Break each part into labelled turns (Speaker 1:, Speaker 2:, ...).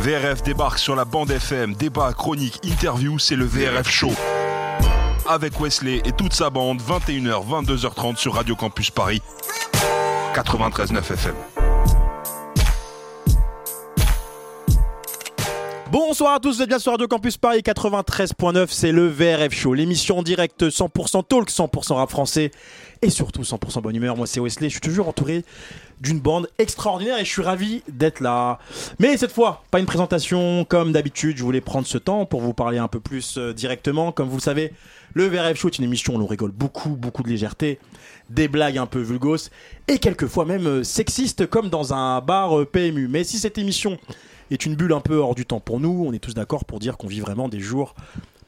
Speaker 1: VRF débarque sur la bande FM, débat, chronique, interview, c'est le VRF Show. Avec Wesley et toute sa bande, 21h, 22h30 sur Radio Campus Paris, 93.9 FM.
Speaker 2: Bonsoir à tous, vous êtes bien sur Radio Campus Paris 93.9, c'est le VRF Show, l'émission en direct 100% talk, 100% rap français et surtout 100% bonne humeur. Moi c'est Wesley, je suis toujours entouré d'une bande extraordinaire et je suis ravi d'être là. Mais cette fois, pas une présentation comme d'habitude, je voulais prendre ce temps pour vous parler un peu plus euh, directement. Comme vous le savez, le VRF Show est une émission où l'on rigole beaucoup, beaucoup de légèreté, des blagues un peu vulgos et quelquefois même euh, sexistes comme dans un bar euh, PMU. Mais si cette émission est une bulle un peu hors du temps pour nous, on est tous d'accord pour dire qu'on vit vraiment des jours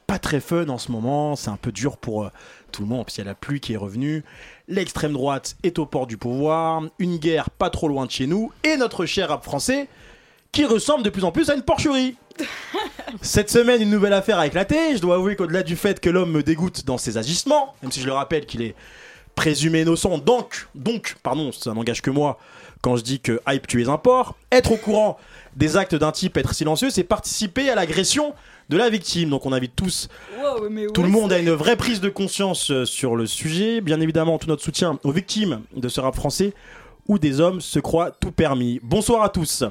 Speaker 2: pas très fun en ce moment, c'est un peu dur pour euh, tout le monde, puis il y a la pluie qui est revenue, l'extrême droite est au port du pouvoir, une guerre pas trop loin de chez nous, et notre cher rap français qui ressemble de plus en plus à une porcherie. Cette semaine, une nouvelle affaire a éclaté, je dois avouer qu'au-delà du fait que l'homme me dégoûte dans ses agissements, même si je le rappelle qu'il est présumé innocent, donc, donc, pardon, ça n'engage que moi quand je dis que hype tu es un porc, être au courant des actes d'un type, être silencieux, c'est participer à l'agression de la victime. Donc on invite tous
Speaker 3: Wow, mais
Speaker 2: tout le
Speaker 3: ouais,
Speaker 2: monde
Speaker 3: c'est-
Speaker 2: a une vraie prise de conscience euh, sur le sujet. Bien évidemment, tout notre soutien aux victimes de ce rap français où des hommes se croient tout permis. Bonsoir à tous.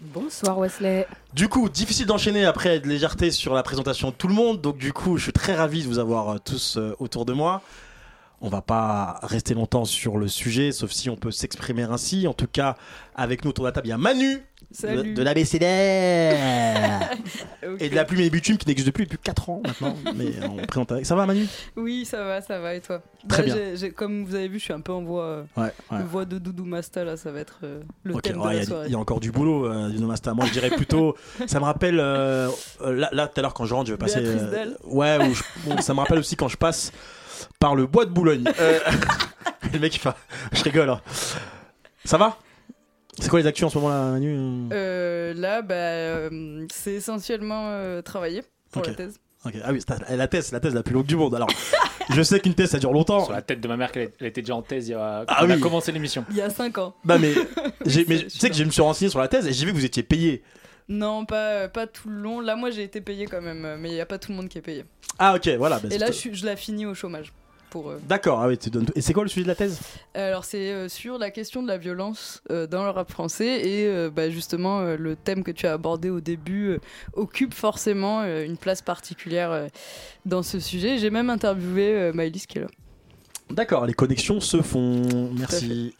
Speaker 3: Bonsoir Wesley.
Speaker 2: Du coup, difficile d'enchaîner après de légèreté sur la présentation de tout le monde. Donc du coup, je suis très ravi de vous avoir euh, tous euh, autour de moi. On va pas rester longtemps sur le sujet, sauf si on peut s'exprimer ainsi. En tout cas, avec nous autour de la table, il y a Manu de,
Speaker 3: Salut.
Speaker 2: de l'ABCD.
Speaker 3: Ok.
Speaker 2: Et de la plume et des bitumes qui n'existe plus depuis 4 ans maintenant. Mais euh, on présente avec. Ça va Manu
Speaker 3: Oui, ça va, ça va. Et toi
Speaker 2: Très
Speaker 3: Bah,
Speaker 2: bien.
Speaker 3: j'ai- j'ai- comme vous avez vu, je suis un peu en voix, euh,
Speaker 2: Ouais, ouais.
Speaker 3: une voix de Doudou Masta là. Ça va être euh, le
Speaker 2: Ok,
Speaker 3: thème
Speaker 2: ouais,
Speaker 3: de
Speaker 2: il
Speaker 3: la
Speaker 2: y a-
Speaker 3: soirée.
Speaker 2: il y, a encore du boulot, euh, du Nomasta. Moi, je dirais plutôt. ça me rappelle. euh, euh, là, là, tout à l'heure, quand je rentre, je vais passer.
Speaker 3: Béatrice
Speaker 2: euh,
Speaker 3: Dalle.
Speaker 2: ouais, ou je- bon, ça me rappelle aussi quand je passe par le bois de Boulogne. Euh, le mec, il fait. Je rigole. hein. Ça va C'est quoi les actus en ce moment là, Manu
Speaker 3: Euh, là, bah, euh, c'est essentiellement euh, travailler pour
Speaker 2: Ok.
Speaker 3: la thèse.
Speaker 2: Ok. Ah oui, c'est la, la thèse, la thèse la plus longue du monde. Alors, je sais qu'une thèse ça dure longtemps.
Speaker 4: Sur la tête de ma mère, qu'elle est- elle était déjà en thèse il y a...
Speaker 2: Ah
Speaker 4: quand on a
Speaker 2: oui.
Speaker 4: commencé l'émission.
Speaker 3: Il y a 5 ans.
Speaker 2: Bah, mais, j'ai- mais
Speaker 3: c'est
Speaker 2: tu sais que je me suis renseigné sur la thèse et j'ai vu que vous étiez payé.
Speaker 3: Non, pas, euh, pas tout le long. Là, moi, j'ai été payé quand même, euh, mais il n'y a pas tout le monde qui est payé.
Speaker 2: Ah ok, voilà. bah,
Speaker 3: Et
Speaker 2: c'est-
Speaker 3: là, je, suis- je la finis au chômage. Pour, euh,
Speaker 2: D'accord, ah oui, tu donnes tout. Et c'est quoi le sujet de la thèse
Speaker 3: Alors c'est euh, sur la question de la violence euh, dans le rap français et euh, bah, justement euh, le thème que tu as abordé au début euh, occupe forcément euh, une place particulière euh, dans ce sujet. J'ai même interviewé euh, Maëlys qui est là.
Speaker 2: D'accord, les connexions se font. Merci.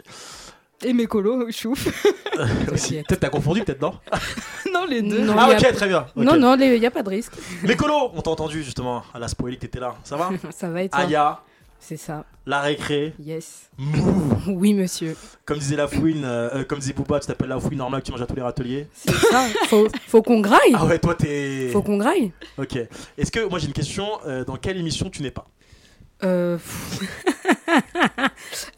Speaker 3: Et mes colos, chouf.
Speaker 2: Aussi. Peut-être t'as confondu, peut-être non
Speaker 3: non les deux.
Speaker 5: Non.
Speaker 2: Ah
Speaker 5: il y a-
Speaker 2: ok, très bien. ok.
Speaker 5: Non, non, il n'y a pas de risque.
Speaker 2: Les colos, on t'a entendu justement à la spoiler, t'étais là. Ça va
Speaker 5: Ça va être.
Speaker 2: Aya,
Speaker 5: C'est ça.
Speaker 2: la récré,
Speaker 5: Yes.
Speaker 2: mou.
Speaker 5: Oui, monsieur.
Speaker 2: Comme disait la fouine, euh, euh, comme disait Booba, tu t'appelles la fouine normal que tu manges à tous les râteliers.
Speaker 5: C'est ça. Ah, Faut, faut qu'on graille.
Speaker 2: Ah ouais, toi t'es.
Speaker 5: Faut qu'on graille.
Speaker 2: Ok. Est-ce que moi j'ai une question euh, Dans quelle émission tu n'es pas
Speaker 5: Euh, pff.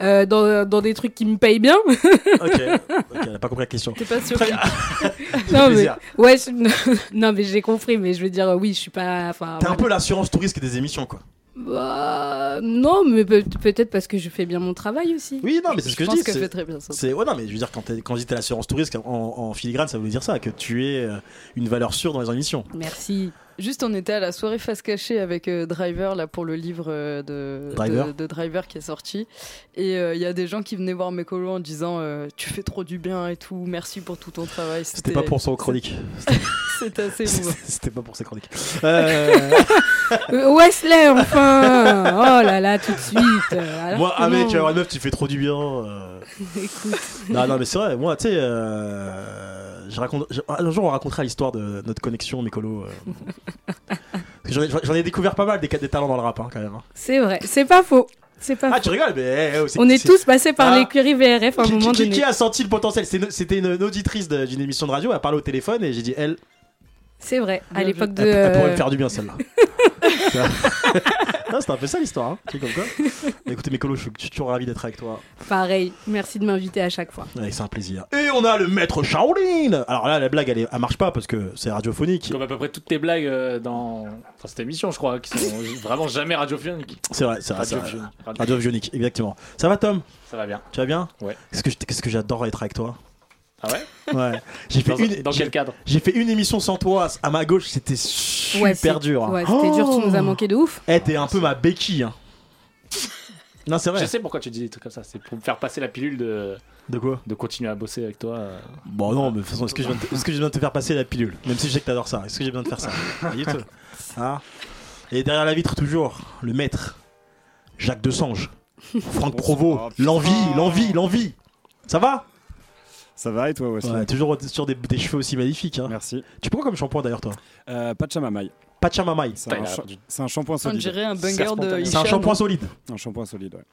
Speaker 5: Euh, dans, dans des trucs qui me payent bien.
Speaker 2: Ok. ok, elle n'a pas compris la question.
Speaker 3: T'es pas sûr.
Speaker 2: Très
Speaker 5: Ah
Speaker 2: bien.
Speaker 5: Non, mais,
Speaker 2: plaisir.
Speaker 5: ouais, je- non, mais j'ai compris, mais je veux dire, euh, oui, je suis pas. Enfin,
Speaker 2: T'es un
Speaker 5: voilà.
Speaker 2: peu l'assurance touriste des émissions quoi.
Speaker 5: Bah, non, mais peut- peut-être parce que je fais bien mon travail aussi.
Speaker 2: Oui, non, mais c'est ce que je,
Speaker 3: pense
Speaker 2: dis.
Speaker 3: qu'elle
Speaker 2: c'est-
Speaker 3: fait très bien ça.
Speaker 2: C'est ouais non mais je veux dire quand, t'es- quand je dis t'es l'assurance touriste en, en filigrane ça veut dire ça que tu es euh, une valeur sûre dans les émissions.
Speaker 5: Merci.
Speaker 3: Juste on était à la soirée face cachée avec euh, Driver là pour le livre euh, de,
Speaker 2: Driver.
Speaker 3: de, de Driver qui est sorti et euh, il y a des gens qui venaient voir mes colos en disant euh, tu fais trop du bien et tout merci pour tout ton travail.
Speaker 2: C'était pas pour son chronique.
Speaker 3: C'est assez émouvant.
Speaker 2: C'était pas pour ses chroniques. Euh,
Speaker 5: Euh, Wesley, enfin Oh là là, tout de suite Alors
Speaker 2: moi
Speaker 5: que
Speaker 2: ah mec
Speaker 5: non.
Speaker 2: euh, ouais, meuf tu fais trop du bien. euh.
Speaker 5: Écoute,
Speaker 2: Non non mais c'est vrai moi tu sais euh, je raconte je- un jour on racontera l'histoire de notre connexion mécolo. J'en ai, j'en ai découvert pas mal des, des talents dans le rap hein, quand même. hein.
Speaker 5: c'est vrai, c'est pas faux. C'est pas
Speaker 2: Ah
Speaker 5: faux.
Speaker 2: tu rigoles mais eh, oh, c'est-
Speaker 5: On est
Speaker 2: c'est-
Speaker 5: tous passés par
Speaker 2: Ah.
Speaker 5: l'écurie VRF à un
Speaker 2: Qui,
Speaker 5: moment
Speaker 2: qui- qui
Speaker 5: donné.
Speaker 2: a senti le potentiel C'est une- C'était une, une auditrice de- d'une émission de radio, elle a parlé au téléphone et j'ai dit elle,
Speaker 5: C'est vrai, à
Speaker 3: Bien
Speaker 5: l'époque de.
Speaker 2: Elle, elle pourrait
Speaker 5: euh,
Speaker 2: me faire du bien celle-là. Non, C'était un peu ça l'histoire, hein. tu sais, comme quoi. Mais écoutez, mes colos, je suis toujours ravi d'être avec toi.
Speaker 5: Pareil, merci de m'inviter à chaque fois.
Speaker 2: Ouais, c'est un plaisir. Et on a le maître Shaolin Alors là, la blague, elle, est- elle marche pas parce que c'est radiophonique.
Speaker 4: Comme à peu près toutes tes blagues euh, dans... dans cette émission, je crois, qui sont vraiment jamais radiophoniques.
Speaker 2: C'est vrai, c'est vrai. c'est vrai.
Speaker 4: Radiophoniques. Radio-
Speaker 2: Radiophonique, exactement. Ça va, Tom
Speaker 4: Ça va bien.
Speaker 2: Tu vas bien
Speaker 4: Ouais.
Speaker 2: Qu'est-ce que je- Qu'est-ce que j'adore être avec toi
Speaker 4: Ah ouais
Speaker 2: Ouais. J'ai fait,
Speaker 4: Dans,
Speaker 2: une,
Speaker 4: dans quel cadre
Speaker 2: j'ai fait une émission sans toi. À ma gauche, c'était super
Speaker 5: Ouais, c'est-
Speaker 2: dur. hein.
Speaker 5: Ouais, c'était dur, tu nous as manqué de ouf.
Speaker 2: Eh, t'es un peu ma béquille. hein. Non, c'est
Speaker 4: Je
Speaker 2: vrai.
Speaker 4: sais pourquoi tu dis des trucs comme ça. C'est pour me faire passer la pilule de,
Speaker 2: De quoi
Speaker 4: de continuer à bosser avec toi. euh.
Speaker 2: Bon, non, mais de toute façon, est-ce que, je viens de te- est-ce que j'ai besoin de te faire passer la pilule Même si je sais que t'adores ça, est-ce que j'ai besoin de faire ça Pas du tout.
Speaker 6: Ah.
Speaker 2: Hein Et derrière la vitre, toujours, le maître, Jacques Desange, Franck Provost,
Speaker 6: Oh, putain.
Speaker 2: l'envie, l'envie, l'envie. Ça va
Speaker 6: Ça va et toi, Wesley
Speaker 2: Ouais, Toujours sur des, des cheveux aussi magnifiques. hein.
Speaker 6: Merci.
Speaker 2: Tu prends quoi comme shampoing d'ailleurs, toi
Speaker 6: Euh, pas de chamamaille.
Speaker 2: Pachamamaï.
Speaker 6: C'est
Speaker 4: Putain,
Speaker 6: un,
Speaker 4: il a
Speaker 6: cha-
Speaker 4: du-
Speaker 6: c'est un shampoing
Speaker 3: On
Speaker 6: solide.
Speaker 3: dirait un banger de
Speaker 2: C'est un
Speaker 3: Hicham.
Speaker 2: shampoing solide.
Speaker 6: Un shampoing solide, ouais.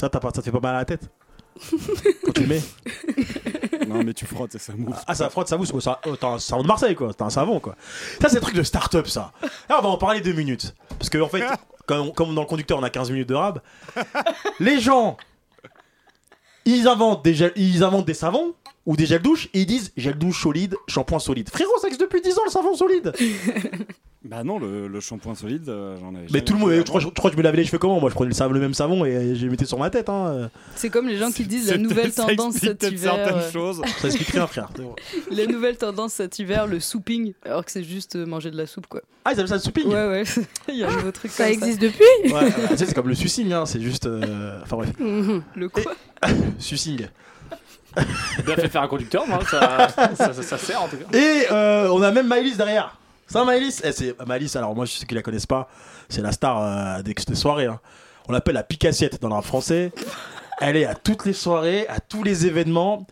Speaker 2: Ça, t'as pas- ça te fait pas mal à la tête Quand tu le mets
Speaker 6: Non, mais tu frottes et ça mousse.
Speaker 2: Ah, ça frotte, ça vous, c'est quoi ça- oh, T'as un savon de Marseille, quoi. T'as un savon, quoi. Ça, c'est le truc de start-up, ça. Là, on va en parler deux minutes. Parce que, en fait, comme, comme dans le conducteur, on a 15 minutes de rab, les gens, ils inventent, des gels- ils inventent des savons ou des gels douche et ils disent gel douche solide, shampoing solide. Frérot, ça existe depuis 10 ans le savon solide.
Speaker 6: Bah non, le, le shampoing solide, euh, j'en avais.
Speaker 2: Mais
Speaker 6: jamais
Speaker 2: tout le monde,
Speaker 6: fait
Speaker 2: je crois, je crois que je me lavais les cheveux comment Moi, je prenais le, savon- le même savon et je le mettais sur ma tête. Hein.
Speaker 3: C'est comme les gens qui disent la
Speaker 6: C'est-
Speaker 3: nouvelle
Speaker 6: ça
Speaker 3: tendance
Speaker 6: explique
Speaker 3: cet
Speaker 6: peut-être
Speaker 3: hiver.
Speaker 6: certaines
Speaker 3: euh,
Speaker 6: choses.
Speaker 2: Ça explique rien, frère.
Speaker 3: La nouvelle tendance cet hiver, le souping, alors que c'est juste euh, manger de la soupe quoi.
Speaker 2: Ah, ils appellent ça le souping
Speaker 3: Ouais
Speaker 2: Ah.
Speaker 3: ouais, il y a un nouveau truc
Speaker 5: Ça
Speaker 3: comme
Speaker 5: existe depuis
Speaker 2: Ouais, ouais, tu sais, c'est comme le sucing, hein, c'est juste. euh, Enfin bref,
Speaker 5: Mhm.
Speaker 3: Le quoi
Speaker 2: sucing.
Speaker 4: Bien fait de faire un conducteur, moi. Ça, ça, ça- ça sert en tout cas.
Speaker 2: Et euh, on a même Maëlys derrière. Ça, Maëlys eh, c'est Maëlys, alors moi, je sais qu'ils la connaissent pas. C'est la star euh, des, des soirées. hein. On l'appelle la picassiette dans le rap français. Elle est à toutes les soirées, à tous les événements.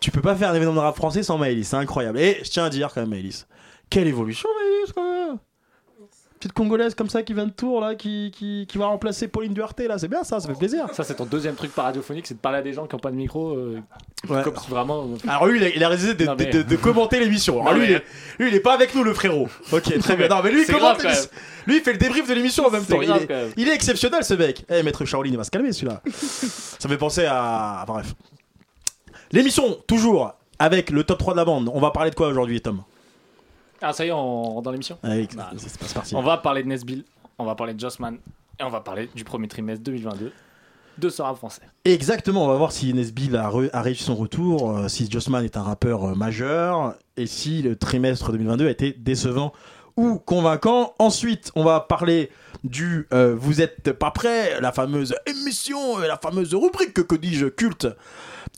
Speaker 2: Tu peux pas faire un événement de rap français sans Maëlys, c'est incroyable. Et je tiens à dire quand même, Maëlys, quelle évolution, Maëlys, quand même. Petite congolaise comme ça qui vient de Tours, là, qui, qui, qui va remplacer Pauline Duarte, là, c'est bien Ah, ça, ça fait plaisir.
Speaker 4: Ça, c'est ton deuxième truc par radiophonique, c'est de parler à des gens qui n'ont pas de micro. euh,
Speaker 2: Ouais. Ah,
Speaker 4: Comme si vraiment. euh,
Speaker 2: Alors lui, il a, il a décidé de,
Speaker 4: Non, mais-
Speaker 2: de- de- de commenter l'émission. Alors
Speaker 4: Non, mais-
Speaker 2: lui, il est, lui, il est pas avec nous, le frérot. Ok, très bien. Non, mais lui, il
Speaker 4: C'est
Speaker 2: commente
Speaker 4: grave, quand
Speaker 2: l'émission. Lui, il fait le débrief de l'émission en même
Speaker 4: C'est
Speaker 2: temps. Il
Speaker 4: grave,
Speaker 2: est,
Speaker 4: quand même.
Speaker 2: il est exceptionnel, ce mec. Eh, maître Shaolin, il va se calmer, celui-là. Ça me fait penser à... Enfin, bref. L'émission, toujours, avec le top 3 de la bande. On va parler de quoi aujourd'hui, Tom
Speaker 4: Ah, ça y est, on rentre dans l'émission.
Speaker 2: Avec-
Speaker 4: Bah,
Speaker 2: c'est- C'est parti.
Speaker 4: On va parler de Nesbill, on va parler de Jossman, et on va parler du premier trimestre 2022 de ce rap français.
Speaker 2: Exactement, on va voir si Nesbill a, re- a réussi son retour, euh, si Jossman est un rappeur euh, majeur, et si le trimestre 2022 a été décevant ou convaincant. Ensuite, on va parler du euh, Vous êtes pas prêt, la fameuse émission, euh, la fameuse rubrique, que dis-je, culte,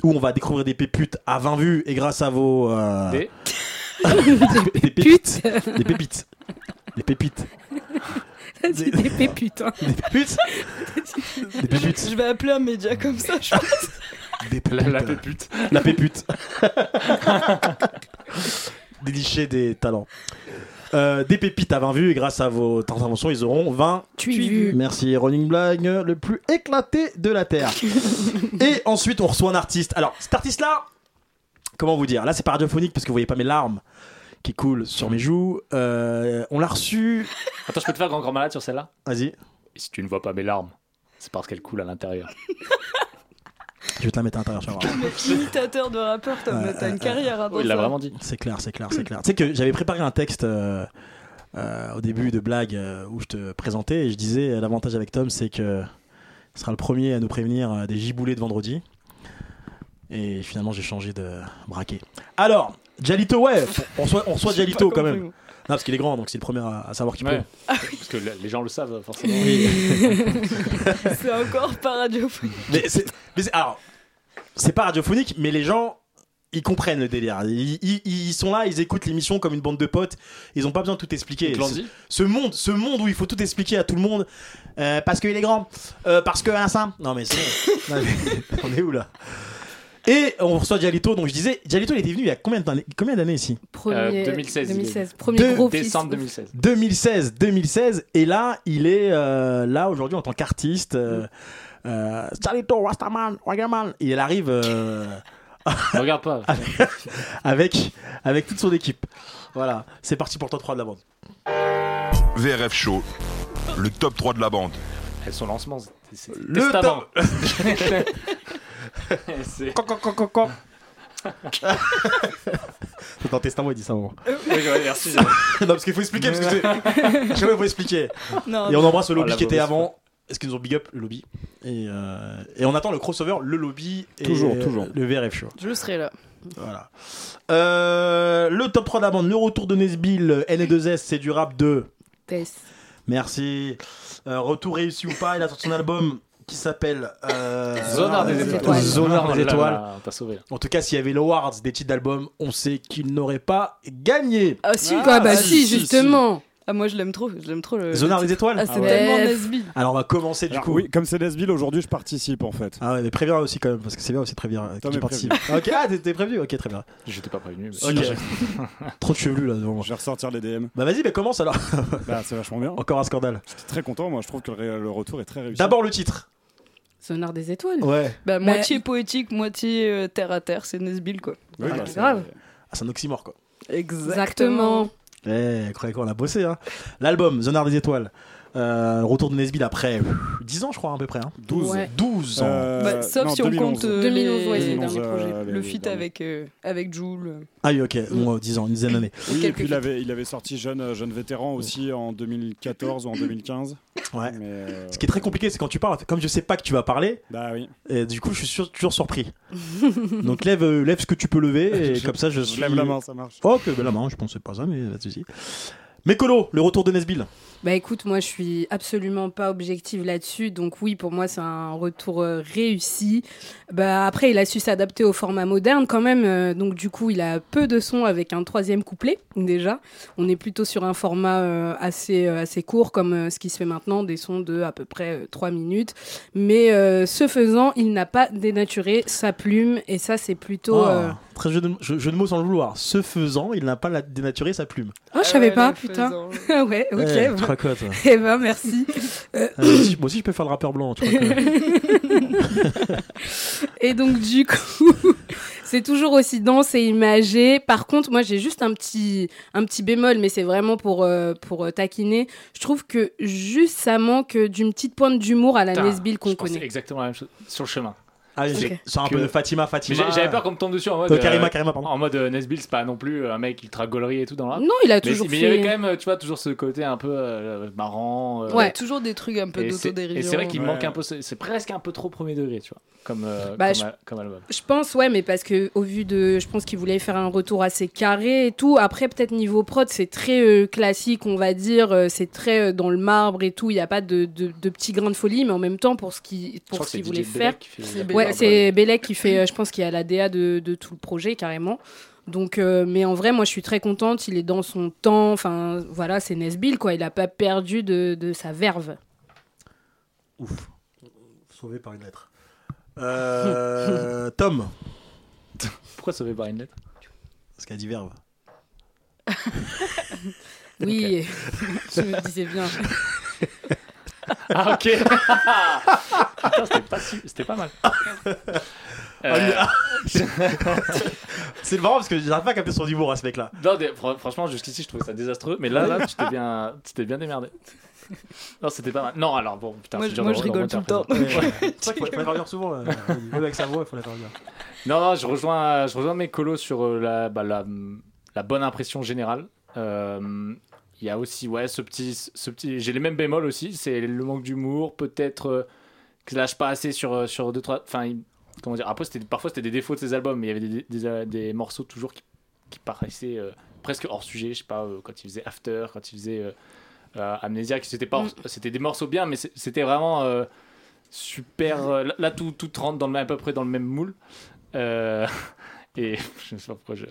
Speaker 2: où on va découvrir des péputes à 20 vues, et grâce à vos... euh,
Speaker 4: Des-
Speaker 2: des pépites. Des pépites. Des pépites.
Speaker 5: T'as dit des pépites. hein.
Speaker 2: Des pépites. Des pépites.
Speaker 3: Je vais appeler un média comme ça, je pense.
Speaker 2: Des
Speaker 4: La, la
Speaker 2: pépites.
Speaker 4: pépute.
Speaker 2: La pépute. Délicher des talents. Euh, des pépites à 20 vues et grâce à vos interventions, ils auront 20.
Speaker 5: Tu
Speaker 3: Tu
Speaker 5: es
Speaker 3: es
Speaker 5: vu.
Speaker 2: Merci, Running Blague, le plus éclaté de la Terre. et ensuite, on reçoit un artiste. Alors, cet artiste-là, comment vous dire Là, c'est pas radiophonique parce que vous voyez pas mes larmes qui coulent sur mes joues. Euh, on l'a reçu.
Speaker 4: Attends, je peux te faire grand grand malade sur celle-là
Speaker 2: Vas-y,
Speaker 4: Et si tu ne vois pas mes larmes, c'est parce qu'elles coulent à l'intérieur.
Speaker 2: je vais te la mettre à l'intérieur, tu vas voir.
Speaker 3: Mais imitateur de rappeur, t'as
Speaker 2: Ouais,
Speaker 3: t'as une carrière avant
Speaker 4: Oh, il l'a
Speaker 3: ça.
Speaker 4: vraiment dit.
Speaker 2: C'est clair, c'est clair, c'est clair. Tu sais que j'avais préparé un texte euh, euh, au début de blague euh, où je te présentais et je disais euh, l'avantage avec Tom, c'est que il sera le premier à nous prévenir euh, des giboulées de vendredi. Et finalement, j'ai changé de braquet. Alors, Jalito, ouais, on soit, on soit
Speaker 3: J'ai
Speaker 2: Jalito
Speaker 3: pas
Speaker 2: quand
Speaker 3: compris,
Speaker 2: même. Non,
Speaker 3: moi. Ah
Speaker 2: parce qu'il est grand, donc c'est le premier à, à savoir qui
Speaker 4: Ouais.
Speaker 2: peut.
Speaker 4: Parce que le- les gens le savent forcément.
Speaker 3: C'est encore pas radiophonique.
Speaker 2: Mais c'est, mais c'est- alors, c'est pas radiophonique, mais les gens, ils comprennent le délire. Ils, ils- ils sont là, ils écoutent l'émission comme une bande de potes. Ils ont pas besoin de tout expliquer.
Speaker 4: Donc, Landy,
Speaker 2: Ce monde, ce monde où il faut tout expliquer à tout le monde euh, parce qu'il est grand, euh, parce que un sein. Non mais c'est bon. Non, mais on est où là Et on reçoit Dialito, donc je disais, Dialito il était venu il y a combien de temps- combien d'années ici
Speaker 5: Premier,
Speaker 4: Euh, 2016, il est-
Speaker 5: 2016. Premier
Speaker 2: Deux
Speaker 5: gros fils.
Speaker 4: décembre 2016.
Speaker 2: 2016, 2016, et là il est euh, là aujourd'hui en tant qu'artiste. euh, euh, Dialito, Rastaman, Wagaman, et il arrive euh,
Speaker 4: Regarde pas.
Speaker 2: avec avec toute son équipe. Voilà, c'est parti pour le top 3 de la bande.
Speaker 1: VRF Show, le top 3 de la bande.
Speaker 4: Elles sont lancement. c'est- c'est
Speaker 2: Le
Speaker 4: testament. C'est-
Speaker 2: Dans Testament il dit ça. bon.
Speaker 4: Oui, j'aurais- merci.
Speaker 2: non parce qu'il faut expliquer parce que c'est- chaque fois, il faut expliquer.
Speaker 3: Non,
Speaker 2: Et on embrasse le
Speaker 4: Ah,
Speaker 2: lobby
Speaker 4: la
Speaker 2: qui était
Speaker 4: mauvaise
Speaker 2: avant. Est-ce qu'ils nous ont big up le lobby et, euh, et on attend le crossover, le lobby et
Speaker 6: Toujours, toujours.
Speaker 2: le VRF show.
Speaker 3: Je serai là.
Speaker 2: Voilà. Euh, le top 3 de la bande, le retour de Nesbill, N2S, c'est du rap de.
Speaker 5: Tess.
Speaker 2: Merci. Euh, retour réussi ou pas, il a sorti son album qui s'appelle euh,
Speaker 4: Zonard des
Speaker 5: étoiles.
Speaker 4: étoiles.
Speaker 2: Zonard
Speaker 4: Oh
Speaker 2: des
Speaker 4: là là,
Speaker 2: étoiles.
Speaker 4: T'as sauvé. là.
Speaker 2: En tout cas, s'il y avait l'awards des titres d'album, on sait qu'il n'aurait pas gagné.
Speaker 3: Ah si
Speaker 5: Ah, bah si,
Speaker 6: si, si.
Speaker 5: justement.
Speaker 3: Ah moi je l'aime trop, je l'aime trop le.
Speaker 2: Euh, Zonard
Speaker 3: le
Speaker 2: des
Speaker 3: titre.
Speaker 2: étoiles
Speaker 3: Ah c'est
Speaker 4: Ah ouais.
Speaker 3: tellement
Speaker 5: Ouais.
Speaker 3: Nesby.
Speaker 2: Alors on va commencer du
Speaker 6: Alors,
Speaker 2: coup.
Speaker 6: oui, comme c'est Lesville, aujourd'hui je participe en fait.
Speaker 2: Ah ouais, mais préviens aussi quand même, parce que c'est bien aussi de prévenir. euh,
Speaker 6: Tom
Speaker 2: qui
Speaker 6: est
Speaker 2: participe. ok, ah, t'es- t'es prévenu Ok, très bien.
Speaker 4: J'étais pas prévenu. mais-
Speaker 2: Ok. Trop de chevelus là devant moi.
Speaker 6: Je vais ressortir les DM.
Speaker 2: Bah vas-y, mais commence alors.
Speaker 6: Bah, c'est vachement bien.
Speaker 2: Encore un scandale.
Speaker 6: Je suis très content, moi je trouve que le, ré- le retour est très réussi.
Speaker 2: D'abord le titre.
Speaker 5: Sonore des étoiles.
Speaker 2: Ouais.
Speaker 3: Bah moitié poétique, moitié euh, terre à terre, c'est Nesbill quoi.
Speaker 6: Oui,
Speaker 5: Ah,
Speaker 6: bah,
Speaker 5: c'est grave.
Speaker 2: Ah, c'est un oxymore quoi.
Speaker 5: Exactement.
Speaker 2: Eh, croyez qu'on a bossé hein. L'album, Zonard des étoiles. Euh, retour de Nesbill après pff, 10 ans, je crois, à peu près. hein.
Speaker 6: 12.
Speaker 5: Ouais.
Speaker 2: 12 ans.
Speaker 6: Euh,
Speaker 3: Bah, sauf
Speaker 6: non,
Speaker 3: si on compte
Speaker 6: 2011.
Speaker 3: euh,
Speaker 5: 2011, ouais,
Speaker 3: les-
Speaker 5: c'est le
Speaker 6: 2011,
Speaker 5: dernier projet.
Speaker 6: euh, les-
Speaker 3: le
Speaker 6: les
Speaker 3: feat
Speaker 6: derniers.
Speaker 3: avec euh, avec Jules.
Speaker 2: Ah oui, ok, bon, euh, 10 ans, une dizaine d'années.
Speaker 6: Oui, et
Speaker 3: quelques
Speaker 6: puis il avait, il avait sorti jeune, euh, jeune vétéran aussi en 2014 ou en 2015.
Speaker 2: Ouais.
Speaker 6: Mais, euh,
Speaker 2: Ce qui est très compliqué, c'est quand tu parles, comme je sais pas que tu vas parler,
Speaker 6: Bah oui.
Speaker 2: et du coup, je suis sûr- toujours surpris. Donc lève, euh, lève ce que tu peux lever, et comme ça, je
Speaker 6: Je
Speaker 2: suis.
Speaker 6: lève la main, ça marche.
Speaker 2: Oh, que la main, je pensais pas ça, mais pas de souci. Mécolo, le retour de Nesbill.
Speaker 5: Bah écoute, moi je suis absolument pas objective là-dessus, donc oui, pour moi c'est un retour euh, réussi. Bah après, il a su s'adapter au format moderne quand même, euh, donc du coup il a peu de sons avec un troisième couplet déjà. On est plutôt sur un format euh, assez euh, assez court comme euh, ce qui se fait maintenant, des sons de à peu près 3 minutes. Mais euh, ce faisant, il n'a pas dénaturé sa plume et ça c'est plutôt.
Speaker 2: Ah,
Speaker 5: euh,
Speaker 2: Très jeu de, jeu- jeu de mots sans le vouloir. Ce faisant, il n'a pas la- dénaturé sa plume.
Speaker 5: Oh, je savais pas, putain. Ah ouais, ok.
Speaker 2: Eh,
Speaker 5: bah,
Speaker 2: tu crois quoi, toi
Speaker 5: Eh ben merci. Euh,
Speaker 2: Ah, moi aussi- Moi aussi, je peux faire le rappeur blanc. Tu crois quoi
Speaker 5: Et donc du coup, c'est toujours aussi dense et imagé. Par contre, moi j'ai juste un petit un petit bémol, mais c'est vraiment pour euh, pour euh, taquiner. Je trouve que juste ça manque d'une petite pointe d'humour à la
Speaker 4: Putain,
Speaker 5: Nesbill
Speaker 4: je
Speaker 5: qu'on
Speaker 4: pensais
Speaker 5: connaît.
Speaker 4: Exactement la même chose sur le chemin.
Speaker 2: Ah, oui,
Speaker 5: Ok.
Speaker 2: c'est un
Speaker 4: Que-
Speaker 2: peu de Fatima,
Speaker 4: Mais
Speaker 2: Fatima.
Speaker 4: j'ai- j'avais peur qu'on me tombe dessus en mode.
Speaker 2: Euh,
Speaker 4: euh,
Speaker 2: Karima, Karima, pardon.
Speaker 4: En mode euh, Nesbill, c'est pas non plus un mec ultra gaulerie et tout dans le rap.
Speaker 5: Non, il a
Speaker 4: Mais
Speaker 5: toujours
Speaker 4: mais il y
Speaker 5: fait.
Speaker 4: avait quand même, euh, tu vois, toujours ce côté un peu euh, marrant. euh,
Speaker 3: Ouais.
Speaker 5: Ouais.
Speaker 3: toujours des trucs un peu
Speaker 4: Et c'est et
Speaker 3: d'autodérision. euh.
Speaker 4: c'est vrai qu'il me manque
Speaker 6: Ouais.
Speaker 4: un peu, ce- c'est presque un peu trop premier degré, tu vois, comme, euh,
Speaker 5: Bah,
Speaker 4: comme,
Speaker 5: je-
Speaker 4: al- comme album.
Speaker 5: Je pense, ouais, mais parce que au vu de, je pense qu'il voulait faire un retour assez carré et tout. Après, peut-être niveau prod, c'est très euh, classique, on va dire. euh, c'est très euh, dans le marbre et tout. Il n'y a pas de, de, de petits grains de folie, mais en même temps, pour ce qu'il
Speaker 4: Je crois
Speaker 5: pour
Speaker 4: que
Speaker 5: ce
Speaker 4: c'est
Speaker 5: qu'il
Speaker 4: DJ
Speaker 5: voulait
Speaker 4: Belek
Speaker 5: faire,
Speaker 4: qui fait la
Speaker 3: Ouais,
Speaker 4: prod,
Speaker 5: Ouais,
Speaker 4: ouais.
Speaker 5: c'est Belek qui fait, euh, je pense qu'il a la DA de, de tout le projet carrément. Donc, euh, mais en vrai, moi, je suis très contente. Il est dans son temps. Enfin, voilà, c'est Nesbill, quoi. Il a pas perdu de, de sa verve.
Speaker 2: Ouf. Sauvé par une lettre. Euh, Tom,
Speaker 4: Pourquoi sauver par une lettre
Speaker 2: parce qu'elle dit verbe.
Speaker 5: Oui, je me disais bien.
Speaker 4: Ah ok. Putain, c'était pas, su- c'était pas mal.
Speaker 2: Ah,
Speaker 4: Euh,
Speaker 2: C'est marrant parce que j'arrive pas à capter son humour à ce mec-là.
Speaker 4: non, des- fran- franchement, jusqu'ici, je trouvais ça désastreux, mais là, là, tu t'es bien, tu t'es bien démerdé. Non, c'était pas mal. Non, alors bon, putain,
Speaker 3: Moi,
Speaker 4: c'est
Speaker 3: je-
Speaker 4: dur
Speaker 3: moi,
Speaker 4: de-
Speaker 3: je
Speaker 4: de
Speaker 3: rigole tout le
Speaker 4: remonter
Speaker 3: temps.
Speaker 4: à présent.
Speaker 2: C'est vrai qu'il faut la faire dire souvent. Là. Même avec sa voix, il faut la faire dire.
Speaker 4: Non, non, je rejoins, je rejoins mes colos sur euh, la, bah, la, la bonne impression générale. Euh, Il y a aussi, ouais, ce petit, ce petit, j'ai les mêmes bémols aussi. C'est le manque d'humour, peut-être euh, que lâche pas assez sur euh, sur deux trois. Enfin, il- comment dire. Après, c'était parfois c'était des défauts de ces albums, mais il y avait des, des, euh, des morceaux toujours qui, qui paraissaient euh, presque hors sujet. Je sais pas euh, quand il faisait After, quand il faisait euh, euh, Amnesia, qui c'était pas, hors- c'était des morceaux bien, mais c'est- c'était vraiment euh, super. euh, là- là, tout tout rentre dans le même, à peu près dans le même moule. Euh, et je sais pas pourquoi je.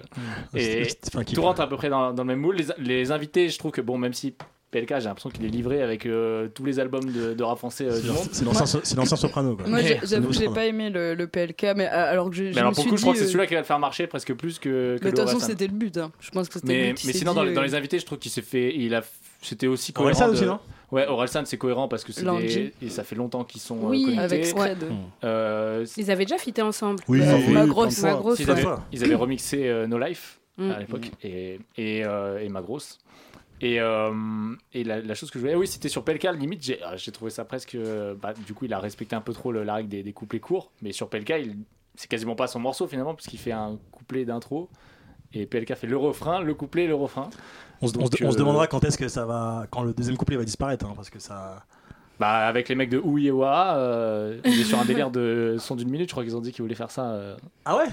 Speaker 4: Et
Speaker 2: C'était pas un kiff.
Speaker 4: Tout rentre à peu près dans, dans le même moule. Les, les invités, je trouve que bon, même si PLK, j'ai l'impression qu'il est livré avec euh, tous les albums de, de rap français euh,
Speaker 2: C'est
Speaker 4: du monde.
Speaker 2: l'ancien- c'est l'ancien so- c'est l'ancien soprano. Quoi.
Speaker 3: Moi, j'ai-
Speaker 4: Ouais,
Speaker 3: j'avoue que j'ai
Speaker 2: Nostra.
Speaker 3: pas aimé le, le PLK, mais euh, alors que je, je
Speaker 4: Mais alors
Speaker 3: me
Speaker 4: pour
Speaker 3: suis
Speaker 4: le coup, je crois que
Speaker 3: dit,
Speaker 4: c'est
Speaker 3: euh,
Speaker 4: celui-là qui va le faire marcher presque plus que. que
Speaker 3: Mais de
Speaker 4: le
Speaker 3: toute façon,
Speaker 4: reste.
Speaker 3: c'était le but. hein. Je pense que c'était le
Speaker 4: Mais,
Speaker 3: but. il
Speaker 4: mais
Speaker 3: s'est
Speaker 4: sinon, dans,
Speaker 3: dit,
Speaker 4: les- dans
Speaker 3: euh,
Speaker 4: les invités, je trouve qu'il s'est fait. Il a, c'était aussi cohérent.
Speaker 2: Orelsan
Speaker 4: de-
Speaker 2: aussi, non
Speaker 4: Ouais, Orelsan, c'est cohérent parce que c'est
Speaker 3: Lanji.
Speaker 4: des- et ça fait longtemps qu'ils sont euh,
Speaker 5: Oui,
Speaker 4: connectés.
Speaker 3: avec
Speaker 5: Ouais.
Speaker 3: Scred.
Speaker 4: Euh,
Speaker 5: Ils avaient déjà fité ensemble.
Speaker 2: Oui,
Speaker 3: Bah,
Speaker 2: oui,
Speaker 3: ma
Speaker 2: oui.
Speaker 3: grosse,
Speaker 5: Ma grosse,
Speaker 4: Ils
Speaker 5: ouais.
Speaker 4: avaient,
Speaker 2: Toi.
Speaker 4: ils avaient remixé euh, No Life
Speaker 5: Mm.
Speaker 4: à l'époque et, et, euh, et Ma Grosse. Et, euh, et la, la chose que je voulais, ah oui, c'était sur Pelka, limite, j'ai ah, j'ai trouvé ça presque. euh, bah, du coup, il a respecté un peu trop le- la règle des, des couplets courts, mais sur Pelka, il- c'est quasiment pas son morceau finalement, puisqu'il fait un couplet d'intro. Et PLK fait le refrain, le couplet, le refrain.
Speaker 2: On se, on se-
Speaker 4: Donc,
Speaker 2: on se
Speaker 4: euh,
Speaker 3: Ah,
Speaker 2: demandera quand est-ce que ça va, quand le deuxième couplet va disparaître, hein, parce que ça,
Speaker 4: Bah, avec les mecs de Ouyewa, euh, on est sur un délire de son d'une minute. Je crois qu'ils ont dit qu'ils voulaient faire ça. euh.
Speaker 2: Ah ouais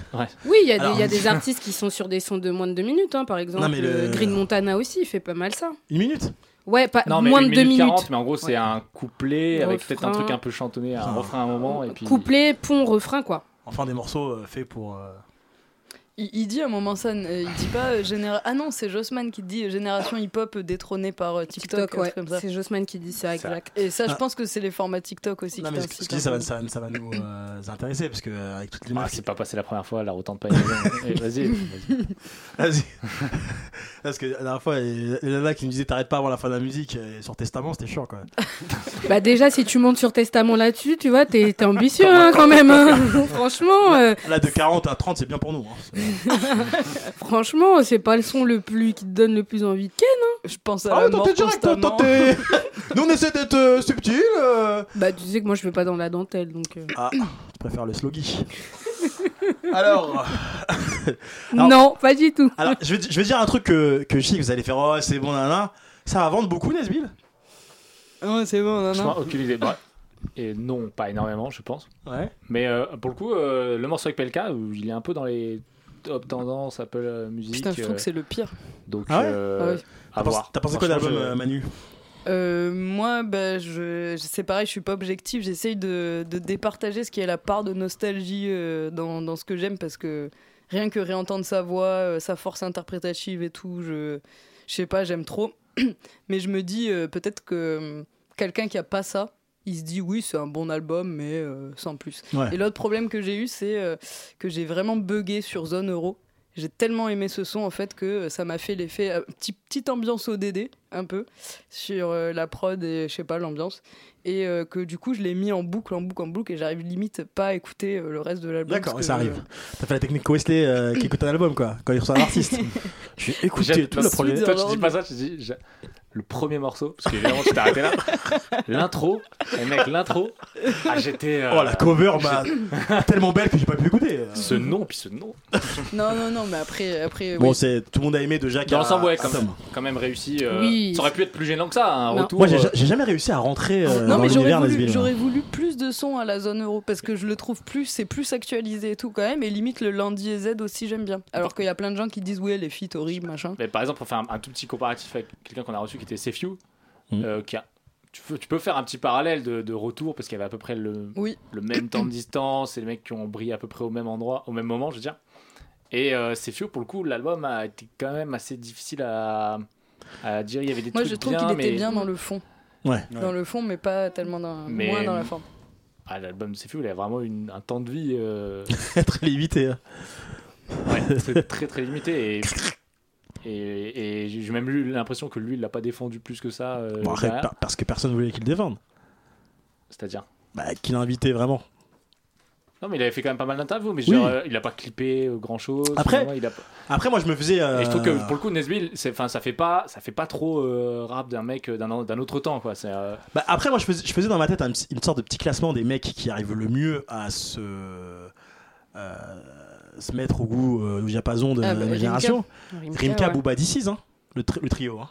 Speaker 5: Oui, il y, a des-
Speaker 2: Alors-
Speaker 5: il y a des artistes qui sont sur des sons de moins de 2 minutes, hein, par exemple.
Speaker 2: Non, mais le-
Speaker 5: Green Montana aussi, il fait pas mal ça.
Speaker 2: Une minute
Speaker 5: Ouais, pas,
Speaker 4: Non, mais
Speaker 5: moins
Speaker 4: une
Speaker 5: de 2
Speaker 4: minute
Speaker 5: minutes.
Speaker 4: 40, mais en gros, c'est
Speaker 5: Ouais.
Speaker 4: un couplet avec peut-être un
Speaker 5: Refrain.
Speaker 4: truc un peu chantonné, un
Speaker 2: Putain.
Speaker 4: refrain à un moment. Et puis...
Speaker 5: Couplet, pont, refrain, quoi.
Speaker 2: Enfin, des morceaux euh, faits pour. euh,
Speaker 3: Il, il dit à un moment ça, euh, il dit pas euh, généra- Ah non, c'est Jossman qui dit euh, génération hip-hop détrônée par euh, TikTok,
Speaker 5: TikTok,
Speaker 3: un truc
Speaker 5: ouais.
Speaker 3: comme ça.
Speaker 5: C'est Jossman qui dit ça,
Speaker 4: Ça.
Speaker 5: exact.
Speaker 3: Et ça, je
Speaker 2: Ah.
Speaker 3: pense que c'est les formats TikTok aussi.
Speaker 2: Non,
Speaker 3: qui
Speaker 2: mais ce
Speaker 3: t'incitent
Speaker 2: ce qui
Speaker 3: un
Speaker 2: ça
Speaker 3: peu.
Speaker 2: va, ça va- ça va nous euh, intéresser parce que euh, avec toutes les
Speaker 4: Ah,
Speaker 2: meufs.
Speaker 4: c'est pas passé la première fois, la retente pas. Eh, Vas-y. vas-y.
Speaker 2: Vas-y. parce que la dernière fois, il y en a qui me disaient t'arrêtes pas avant la fin de la musique et sur Testament, c'était chiant quoi.
Speaker 5: Bah déjà, si tu montes sur Testament là-dessus, tu vois, t'es t'es ambitieux hein, quand même. hein. franchement, euh,
Speaker 2: Là, de 40 à 30, c'est bien pour nous. hein.
Speaker 5: franchement, c'est pas le son le plus qui te donne le plus envie de ken. hein.
Speaker 3: Je pense à
Speaker 2: Ah
Speaker 3: la
Speaker 2: ouais,
Speaker 3: mort
Speaker 2: tentez direct,
Speaker 3: constamment.
Speaker 2: tentez Nous on essaie d'être euh, subtil. euh.
Speaker 5: Bah tu sais que moi je vais pas dans la dentelle, donc euh,
Speaker 2: Ah, je préfère le sloggy. alors, Alors-
Speaker 5: non, pas du tout.
Speaker 2: alors je, vais, di- je vais dire un truc que, que je sais que vous allez faire, oh c'est bon, nanana. Ça va vendre beaucoup, Nesbill Ah
Speaker 3: Ouais, c'est bon, non,
Speaker 4: Je
Speaker 3: non.
Speaker 4: crois, aucune idée. Bah, Et non, pas énormément, je pense.
Speaker 2: Ouais.
Speaker 4: Mais euh, pour le coup, euh, le morceau avec PLK, euh, il est un peu dans les top tendances Apple euh, Music.
Speaker 3: Putain, je trouve
Speaker 4: euh,
Speaker 3: que c'est le pire.
Speaker 4: donc,
Speaker 2: Ah ouais
Speaker 4: euh,
Speaker 3: Ah ouais.
Speaker 4: à
Speaker 2: T'as pensé,
Speaker 4: voir.
Speaker 2: t'as pensé quoi de l'album,
Speaker 4: Franchement, je-
Speaker 2: euh, Manu
Speaker 3: Euh, moi, bah, je, je- c'est pareil, je suis pas objectif. J'essaye de, de départager ce qui est la part de nostalgie euh, dans, dans ce que j'aime parce que rien que réentendre sa voix, euh, sa force interprétative et tout, je, je sais pas, j'aime trop. mais je me dis euh, peut-être que hum, quelqu'un qui a pas ça, il se dit oui, c'est un bon album, mais euh, sans plus.
Speaker 2: Ouais.
Speaker 3: Et l'autre problème que j'ai eu, c'est euh, que j'ai vraiment bugué sur Zone Euro. J'ai tellement aimé ce son en fait que ça m'a fait l'effet euh, petit, petite ambiance ODD un peu sur euh, la prod et je sais pas l'ambiance et euh, que du coup je l'ai mis en boucle en boucle en boucle et j'arrive limite pas à écouter euh, le reste de l'album.
Speaker 2: D'accord,
Speaker 3: parce que,
Speaker 2: ça arrive. T'as fait la technique Wesley euh, qui écoute un album quoi, quand il reçoit un artiste. Je vais écouter
Speaker 4: J'aime-
Speaker 2: tout le
Speaker 4: toi,
Speaker 2: premier.
Speaker 4: tu- Toi, tu dis pas ça, tu dis je- le premier morceau, parce que évidemment, tu t'es arrêté là. L'intro, et mec, l'intro. Ah, j'étais. euh,
Speaker 2: Oh la cover, bah, tellement belle que j'ai pas pu écouter. euh.
Speaker 4: Ce nom, puis ce nom.
Speaker 3: euh, Non non non mais après après
Speaker 2: Bon,
Speaker 3: oui.
Speaker 2: c'est tout le monde a aimé de Jacques.
Speaker 4: Dans
Speaker 2: à-
Speaker 4: l'ensemble, ouais,
Speaker 2: à
Speaker 4: quand
Speaker 2: Tom. Ah,
Speaker 4: même, quand même réussi. euh,
Speaker 5: Oui.
Speaker 4: Ça aurait pu être plus gênant que ça, un
Speaker 5: Non.
Speaker 4: retour.
Speaker 2: Moi, j'ai
Speaker 4: euh,
Speaker 2: j'ai jamais réussi à rentrer euh,
Speaker 3: non
Speaker 2: dans hein.
Speaker 3: mais j'aurais
Speaker 2: l'univers
Speaker 3: voulu,
Speaker 2: Nesbill.
Speaker 3: j'aurais voulu plus de sons à la zone euro parce que je le trouve plus c'est plus actualisé et tout quand même et limite le lundi et Z aussi j'aime bien alors qu'il y a plein de gens qui disent ouais les feats horribles machin
Speaker 4: Mais par exemple, pour faire un, un tout petit comparatif avec quelqu'un qu'on a reçu qui était Sefiu,
Speaker 2: Mm.
Speaker 4: euh, qui a- tu, peux, tu peux faire un petit parallèle de, de retour parce qu'il y avait à peu près le,
Speaker 3: Oui.
Speaker 4: le même temps de distance et les mecs qui ont brillé à peu près au même endroit, au même moment, je veux dire. Et euh, Sefiu, pour le coup, l'album a été quand même assez difficile à, à dire. Il y avait des
Speaker 3: moi
Speaker 4: trucs
Speaker 3: je trouve
Speaker 4: bien,
Speaker 3: qu'il était
Speaker 4: mais-
Speaker 3: bien dans le fond
Speaker 2: Mm. Ouais.
Speaker 3: dans le fond mais pas tellement dans
Speaker 4: Mais-
Speaker 3: moins dans la forme
Speaker 4: Ah, l'album de Sefiu, il a vraiment une- un temps de vie euh,
Speaker 2: Être limité. hein.
Speaker 4: ouais, c'est très très limité. Et, et, et j'ai même eu l'impression que lui, il l'a pas défendu plus que ça. euh,
Speaker 2: Bon, après,
Speaker 4: derrière.
Speaker 2: par- parce que personne voulait qu'il le défende.
Speaker 4: C'est-à-dire.
Speaker 2: Bah, qu'il a invité vraiment.
Speaker 4: Non, mais il avait fait quand même pas mal d'interviews, mais je
Speaker 2: Oui.
Speaker 4: veux dire, euh, il a pas clippé grand chose.
Speaker 2: Après-
Speaker 4: il a...
Speaker 2: Après, moi, je me faisais. euh,
Speaker 4: Et je trouve que pour le coup, Nesbill, c'est, enfin, ça fait pas, ça fait pas trop euh, rap d'un mec euh, d'un, an- d'un autre temps, quoi. C'est, euh,
Speaker 2: Bah, après, moi, je faisais, je faisais dans ma tête un petit- une sorte de petit classement des mecs qui arrivent le mieux à se. euh, se mettre au goût, euh, au diapason de
Speaker 3: Ah, bah,
Speaker 2: la
Speaker 3: Rimka.
Speaker 2: génération.
Speaker 5: Rimka,
Speaker 2: Rimka
Speaker 5: ouais.
Speaker 2: Booba DC's, hein, le, tri- le trio. Hein.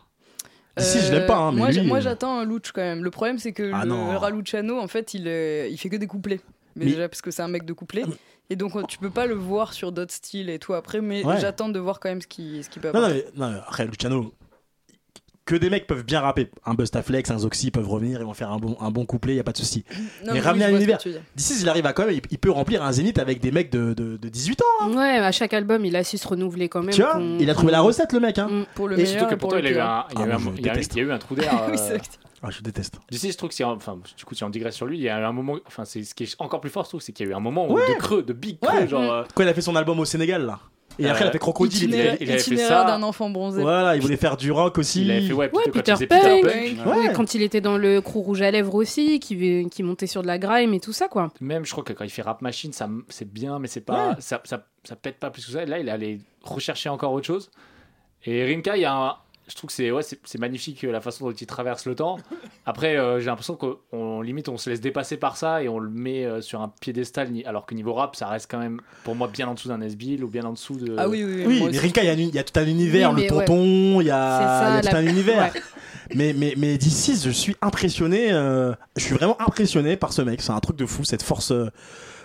Speaker 2: DC's, je l'aime pas, hein, mais
Speaker 3: moi,
Speaker 2: lui,
Speaker 3: j'a- moi,
Speaker 2: euh,
Speaker 3: j'attends un Luch quand même. Le problème, c'est que
Speaker 2: Ah
Speaker 3: le,
Speaker 2: non.
Speaker 3: le Raluciano, en fait, il, euh, il fait que des couplets. Mais,
Speaker 2: Mais- Ah,
Speaker 3: déjà, parce que c'est un mec de couplets. Et donc, tu peux pas le voir sur d'autres styles et tout après. Mais
Speaker 2: Ouais.
Speaker 3: j'attends de voir quand même ce qu'il ce qu'il peut
Speaker 2: Non, non,
Speaker 3: apporter.
Speaker 2: mais, non, mais après, Luciano, que des mecs peuvent bien rapper. Un Bustaflex, un Zoxy peuvent revenir, ils vont faire un bon, un bon couplet, y a pas de souci. mais
Speaker 3: oui, je
Speaker 2: ramener à
Speaker 3: vois ce que
Speaker 2: l'univers.
Speaker 3: tu veux dire.
Speaker 2: D'ici, il arrive à quand même, il, il peut remplir un zénith avec des mecs de, de, de 18 ans.
Speaker 5: Ouais, à chaque album, il a su se renouveler quand même.
Speaker 2: tu vois,
Speaker 5: qu'on-
Speaker 2: il a trouvé la
Speaker 5: qu'on-
Speaker 2: recette, le mec. Hein.
Speaker 3: Mm, Pour le
Speaker 2: Et
Speaker 3: meilleur
Speaker 4: surtout que
Speaker 3: et pour,
Speaker 4: pour toi,
Speaker 3: le
Speaker 4: il y a eu
Speaker 3: pire.
Speaker 4: un, il y a
Speaker 2: Ah,
Speaker 4: eu
Speaker 2: moi,
Speaker 4: un-
Speaker 2: je
Speaker 4: il y a eu-
Speaker 2: déteste.
Speaker 4: il y a eu un trou d'air.
Speaker 3: Oui, c'est
Speaker 4: euh,
Speaker 3: vrai que
Speaker 2: Ah, je déteste.
Speaker 4: D'ici, je trouve que c'est, un- enfin, du coup, si on digresse sur lui, il y a eu un moment, enfin, c'est ce qui est encore plus fort, je trouve, c'est qu'il y a eu un moment où-
Speaker 2: Ouais.
Speaker 4: de creux, de big
Speaker 2: Ouais.
Speaker 4: creux, genre. euh,
Speaker 2: Quand il a fait son album au Sénégal, là. Et
Speaker 4: Euh,
Speaker 2: après, il a fait Crocodile. il
Speaker 3: Itinéraire,
Speaker 2: était-
Speaker 4: avait- il avait fait
Speaker 3: itinéraire
Speaker 4: ça.
Speaker 3: d'un enfant bronzé.
Speaker 2: Voilà, il voulait faire du rock aussi.
Speaker 4: il avait fait ouais,
Speaker 5: Ouais,
Speaker 4: plutôt quand
Speaker 5: Peter
Speaker 4: il faisait
Speaker 5: Pan.
Speaker 2: Ouais.
Speaker 5: Ouais, quand il était dans le crew rouge à lèvres aussi, qui, qui montait sur de la grime et tout ça, quoi.
Speaker 4: Même, je crois que quand il fait rap machine, ça m- c'est bien, mais c'est pas,
Speaker 2: Ouais.
Speaker 4: ça, ça, ça pète pas plus que ça. Et là, il allait rechercher encore autre chose. Et Rimka, il y a un- je trouve que c'est ouais, c'est c'est magnifique euh, la façon dont il traverse le temps. Après, euh, j'ai l'impression qu'on limite, on se laisse dépasser par ça et on le met euh, sur un piédestal. ni- Alors que niveau rap, ça reste quand même, pour moi, bien en dessous d'un Esbil ou bien en dessous de.
Speaker 3: Ah oui, oui, oui.
Speaker 2: Oui,
Speaker 3: moi
Speaker 2: mais
Speaker 3: aussi.
Speaker 2: Rinka, il y a un- il y, a tout un univers,
Speaker 5: Oui,
Speaker 2: le
Speaker 5: mais ouais.
Speaker 2: tonton, il y
Speaker 5: C'est
Speaker 2: a,
Speaker 5: ça,
Speaker 2: il y a tout
Speaker 5: la-
Speaker 2: un univers.
Speaker 5: Ouais.
Speaker 2: Mais, mais, mais d'ici, je suis impressionné. euh, je suis vraiment impressionné par ce mec. C'est un truc de fou, cette force euh,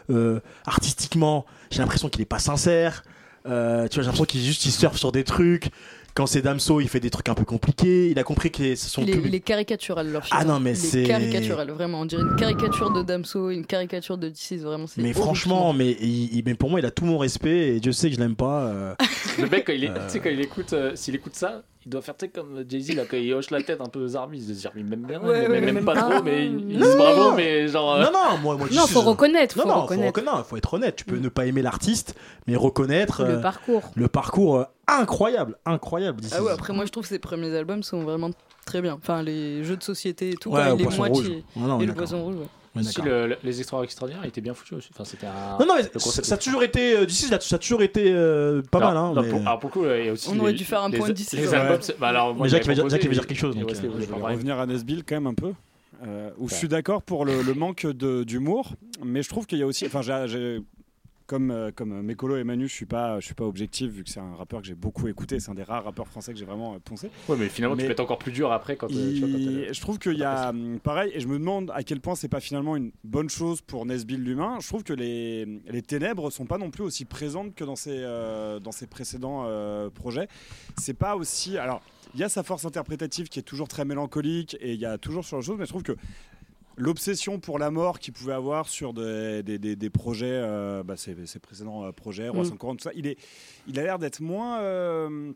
Speaker 2: euh, artistiquement. J'ai l'impression qu'il est pas sincère. Euh, tu vois, j'ai l'impression qu'il juste il surfe sur des trucs. Quand c'est Damso, il fait des trucs un peu compliqués. Il a compris que son
Speaker 3: Il est,
Speaker 2: public.
Speaker 3: il est caricatural leur shit.
Speaker 2: Ah non, mais
Speaker 3: Il est
Speaker 2: c'est-
Speaker 3: caricatural, vraiment. On dirait une caricature de Damso, une caricature de This Is, vraiment. c'est
Speaker 2: Mais
Speaker 3: horrifiant.
Speaker 2: franchement, mais, il- il- mais pour moi, il a tout mon respect et Dieu sait que je l'aime pas. euh.
Speaker 4: Le mec, quand il, est-
Speaker 2: Euh.
Speaker 4: tu sais, quand il écoute, euh, s'il écoute ça, il doit faire tu sais, comme Jay-Z, là, quand il hoche la tête un peu aux armes, il se dit, il m'aime bien,
Speaker 3: Ouais,
Speaker 4: il
Speaker 3: ouais,
Speaker 4: m'aime
Speaker 3: ouais,
Speaker 4: pas
Speaker 5: ouais.
Speaker 4: trop, mais il, il
Speaker 5: Non,
Speaker 4: dit
Speaker 2: non,
Speaker 4: bravo,
Speaker 2: non.
Speaker 4: mais genre. euh,
Speaker 2: Non, non, moi, moi
Speaker 5: Non,
Speaker 2: je-
Speaker 5: faut reconnaître,
Speaker 2: Non,
Speaker 5: faut
Speaker 2: non, faut
Speaker 5: reconnaître
Speaker 2: reconnaître. non, faut être honnête. Tu peux
Speaker 5: Mm.
Speaker 2: ne pas aimer l'artiste, mais reconnaître euh,
Speaker 5: le parcours.
Speaker 2: le parcours euh, incroyable, incroyable. d'ici.
Speaker 3: Ah ouais, après, moi, je trouve que ses premiers albums sont vraiment très bien. Enfin, les jeux de société et tout,
Speaker 2: Ouais,
Speaker 3: quand
Speaker 2: au
Speaker 3: il est
Speaker 2: poisson
Speaker 3: moitié.
Speaker 2: rouge. Non, non, on
Speaker 3: Et
Speaker 2: est
Speaker 3: le
Speaker 2: d'accord.
Speaker 3: poisson rouge, ouais.
Speaker 2: On est
Speaker 4: si
Speaker 2: d'accord.
Speaker 4: le- le- les extraordinaires extraordinaires étaient bien foutus aussi. Enfin, c'était un.
Speaker 2: Non, non, mais ça,
Speaker 4: concept
Speaker 2: ça a
Speaker 4: de-
Speaker 2: toujours été. euh, d'ici, ça a toujours été euh, pas
Speaker 4: Non,
Speaker 2: mal. Hein,
Speaker 4: non,
Speaker 2: mais-
Speaker 4: pour- alors, pour le coup, euh, il y a aussi
Speaker 3: On
Speaker 4: les-
Speaker 3: aurait dû faire un
Speaker 4: les-
Speaker 3: point de 10,
Speaker 4: Les
Speaker 3: ouais.
Speaker 4: albums. c'est- bah, alors, moi,
Speaker 2: Mais Jacques,
Speaker 4: j'avais
Speaker 2: il va dire- Jacques, il va
Speaker 4: proposé-
Speaker 2: dire quelque chose,
Speaker 4: et
Speaker 2: donc,
Speaker 4: Wesley,
Speaker 2: euh,
Speaker 4: vous
Speaker 6: Je
Speaker 4: voulez
Speaker 6: vais
Speaker 4: pas parler.
Speaker 6: revenir à Nesbill quand même un peu. euh, où je suis d'accord pour le, le manque de- d'humour, mais je trouve qu'il y a aussi. Enfin, j'ai- j'ai- comme, euh, comme Mécolo et Manu, je suis pas, je suis pas objectif vu que c'est un rappeur que j'ai beaucoup écouté. C'est un des rares rappeurs français que j'ai vraiment euh, poncé.
Speaker 4: Ouais, mais finalement, tu
Speaker 6: Mais-
Speaker 4: peux être encore plus dur après quand. euh, tu vois, quand t'as
Speaker 6: Il-
Speaker 4: le-
Speaker 6: Je trouve qu'il y a hum, pareil, et je me demande à quel point c'est pas finalement une bonne chose pour Nesbill l'humain. Je trouve que les, les ténèbres sont pas non plus aussi présentes que dans ses, euh, dans ses précédents euh, projets. C'est pas aussi. Alors, il y a sa force interprétative qui est toujours très mélancolique et il y a toujours sur la chose, mais je trouve que. L'obsession pour la mort qu'il pouvait avoir sur des, des- des- des projets, euh, bah, ses, ses précédents euh, projets, Roi
Speaker 5: Mm.
Speaker 6: sans couronne, tout ça, il, est, il a l'air d'être moins, euh,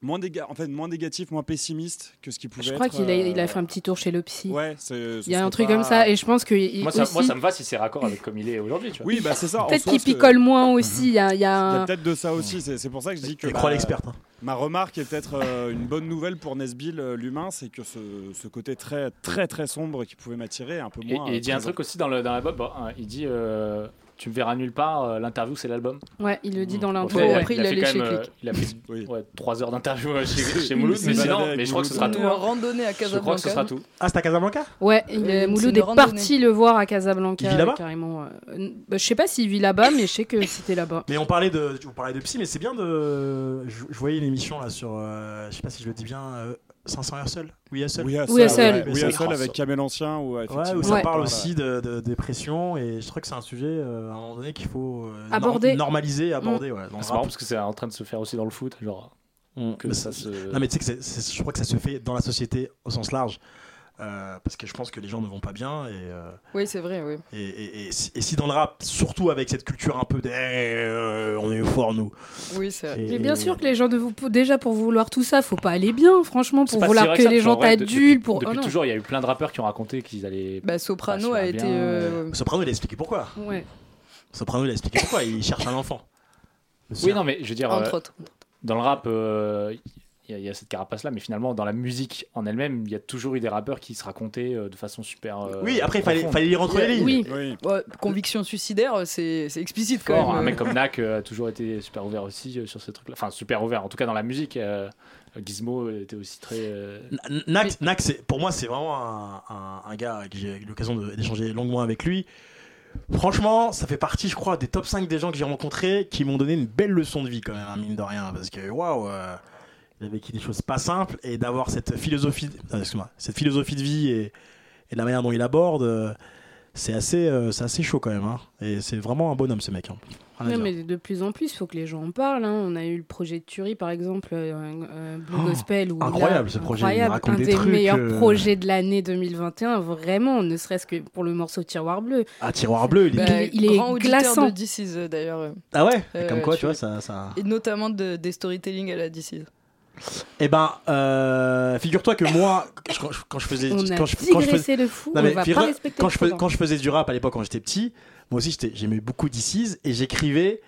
Speaker 6: moins, déga- en fait, moins négatif, moins pessimiste que ce qu'il pouvait
Speaker 5: Je crois
Speaker 6: être,
Speaker 5: qu'il a,
Speaker 6: euh,
Speaker 5: il a fait un petit tour chez le psy.
Speaker 6: Ouais, c'est- ce
Speaker 5: il y a un
Speaker 6: serait
Speaker 5: truc
Speaker 6: pas-
Speaker 5: comme ça, et je pense que il-
Speaker 4: Moi, ça, moi,
Speaker 5: aussi-
Speaker 4: ça me va si c'est raccord avec comme il est aujourd'hui, tu vois.
Speaker 6: Oui, bah c'est ça. en
Speaker 5: peut-être
Speaker 6: soi,
Speaker 5: qu'il
Speaker 6: parce que
Speaker 5: picole moins aussi. Il y a, il y a
Speaker 6: Il y
Speaker 5: un-
Speaker 6: a peut-être de ça aussi. C'est c'est pour ça que je dis que.
Speaker 2: Et
Speaker 6: bah,
Speaker 2: crois l'experte. hein.
Speaker 6: Ma remarque est peut-être euh, une bonne nouvelle pour Nesbill, euh, l'humain, c'est que ce, ce côté très, très, très sombre qui pouvait m'attirer est un peu
Speaker 4: Et,
Speaker 6: moins.
Speaker 4: et
Speaker 6: euh,
Speaker 4: il dit un
Speaker 6: présent.
Speaker 4: truc aussi dans le dans la bob. bon, hein, il dit. euh, Tu me verras nulle part, euh, l'interview c'est l'album.
Speaker 5: ouais, il le dit dans l'intro.
Speaker 4: Mm. Bon,
Speaker 3: Ouais,
Speaker 5: ouais.
Speaker 3: après, il
Speaker 4: fait
Speaker 3: allait
Speaker 4: quand
Speaker 3: chez
Speaker 4: même, euh,
Speaker 3: Click.
Speaker 4: Il a fait
Speaker 6: Oui.
Speaker 4: ouais, 3 heures d'interview euh, chez, chez
Speaker 6: Il
Speaker 4: Mouloud,
Speaker 6: s'est
Speaker 4: mais
Speaker 6: baladé
Speaker 4: sinon,
Speaker 6: avec
Speaker 4: mais je crois que ce sera
Speaker 6: Mouloud.
Speaker 4: tout.
Speaker 3: Une
Speaker 4: hein.
Speaker 3: randonnée à
Speaker 4: Je
Speaker 3: Casablanca.
Speaker 4: crois que ce sera tout.
Speaker 2: Ah, c'était à Casablanca
Speaker 5: Ouais, il est-
Speaker 3: Et
Speaker 5: Mouloud
Speaker 3: c'est une
Speaker 5: est parti le voir à
Speaker 2: Il
Speaker 5: Casablanca
Speaker 2: vit là-bas
Speaker 5: carrément. euh, euh, bah, je sais pas s'il vit là-bas, mais je sais que c'était là-bas.
Speaker 2: Mais on parlait de, on parlait de psy, mais c'est bien de. Je, je voyais une émission là sur, euh, je sais pas si je le dis bien, euh, 500 heures seul, oui à seul.
Speaker 6: Oui, à
Speaker 5: Oui, à seul.
Speaker 6: seul. ouais. Oui, à
Speaker 2: Oui,
Speaker 6: seul
Speaker 2: à
Speaker 6: avec Kamel Ancien. Où, euh,
Speaker 2: Ouais,
Speaker 6: effectivement, euh,
Speaker 2: où ça
Speaker 5: Ouais.
Speaker 2: parle aussi de, de dépression et je trouve que c'est un sujet euh, à un moment donné qu'il faut euh, nor-
Speaker 5: Aborder. Mm.
Speaker 2: normaliser, aborder. Ouais, dans le
Speaker 4: C'est
Speaker 2: rap.
Speaker 4: marrant parce que c'est en train de se faire aussi dans le foot, genre que
Speaker 2: Mmh. Mais
Speaker 4: ça
Speaker 2: ça-
Speaker 4: se.
Speaker 2: Non mais tu sais que c'est- c'est- je crois que ça se fait dans la société au sens large Euh, parce que je pense que les gens ne vont pas bien et, euh,
Speaker 3: Oui, c'est vrai, oui.
Speaker 2: et, et- et si- et si dans le rap, surtout avec cette culture un peu de Eh, euh, on est fort nous.
Speaker 3: Oui, c'est vrai.
Speaker 2: Et-
Speaker 5: Mais bien sûr que les gens de vous déjà pour vouloir tout ça, faut pas aller bien, franchement,
Speaker 4: C'est
Speaker 5: pour
Speaker 4: pas si
Speaker 5: vouloir
Speaker 4: vrai
Speaker 5: que
Speaker 4: ça,
Speaker 5: les
Speaker 4: parce qu'en
Speaker 5: gens
Speaker 4: vrai, de-
Speaker 5: t'adulent,
Speaker 4: de-
Speaker 5: pour oh
Speaker 4: Depuis
Speaker 5: non.
Speaker 4: toujours, il y a eu plein de rappeurs qui ont raconté qu'ils allaient.
Speaker 3: Bah, Soprano
Speaker 4: Ah,
Speaker 3: a
Speaker 4: super
Speaker 3: été.
Speaker 4: bien.
Speaker 3: euh,
Speaker 2: Soprano il a expliqué pourquoi.
Speaker 5: Ouais.
Speaker 2: Soprano il a expliqué pourquoi. il cherche un enfant.
Speaker 4: Oui, non, mais je veux dire,
Speaker 3: Entre
Speaker 4: euh,
Speaker 3: autres.
Speaker 4: dans le rap, euh, il y, a- il y a cette carapace-là, mais finalement, dans la musique en elle-même, il y a toujours eu des rappeurs qui se racontaient euh, de façon super. euh,
Speaker 2: Oui, après il fallait,
Speaker 4: profonde.
Speaker 2: fallait lire entre les lignes.
Speaker 5: Oui.
Speaker 6: Oui.
Speaker 3: Ouais, conviction suicidaire, c'est c'est explicite quand
Speaker 4: Fort, hein,
Speaker 3: même.
Speaker 4: un mec comme Nak euh, a toujours été super ouvert aussi euh, sur ce truc-là. Enfin, super ouvert, en tout cas dans la musique. euh, Gizmo était aussi très. euh,
Speaker 2: N- Nak, Nak, c'est- pour moi, c'est vraiment un, un- un gars que j'ai eu l'occasion de- d'échanger longuement avec lui. Franchement, ça fait partie, je crois, des top 5 des gens que j'ai rencontrés qui m'ont donné une belle leçon de vie, quand même, hein, mine de rien. Parce que, waouh, euh, il a vécu des choses pas simples et d'avoir cette philosophie, de- ah, excuse-moi, cette philosophie de vie et, et la manière dont il aborde, euh, c'est assez, euh, c'est assez chaud quand même. hein. Et c'est vraiment un bonhomme, ce mec. hein. Rien à
Speaker 5: Non,
Speaker 2: dire.
Speaker 5: mais de plus en plus, il faut que les gens en parlent. hein. On a eu le projet de Tuerie, par exemple, euh, euh, Blue
Speaker 2: Oh,
Speaker 5: Gospel. Où
Speaker 2: incroyable,
Speaker 5: là,
Speaker 2: ce projet, il
Speaker 5: Incroyable,
Speaker 2: raconte
Speaker 5: un
Speaker 2: des
Speaker 5: des,
Speaker 2: trucs,
Speaker 5: meilleurs
Speaker 2: euh.
Speaker 5: projets de l'année 2021, vraiment, ne serait-ce que pour le morceau Tiroir Bleu.
Speaker 2: Ah, tiroir bleu, il est.
Speaker 5: Bah, il est- il est
Speaker 3: grand auditeur
Speaker 5: glaçant.
Speaker 3: de This Is, euh, d'ailleurs. euh,
Speaker 2: Ah ouais
Speaker 3: euh,
Speaker 2: Comme quoi,
Speaker 3: tu
Speaker 2: tu vois,
Speaker 3: vois.
Speaker 2: ça. ça...
Speaker 3: Et notamment de- des storytelling à la This Is.
Speaker 2: Eh ben, euh, figure-toi que moi, je- quand je, quand je faisais,
Speaker 5: On a
Speaker 2: quand je, quand je
Speaker 5: digressé
Speaker 2: faisais,
Speaker 5: de fou,
Speaker 2: Non,
Speaker 5: on
Speaker 2: mais
Speaker 5: va
Speaker 2: figure-
Speaker 5: pas respecter
Speaker 2: quand
Speaker 5: le hein.
Speaker 2: je fais-
Speaker 5: programme.
Speaker 2: quand je faisais du rap à l'époque quand j'étais petit, moi aussi j'étais- j'aimais beaucoup DC's et j'écrivais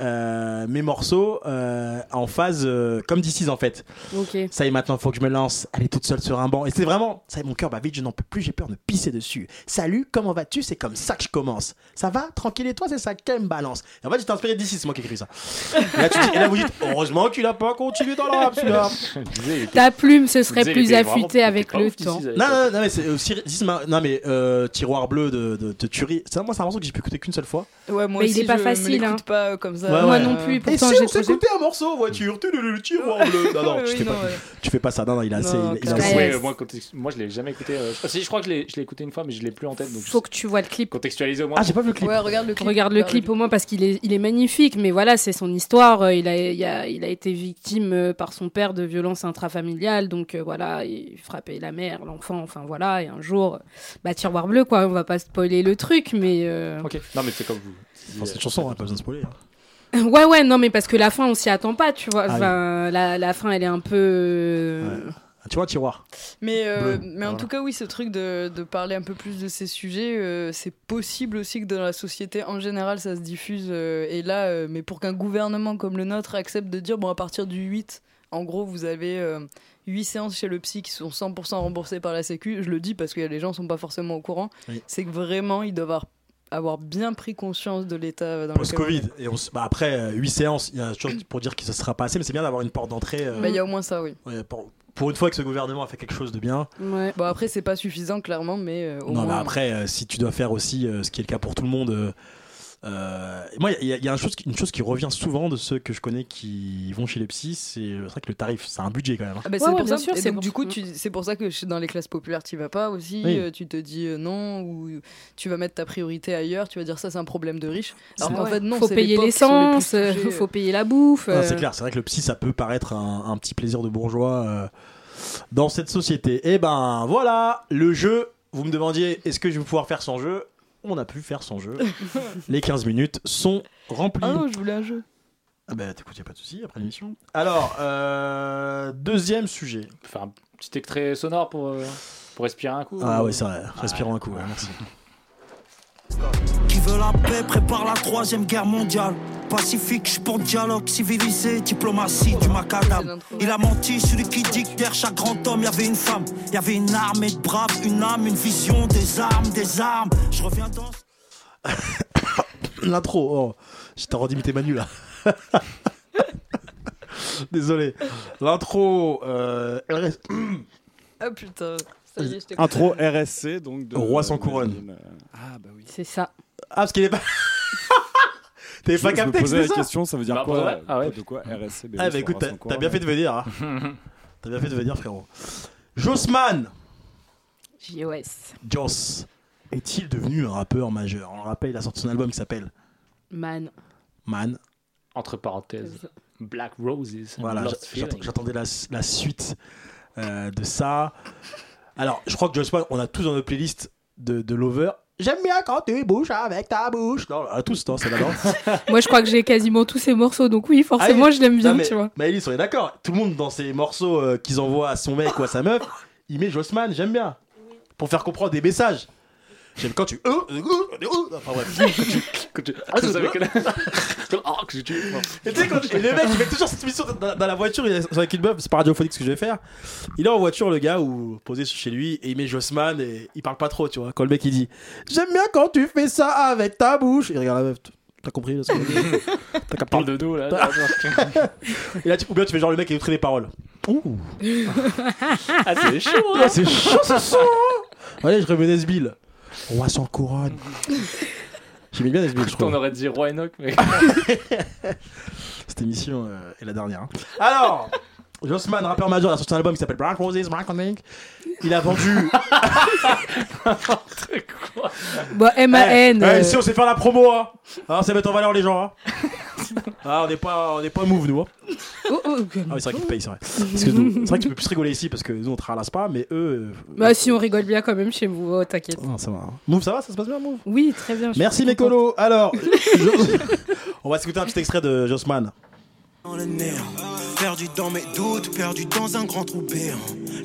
Speaker 2: euh, mes morceaux euh, en phase euh, comme DC's en fait.
Speaker 5: Ok.
Speaker 2: Ça y est, maintenant faut que je me lance. Elle est toute seule sur un banc et c'est vraiment ça y est, mon cœur bat vite, je n'en peux plus, j'ai peur de pisser dessus. Salut, comment vas-tu C'est comme ça que je commence. Ça va Tranquille et toi C'est ça qu'elle me balance. Et en fait, j'étais inspiré de DC's, c'est moi qui ai écrit ça. Et là, tu dis- et là, vous dites heureusement qu'il a pas continué dans le rap celui-là.
Speaker 4: disait, il était-
Speaker 5: Ta plume se
Speaker 4: il
Speaker 5: serait
Speaker 4: disait, il
Speaker 5: plus
Speaker 4: était vraiment- il
Speaker 5: affûtée
Speaker 4: était
Speaker 5: avec
Speaker 4: pas
Speaker 5: le
Speaker 4: ouf,
Speaker 5: temps.
Speaker 4: This Is, à
Speaker 2: Non,
Speaker 4: l'époque.
Speaker 2: non, non, mais c'est aussi. dis- ma- Non, mais euh, tiroir bleu de, de, de Thury. Ça, moi, c'est un morceau que j'ai pu écouter qu'une seule fois.
Speaker 3: Ouais, moi
Speaker 5: Mais il
Speaker 3: aussi,
Speaker 5: est pas
Speaker 3: je me
Speaker 5: facile,
Speaker 3: l'écoute
Speaker 5: hein.
Speaker 3: pas euh, comme choses.
Speaker 2: Ouais,
Speaker 5: Moi
Speaker 2: ouais.
Speaker 5: non plus,
Speaker 2: Et si
Speaker 5: pourtant j'ai
Speaker 2: on
Speaker 5: trouvé.
Speaker 2: s'écoutait un morceau en voiture Tudulu, tiroir bleu. Non, non, tu
Speaker 3: Oui,
Speaker 2: fais pas,
Speaker 3: non, ouais.
Speaker 2: tu fais pas ça. Non, non, il a assez.
Speaker 3: Non,
Speaker 2: il- il a
Speaker 5: Ouais,
Speaker 2: assez-
Speaker 5: clairement.
Speaker 4: Ouais, moi, contexte- moi, je l'ai jamais écouté. euh, je- si, je crois que je l'ai je l'ai écouté une fois, mais je l'ai plus en tête. Donc,
Speaker 5: Faut que tu vois le clip.
Speaker 4: contextualiser au moins.
Speaker 2: Ah, j'ai pas vu le clip.
Speaker 3: Ouais, regarde le clip.
Speaker 5: Regarde le clip au moins parce qu'il est, il est magnifique, mais voilà, c'est son histoire. Euh, Il a, il, a, il a été victime euh, par son père de violences intrafamiliales, donc euh, voilà, il frappait la mère, l'enfant, enfin voilà, et un jour, euh, bah, tiroir bleu, quoi, on va pas spoiler le truc, mais. euh,
Speaker 4: Ok. Non, mais c'est comme vous.
Speaker 2: Enfin, cette chanson, hein, pas besoin de spoiler. hein.
Speaker 5: Ouais, ouais, non, mais parce que la fin, on s'y attend pas, tu vois.
Speaker 2: Ah oui.
Speaker 5: Enfin, la, la fin, elle est un peu. euh,
Speaker 2: Ouais. Ah, Tu vois, tiroir.
Speaker 3: Mais, euh,
Speaker 2: Bleu,
Speaker 3: mais en
Speaker 2: voilà.
Speaker 3: tout cas, oui, ce truc de, de parler un peu plus de ces sujets, euh, c'est possible aussi que dans la société en général, ça se diffuse. euh, et là, euh, mais pour qu'un gouvernement comme le nôtre accepte de dire, bon, à partir du 8, en gros, vous avez euh, 8 séances chez le psy qui sont 100% remboursées par la Sécu, je le dis parce que les gens sont pas forcément au courant,
Speaker 2: Oui.
Speaker 3: c'est que vraiment, ils doivent avoir, avoir bien pris conscience de l'état euh, dans lequel. on est.
Speaker 2: Post-Covid. Et on s- bah, après, 8 séances, il y a des choses pour dire que ça sera pas assez, mais c'est bien d'avoir une porte d'entrée. euh,
Speaker 3: Bah, Il y a au moins ça, oui.
Speaker 2: ouais, pour, pour une fois que ce gouvernement a fait quelque chose de bien.
Speaker 5: ouais.
Speaker 3: Bon, après, c'est pas suffisant, clairement, mais euh, au
Speaker 2: non,
Speaker 3: moins.
Speaker 2: mais après, euh, si tu dois faire aussi euh, ce qui est le cas pour tout le monde. euh, euh, moi, il y a, il y a une, chose qui, une chose qui revient souvent de ceux que je connais qui vont chez les psys, c'est euh, c'est vrai que le tarif, c'est un budget quand même. hein.
Speaker 3: Ah bah,
Speaker 5: Ouais,
Speaker 3: c'est
Speaker 5: ouais,
Speaker 3: pour
Speaker 5: bien
Speaker 3: ça.
Speaker 5: sûr,
Speaker 3: Et
Speaker 5: c'est
Speaker 3: donc,
Speaker 5: pour
Speaker 3: du
Speaker 5: ça.
Speaker 3: coup, tu- c'est pour ça que chez- dans les classes populaires, tu vas pas aussi.
Speaker 2: Oui.
Speaker 3: euh, tu te dis euh, non, ou tu vas mettre ta priorité ailleurs. Tu vas dire ça, c'est un problème de riche. Alors
Speaker 5: Ouais.
Speaker 3: qu'en fait, non,
Speaker 5: faut
Speaker 3: c'est
Speaker 5: payer
Speaker 3: les pauvres qui sont les plus
Speaker 5: l'essence, euh,
Speaker 3: touchés, euh.
Speaker 5: faut payer la bouffe.
Speaker 2: Non,
Speaker 5: euh,
Speaker 2: c'est clair, c'est vrai que le psy, ça peut paraître un, un petit plaisir de bourgeois euh, dans cette société. Et ben voilà, le jeu. Vous me demandiez, est-ce que je vais pouvoir faire sans jeu On a pu faire sans jeu. les 15 minutes sont remplies.
Speaker 3: Ah non, je voulais un jeu.
Speaker 2: Ah bah t'écoutes, y a pas de souci après l'émission. Alors, euh, deuxième sujet.
Speaker 4: On peut Faire un petit extrait sonore pour euh, pour respirer un coup.
Speaker 2: Ah
Speaker 4: ou-
Speaker 2: ouais, c'est vrai, respirons un coup, ouais, merci.
Speaker 7: Qui veut la paix prépare la troisième guerre mondiale. Pacifique, je pour dialogue civilisé, diplomatie du
Speaker 3: C'est
Speaker 7: macadam.
Speaker 3: l'intro.
Speaker 7: Il a menti, celui qui dit que derrière chaque grand homme, il y avait une femme. Il y avait une armée de braves, une âme, une vision, des armes, des armes. Je reviens dans.
Speaker 2: L'intro, oh, j'étais en train d'imiter Manu là. Désolé. L'intro, euh, elle reste-
Speaker 3: Ah putain. Ça y est, je t'ai
Speaker 6: Intro RSC, donc de.
Speaker 2: Roi sans
Speaker 6: de-
Speaker 2: couronne.
Speaker 6: de- Ah, bah oui.
Speaker 5: C'est ça.
Speaker 2: Ah, parce qu'il est pas. T'avais
Speaker 6: Je,
Speaker 2: pas
Speaker 6: je me
Speaker 2: capté que
Speaker 6: posais la
Speaker 2: c'était ça
Speaker 6: question, ça veut dire
Speaker 4: Bah,
Speaker 6: quoi
Speaker 4: pour vrai
Speaker 6: euh,
Speaker 4: Ah ouais.
Speaker 6: De quoi RSC
Speaker 2: Ah bah écoute, t'as- t'as bien fait de venir. hein. T'as bien fait de venir, frérot.
Speaker 5: E
Speaker 2: Jossman
Speaker 5: JOS.
Speaker 2: Joss est-il devenu un rappeur majeur On le rappelle, il a sorti son album qui s'appelle
Speaker 5: Man.
Speaker 2: Man.
Speaker 4: Entre parenthèses. Black Roses.
Speaker 2: Voilà,
Speaker 4: Lost
Speaker 2: j'a- j'attends-
Speaker 4: Feeling.
Speaker 2: j'attendais la, s- la suite euh, de ça. Alors, je crois que Joss Whedon, on a tous dans nos playlists de, de Lover. J'aime bien quand tu bouges avec ta bouche. Non, à tous, non, c'est d'abord.
Speaker 5: Moi, je crois que j'ai quasiment tous ces morceaux, donc oui, forcément,
Speaker 2: Ah oui.
Speaker 5: je l'aime bien,
Speaker 2: mais,
Speaker 5: tu vois.
Speaker 2: Maëlys, on est d'accord. Tout le monde dans ses morceaux euh, qu'ils envoient à son mec ou à sa meuf, il met Jossman, j'aime bien. Pour faire comprendre des messages. J'aime quand tu. euh, euh, euh, euh, Enfin bref.
Speaker 4: Que tu- Ah, vous savez
Speaker 2: euh,
Speaker 4: que Ah, que j'ai tué.
Speaker 2: Et tu sais, quand et le mec, il fait toujours cette mission dans, dans la voiture, il est avec une meuf, c'est pas radiophonique ce que je vais faire. Il est en voiture, le gars, ou posé chez lui, et il met Jossman, et il parle pas trop, tu vois. Quand le mec, il dit J'aime bien quand tu fais ça avec ta bouche. Il regarde la meuf, t'as compris là, ce que je veux dire T'as capté
Speaker 4: Parle de dos là.
Speaker 2: Et là, tu, ou bien tu fais genre le mec, il écrit les paroles. Ouh
Speaker 4: ah, c'est chaud.
Speaker 2: Ah, C'est chaud ce son hein. Allez, je remets Nesbill. Roi sans couronne. J'aimais bien Nesbill, je
Speaker 4: On
Speaker 2: trouve.
Speaker 4: aurait dit Roi Enoch, mais.
Speaker 2: Cette émission euh, est la dernière. hein. Alors, Jossman, rappeur majeur, il a sorti un album qui s'appelle Black Roses, Black on Pink. Il a vendu.
Speaker 4: Quoi
Speaker 5: Bon,
Speaker 2: Eh,
Speaker 5: MAN.
Speaker 2: eh,
Speaker 5: euh,
Speaker 2: si on sait faire la promo, hein. Ah, on sait mettre en valeur les gens, hein. Ah, on n'est pas, on n'est pas move, nous. hein.
Speaker 5: oh, oh, ok.
Speaker 2: Ah, oui, c'est vrai qu'ils payent, c'est vrai. Parce que nous- c'est vrai que tu peux plus rigoler ici parce que nous, on te ralasse pas, mais eux. euh,
Speaker 5: Bah, si on rigole bien quand même chez vous, oh, t'inquiète.
Speaker 2: Ah, ça va. hein. Move, ça va, ça se passe bien, move
Speaker 5: Oui, très bien. je suis
Speaker 2: Merci mes
Speaker 5: contente.
Speaker 2: colos. Alors, je- on va s'écouter un petit extrait de Jossman.
Speaker 7: dans les néons. Perdu dans mes doutes, perdu dans un grand trou béant.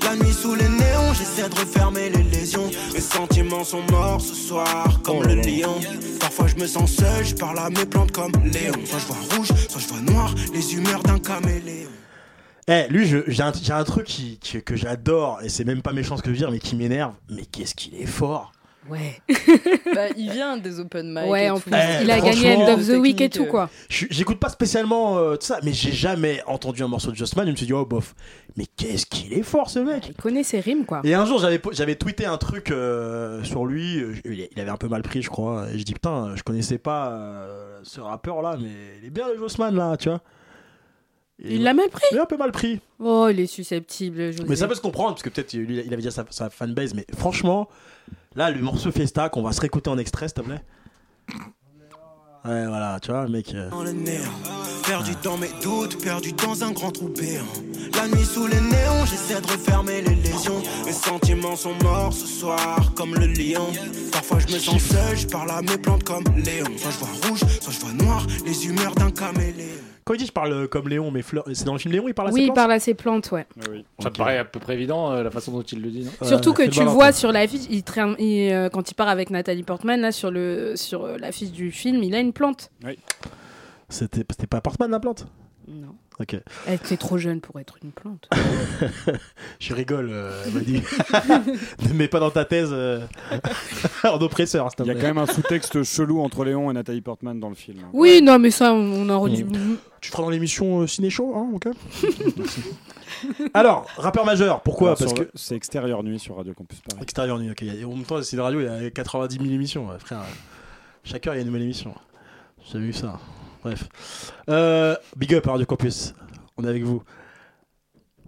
Speaker 7: La nuit sous les néons, j'essaie de refermer les lésions. Mes sentiments sont morts ce soir, comme le lion. Parfois je me sens seul, je parle à mes plantes comme Léon. Soit je vois rouge, soit je vois noir, les humeurs d'un caméléon.
Speaker 2: Eh, lui, je- j'ai un, j'ai un truc qui, qui- que j'adore, et c'est même pas méchant ce que je veux dire, mais qui m'énerve. Mais qu'est-ce qu'il est fort
Speaker 5: Ouais.
Speaker 3: Bah, il vient des open mic.
Speaker 5: Ouais,
Speaker 3: et
Speaker 5: en
Speaker 3: tout.
Speaker 5: plus, il a
Speaker 2: Eh,
Speaker 5: gagné
Speaker 2: franchement,
Speaker 5: End of the Week et
Speaker 3: technique,
Speaker 5: tout,
Speaker 3: euh,
Speaker 5: quoi.
Speaker 2: Je- J'écoute pas spécialement euh, tout ça, mais j'ai jamais entendu un morceau de Justman. Je me suis dit, oh bof, mais qu'est-ce qu'il est fort ce mec
Speaker 5: Ah, Il connaît ses rimes, quoi.
Speaker 2: Et un jour, j'avais po- j'avais tweeté un truc euh, sur lui. euh, Il il avait un peu mal pris, je crois. hein, Et je dis, putain, je connaissais pas euh, ce rappeur là, mais il est bien le Jossman là, tu vois. Et
Speaker 5: Il l'a mal pris.
Speaker 2: il est un peu mal pris.
Speaker 5: Oh, il est susceptible. José.
Speaker 2: Mais ça peut se comprendre, parce que peut-être lui, il avait déjà sa, sa fanbase. Mais franchement, là, le morceau Fiesta, qu'on va se réécouter en extrait, s'il te plaît. Ouais, voilà, tu vois, le mec. euh,
Speaker 7: dans le néant. Perdu dans mes doutes, perdu dans un grand trou béant. La nuit sous les néons, j'essaie de refermer les lésions. Mes sentiments sont morts ce soir, comme le lion. Parfois je me sens seul, je parle à mes plantes comme Léon. Soit je vois rouge, soit je vois noir, les humeurs d'un caméléon.
Speaker 2: Quand il dit, je parle euh, comme Léon, mais Fleur- c'est dans le film Léon, il parle à ses
Speaker 5: Oui, il
Speaker 2: plantes
Speaker 5: parle à ses plantes, ouais.
Speaker 6: Ah oui.
Speaker 4: Ça
Speaker 2: Ok.
Speaker 4: me paraît à peu près évident euh, la façon dont il le dit. non
Speaker 2: Ouais,
Speaker 5: Surtout que
Speaker 2: fais le
Speaker 5: tu
Speaker 2: malin,
Speaker 5: vois
Speaker 2: toi.
Speaker 5: sur l'affiche, il traîne, il, euh, quand il part avec Nathalie Portman, là, sur, le, sur euh, l'affiche du film, il a une plante.
Speaker 2: C'était c'était pas Portman la plante
Speaker 5: Non.
Speaker 2: Ok.
Speaker 5: Elle était trop jeune pour être une plante.
Speaker 2: Je rigole, euh, elle m'a dit. ne mets pas dans ta thèse euh, en oppresseur, s'il te
Speaker 6: Il y a
Speaker 2: plaît.
Speaker 6: quand même un sous-texte chelou entre Léon et Nathalie Portman dans le film.
Speaker 5: Oui, non, mais ça, on on en redit.
Speaker 2: Mm. Tu feras dans l'émission euh, Ciné Show, hein, ok Alors, rappeur majeur, pourquoi
Speaker 6: Alors,
Speaker 2: Parce
Speaker 6: sur-
Speaker 2: que.
Speaker 6: C'est extérieur nuit sur Radio Campus Paris.
Speaker 2: Extérieur nuit, ok. Il y a- En même temps, c'est une radio, il y a 90 000 émissions, ouais, frère. Chaque heure, il y a une nouvelle émission. J'ai vu ça. Bref. Euh, big up, Radio Campus. On est avec vous.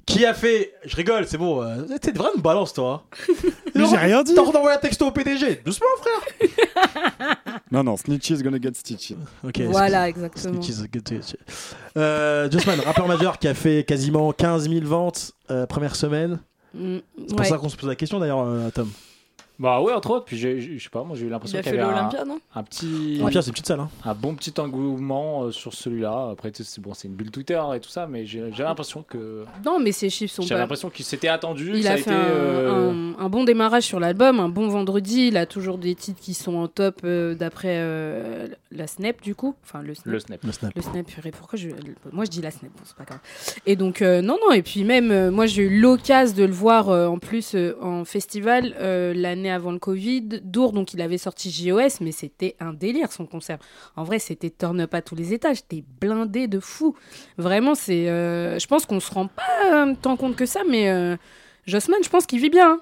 Speaker 2: Qui a fait. Je rigole, c'est bon. euh, T'es vraiment une balance, toi. hein.
Speaker 6: Mais j'ai rien dit.
Speaker 2: T'as envoyé un texto au PDG. Doucement, frère.
Speaker 6: Non, non, Snitchy is gonna get stitched.
Speaker 2: Ok,
Speaker 5: voilà,
Speaker 2: excuse-
Speaker 5: exactement.
Speaker 2: snitches, good to- Euh, Justman, rappeur majeur qui a fait quasiment 15 000 ventes euh, première semaine.
Speaker 5: Mm,
Speaker 2: C'est pour
Speaker 5: ouais.
Speaker 2: ça qu'on se pose la question d'ailleurs, euh, Tom.
Speaker 4: Bah ouais, entre autres. Puis j'ai- j'ai- je sais pas, moi j'ai eu
Speaker 3: Il
Speaker 4: l'impression
Speaker 3: a
Speaker 4: qu'il
Speaker 3: fait
Speaker 4: y avait un,
Speaker 3: l'Olympia, non
Speaker 4: un petit,
Speaker 2: Olympia, c'est une petite salle. Hein.
Speaker 4: un bon petit engouement euh, sur celui-là. Après, tu sais, c'est bon, c'est une bulle Twitter et tout ça, mais j'ai j'ai l'impression que
Speaker 5: Non, mais ses chiffres sont
Speaker 4: j'ai
Speaker 5: pas.
Speaker 4: l'impression qu'il s'était attendu. que
Speaker 5: Il
Speaker 4: ça
Speaker 5: a
Speaker 4: été,
Speaker 5: fait un,
Speaker 4: euh,
Speaker 5: un- un bon démarrage sur l'album, un bon vendredi. Il a toujours des titres qui sont en top euh, d'après euh, la Snap, du coup. Enfin, le Snap.
Speaker 4: le snap.
Speaker 2: Le snap.
Speaker 5: Le snap, purée, pourquoi je... Moi, je dis la snap, bon, c'est pas grave. Et donc, euh, non, non, et puis même, euh, moi, j'ai eu l'occasion de le voir euh, en plus euh, en festival euh, l'année avant le Covid, Dour, donc il avait sorti JOS, mais c'était un délire, son concert. En vrai, c'était turn up à tous les étages, t'es blindé de fou. Vraiment, c'est... euh, je pense qu'on se rend pas euh, tant compte que ça, mais euh, Jossman, je pense qu'il vit bien. hein.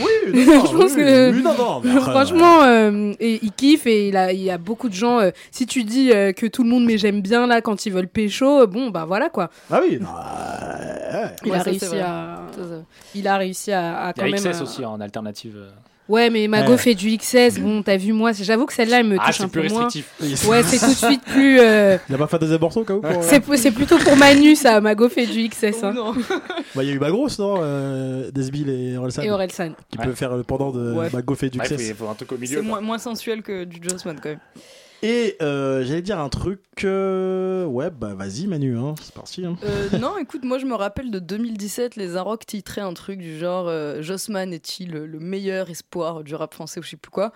Speaker 2: Oui, non,
Speaker 5: Je pense que-
Speaker 2: oui, non, non, mais après,
Speaker 5: Franchement, euh, et, il kiffe et il, a, il y a beaucoup de gens. euh, si tu dis euh, que tout le monde mais j'aime bien là quand ils veulent pécho, euh, bon bah voilà quoi.
Speaker 2: euh, Ah oui. non, euh, ouais.
Speaker 5: Il,
Speaker 3: Ouais,
Speaker 5: a
Speaker 3: ça, c'est
Speaker 5: réussi
Speaker 3: vrai.
Speaker 5: à,
Speaker 3: Ça, ça-
Speaker 5: il a réussi à, à
Speaker 4: Il y
Speaker 5: quand
Speaker 4: a
Speaker 5: même.
Speaker 4: XS
Speaker 5: euh,
Speaker 4: aussi hein, en alternative. euh.
Speaker 5: Ouais, mais Mago
Speaker 2: Ouais.
Speaker 5: fait du XS. Bon, t'as vu moi, c'est- j'avoue que celle-là elle me touche
Speaker 4: Ah,
Speaker 5: un
Speaker 4: c'est plus
Speaker 5: peu moins.
Speaker 4: restrictif.
Speaker 5: Ouais, c'est tout de suite plus. euh,
Speaker 2: Il a pas fait des abords au cas où. pour, euh,
Speaker 5: c'est c'est plutôt pour Manu ça. Mago fait du XS hein.
Speaker 3: Oh, non.
Speaker 2: bah, Il y a eu Bagros, non euh, Desbil et Orelsan
Speaker 5: et Orelsan.
Speaker 2: qui
Speaker 4: Ouais.
Speaker 2: peut faire le pendant de
Speaker 3: Ouais.
Speaker 2: Mago fait du
Speaker 4: Ouais, faut-
Speaker 2: Xs.
Speaker 4: il faut un truc au milieu.
Speaker 3: C'est
Speaker 4: quoi.
Speaker 3: moins, moins sensuel que du Jossman quand même.
Speaker 2: Et euh, j'allais dire un truc. euh, Ouais, bah vas-y, Manu, hein, c'est parti. hein.
Speaker 3: Euh, non, écoute, moi je me rappelle de 2017, les Arocs titraient un truc du genre euh, Jossman est-il le, le meilleur espoir du rap français ou je sais plus quoi.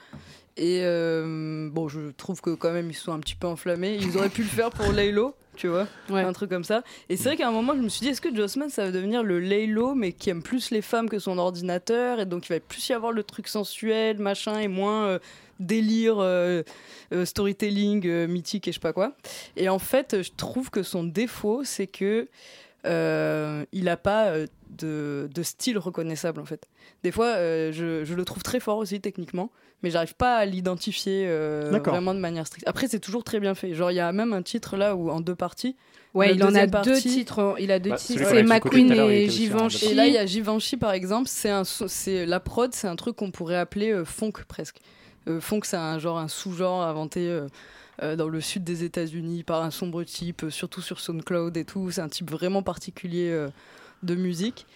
Speaker 3: Et euh, bon, je trouve que quand même ils se sont un petit peu enflammés. Ils auraient pu le faire pour Laylo, tu vois,
Speaker 5: Ouais.
Speaker 3: un truc comme ça. Et c'est vrai qu'à un moment je me suis dit, est-ce que Jossman ça va devenir le Laylo mais qui aime plus les femmes que son ordinateur et donc il va plus y avoir le truc sensuel, machin et moins euh, délire, euh, euh, storytelling euh, mythique et je sais pas quoi. Et en fait, je trouve que son défaut, c'est que euh, il n'a pas euh, de, de style reconnaissable en fait. Des fois, euh, je, je le trouve très fort aussi techniquement, mais j'arrive pas à l'identifier euh,
Speaker 2: D'accord.
Speaker 3: vraiment de manière stricte. Après, c'est toujours très bien fait. Genre, il y a même un titre là où en deux parties.
Speaker 5: Ouais,
Speaker 3: La
Speaker 5: il en a
Speaker 3: deuxième partie-
Speaker 5: deux titres. hein. Il a deux
Speaker 4: Bah, celui
Speaker 5: titres.
Speaker 4: qu'on
Speaker 5: C'est
Speaker 4: a écouté
Speaker 5: McQueen
Speaker 4: tout à l'heure, il
Speaker 5: et
Speaker 4: était aussi en
Speaker 5: Givenchy.
Speaker 3: Et là, il y a Givenchy par exemple. C'est un, sou- c'est la prod, c'est un truc qu'on pourrait appeler euh, funk presque. Euh, funk, c'est un genre un sous-genre inventé. euh, euh, dans le sud des États-Unis par un sombre type, euh, surtout sur SoundCloud et tout. C'est un type vraiment particulier euh, de musique.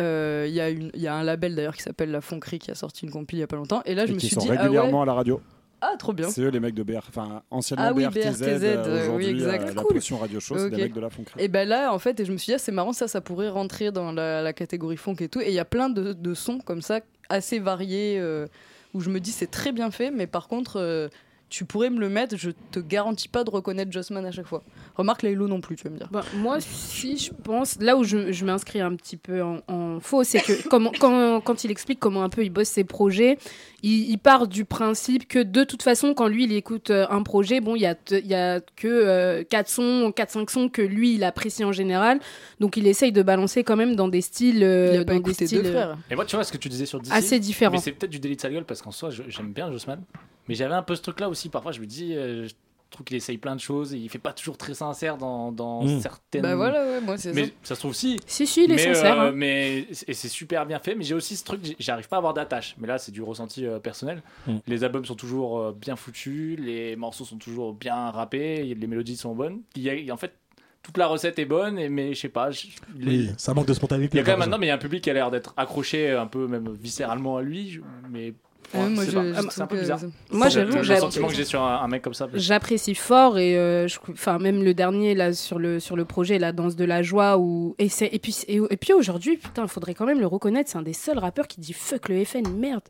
Speaker 3: Euh, Il y, a une- il y a un label d'ailleurs qui s'appelle La Fonquerie qui a sorti une compil il y a pas longtemps. Et là, je
Speaker 6: et
Speaker 3: me
Speaker 6: qui
Speaker 3: suis
Speaker 6: sont
Speaker 3: dit, ah, ouais,
Speaker 6: régulièrement à la radio.
Speaker 3: ah, trop bien.
Speaker 6: C'est eux les mecs de BR, enfin anciennement
Speaker 3: Ah oui,
Speaker 6: BRTZ.
Speaker 3: BRTZ,
Speaker 6: euh,
Speaker 3: oui,
Speaker 6: aujourd'hui,
Speaker 3: exact.
Speaker 6: euh, la
Speaker 3: Cool.
Speaker 6: pression radio show, c'est
Speaker 3: Ok.
Speaker 6: des mecs de la Foncrière.
Speaker 3: Et ben là, en fait, et je me suis dit, ah, c'est marrant, ça, ça pourrait rentrer dans la, la catégorie funk et tout. Et il y a plein de, de sons comme ça, assez variés, euh, où je me dis, c'est très bien fait, mais par contre, euh, tu pourrais me le mettre, je te garantis pas de reconnaître Jossman à chaque fois. Remarque Laylo non plus, tu vas me dire.
Speaker 5: Bah, moi, si je pense, là où je, je m'inscris un petit peu en, en faux, c'est que comment- quand, quand il explique comment un peu il bosse ses projets, il, il part du principe que de toute façon, quand lui il écoute euh, un projet, bon, il y a, t- il y a que 4 sons, 4-5 sons que lui il apprécie en général, donc il essaye de balancer quand même dans des styles, euh,
Speaker 3: Il a pas
Speaker 5: dans des
Speaker 3: écouté
Speaker 5: styles
Speaker 3: deux
Speaker 5: euh,
Speaker 3: frères.
Speaker 4: Et moi, tu vois ce que tu disais sur DC
Speaker 5: assez différents.
Speaker 4: Mais c'est peut-être du délit de sa gueule parce qu'en soi, je- j'aime bien Jossman. Mais j'avais un peu ce truc-là aussi. Parfois, je me dis, euh, je trouve qu'il essaye plein de choses et il fait pas toujours très sincère dans, dans
Speaker 2: Mm.
Speaker 4: certaines.
Speaker 3: Bah voilà, ouais, moi c'est ça.
Speaker 4: Mais ça se trouve, si.
Speaker 5: Si, si, il est
Speaker 4: mais, euh,
Speaker 5: sincère. hein.
Speaker 4: mais et c'est super bien fait. Mais j'ai aussi ce truc, j'ai- j'arrive pas à avoir d'attache. Mais là, c'est du ressenti euh, personnel.
Speaker 2: Mm.
Speaker 4: Les albums sont toujours euh, bien foutus, les morceaux sont toujours bien rappés, les mélodies sont bonnes. Il y a- il y a- en fait, toute la recette est bonne. et- Mais je sais pas. je-
Speaker 2: Oui, ça manque de
Speaker 4: il
Speaker 2: spontanéité.
Speaker 4: y a quand même maintenant, mais il y a un public qui a l'air d'être accroché un peu même viscéralement à lui, je- mais
Speaker 3: Ah ouais,
Speaker 4: Ouais,
Speaker 3: moi,
Speaker 4: c'est
Speaker 3: je-
Speaker 4: pas-
Speaker 3: je
Speaker 4: c'est un
Speaker 3: trouve
Speaker 4: peu
Speaker 3: que-
Speaker 4: bizarre.
Speaker 5: Moi,
Speaker 4: C'est le-
Speaker 5: j'avoue,
Speaker 4: le
Speaker 5: j'avoue.
Speaker 4: sentiment que j'ai sur un, un mec comme ça.
Speaker 5: J'apprécie fort et euh, je- enfin même le dernier là sur le sur le projet la danse de la joie ou et c'est et puis et, et puis aujourd'hui putain faudrait quand même le reconnaître c'est un des seuls rappeurs qui dit fuck le FN merde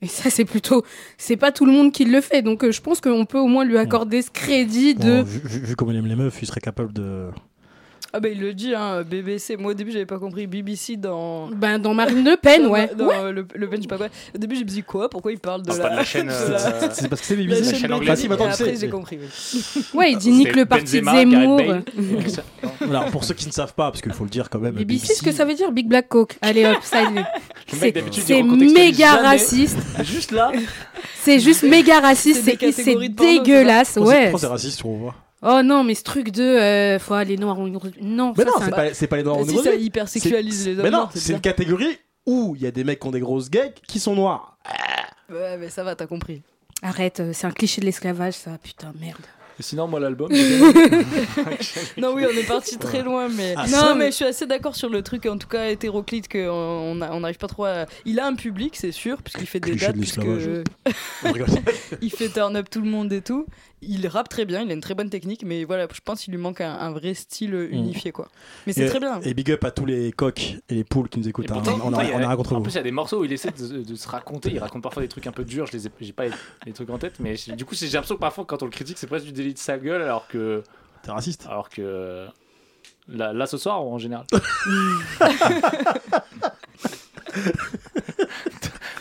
Speaker 5: et ça c'est plutôt c'est pas tout le monde qui le fait donc euh, je pense qu'on peut au moins lui accorder ce crédit de
Speaker 2: vu, vu- vu comment il aime les meufs, il serait capable de.
Speaker 3: Ah bah il le dit, hein, BBC. Moi au début j'avais pas compris BBC dans.
Speaker 5: ben dans Marine Le Pen
Speaker 3: dans-
Speaker 5: ouais
Speaker 3: dans, euh, le, le Ben, je sais pas quoi. Au début j'ai me dit quoi Pourquoi il parle de
Speaker 4: C'est
Speaker 3: la.
Speaker 4: pas de la chaîne.
Speaker 3: de la-
Speaker 4: euh,
Speaker 2: C'est parce que c'est les
Speaker 3: de la
Speaker 4: la
Speaker 2: business.
Speaker 3: chaîne
Speaker 4: chaîne
Speaker 3: BBC.
Speaker 4: anglaise.
Speaker 2: Ah, si, maintenant,
Speaker 3: Et
Speaker 2: tu sais,
Speaker 3: après
Speaker 2: c'est-
Speaker 3: j'ai compris. oui.
Speaker 5: ouais il dit nique
Speaker 4: c'était
Speaker 5: le parti
Speaker 4: Benzema,
Speaker 5: Zemmour
Speaker 4: Gareth Bale. Et ça-
Speaker 2: Voilà, pour ceux qui ne savent pas, parce qu'il faut le dire quand même.
Speaker 5: BBC ce que ça veut dire Big Black Coke allez hop ça y est.
Speaker 4: Le
Speaker 5: c'est
Speaker 4: mec d'habitude, il
Speaker 5: c'est
Speaker 4: recontextualise
Speaker 5: méga
Speaker 4: jamais.
Speaker 5: raciste
Speaker 4: Juste là,
Speaker 5: c'est juste méga raciste
Speaker 3: C'est des
Speaker 5: c'est c'est
Speaker 3: catégories de porno, c'est ça
Speaker 5: dégueulasse
Speaker 2: Oh, c'est-
Speaker 5: ouais
Speaker 2: oh, c'est raciste, on voit.
Speaker 5: Oh non, mais ce truc de euh, faut aller noir on non,
Speaker 2: Mais
Speaker 5: ça,
Speaker 2: non,
Speaker 5: c'est
Speaker 2: c'est
Speaker 5: un-
Speaker 2: pas, c'est pas les noirs en
Speaker 3: bah, Si ça hypersexualise les hommes.
Speaker 2: Mais non,
Speaker 3: noirs,
Speaker 2: c'est une
Speaker 3: bizarre.
Speaker 2: catégorie où il y a des mecs qui ont des grosses geeks qui sont noirs.
Speaker 3: Ouais, mais ça va, t'as compris.
Speaker 5: arrête, euh, c'est un cliché de l'esclavage ça, putain merde.
Speaker 4: sinon, moi, l'album.
Speaker 3: Non, oui, on est parti très loin, mais.
Speaker 2: Ah,
Speaker 3: non,
Speaker 5: ça,
Speaker 3: mais
Speaker 5: mais-
Speaker 3: je suis assez d'accord sur le truc, en tout cas hétéroclite, qu'on on n'arrive pas trop à. Il a un public, c'est sûr, puisqu'il fait des
Speaker 2: Cliché de
Speaker 3: dates, puisque
Speaker 2: l'esclavage. On rigole.
Speaker 3: il fait turn up tout le monde et tout. Il rappe très bien, il a une très bonne technique, mais voilà, je pense qu'il lui manque un, un vrai style unifié, quoi. Mais c'est
Speaker 2: Mm. Et-
Speaker 3: très bien.
Speaker 2: Et big up à tous les coqs et les poules qui nous écoutent. hein. on, a, on a rien contre
Speaker 4: en
Speaker 2: vous.
Speaker 4: plus, il y a des morceaux où il essaie de, de se raconter. Il raconte parfois des trucs un peu durs. Je les ai, j'ai pas les trucs en tête, mais j'ai- du coup, j'ai l'impression que parfois, quand on le critique, c'est presque du délit de sa gueule, alors que,
Speaker 2: T'es raciste.
Speaker 4: alors que euh, là, là, ce soir, en général.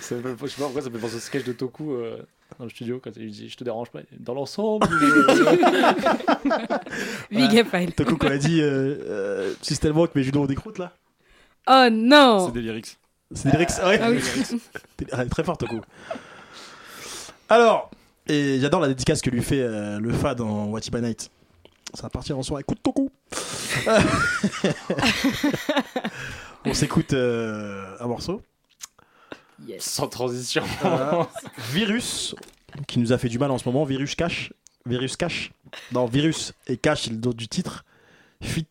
Speaker 4: Ça me fait- je sais pas pourquoi ça me fait penser au sketch de Toku euh, dans le studio quand il lui dit je te dérange pas dans l'ensemble euh,
Speaker 5: Big up, Al.
Speaker 2: Toku qu'on a dit euh, euh, System Rock, mais Juno on décroute là.
Speaker 5: Oh non
Speaker 6: C'est des lyrics.
Speaker 2: C'est Derek.
Speaker 5: Ah oui.
Speaker 2: ah, Très fort Toku. Alors, et j'adore la dédicace que lui fait euh, le fa dans What If by Night. Ça va partir en soirée. Écoute Toku. on s'écoute euh, un morceau.
Speaker 4: sans transition
Speaker 2: Ah. Virus, qui nous a fait du mal en ce moment, Virus Cash. Virus Cash. Non, Virus et Cash, c'est le dos du titre. Fit.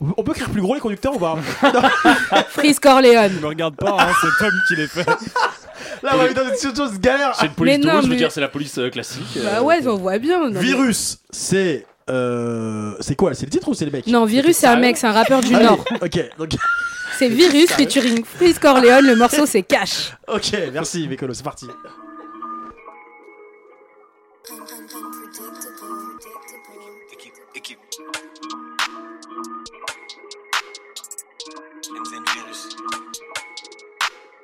Speaker 2: On peut écrire plus gros les conducteurs ou pas
Speaker 5: Freeze Corleone.
Speaker 6: Tu me regardes pas, hein, c'est Tom qui les fait.
Speaker 2: Là, on va être dans une chose galère.
Speaker 4: c'est une police
Speaker 5: Mais
Speaker 4: douce
Speaker 5: non,
Speaker 4: je veux
Speaker 5: mais-
Speaker 4: dire c'est la police euh, classique euh,
Speaker 5: Bah ouais, on voit bien. Non, mais-
Speaker 2: Virus, c'est. euh, c'est quoi C'est le titre ou c'est les mecs
Speaker 5: Non, Virus, c'est un mec, c'est un rappeur du
Speaker 2: Ah oui,
Speaker 5: Nord.
Speaker 2: Ok, donc-
Speaker 5: C'est Virus featuring Freeze Corleone, le morceau c'est Cash.
Speaker 2: ok, merci, Mécolo, c'est parti.
Speaker 7: Équipe, équipe. Enzen virus.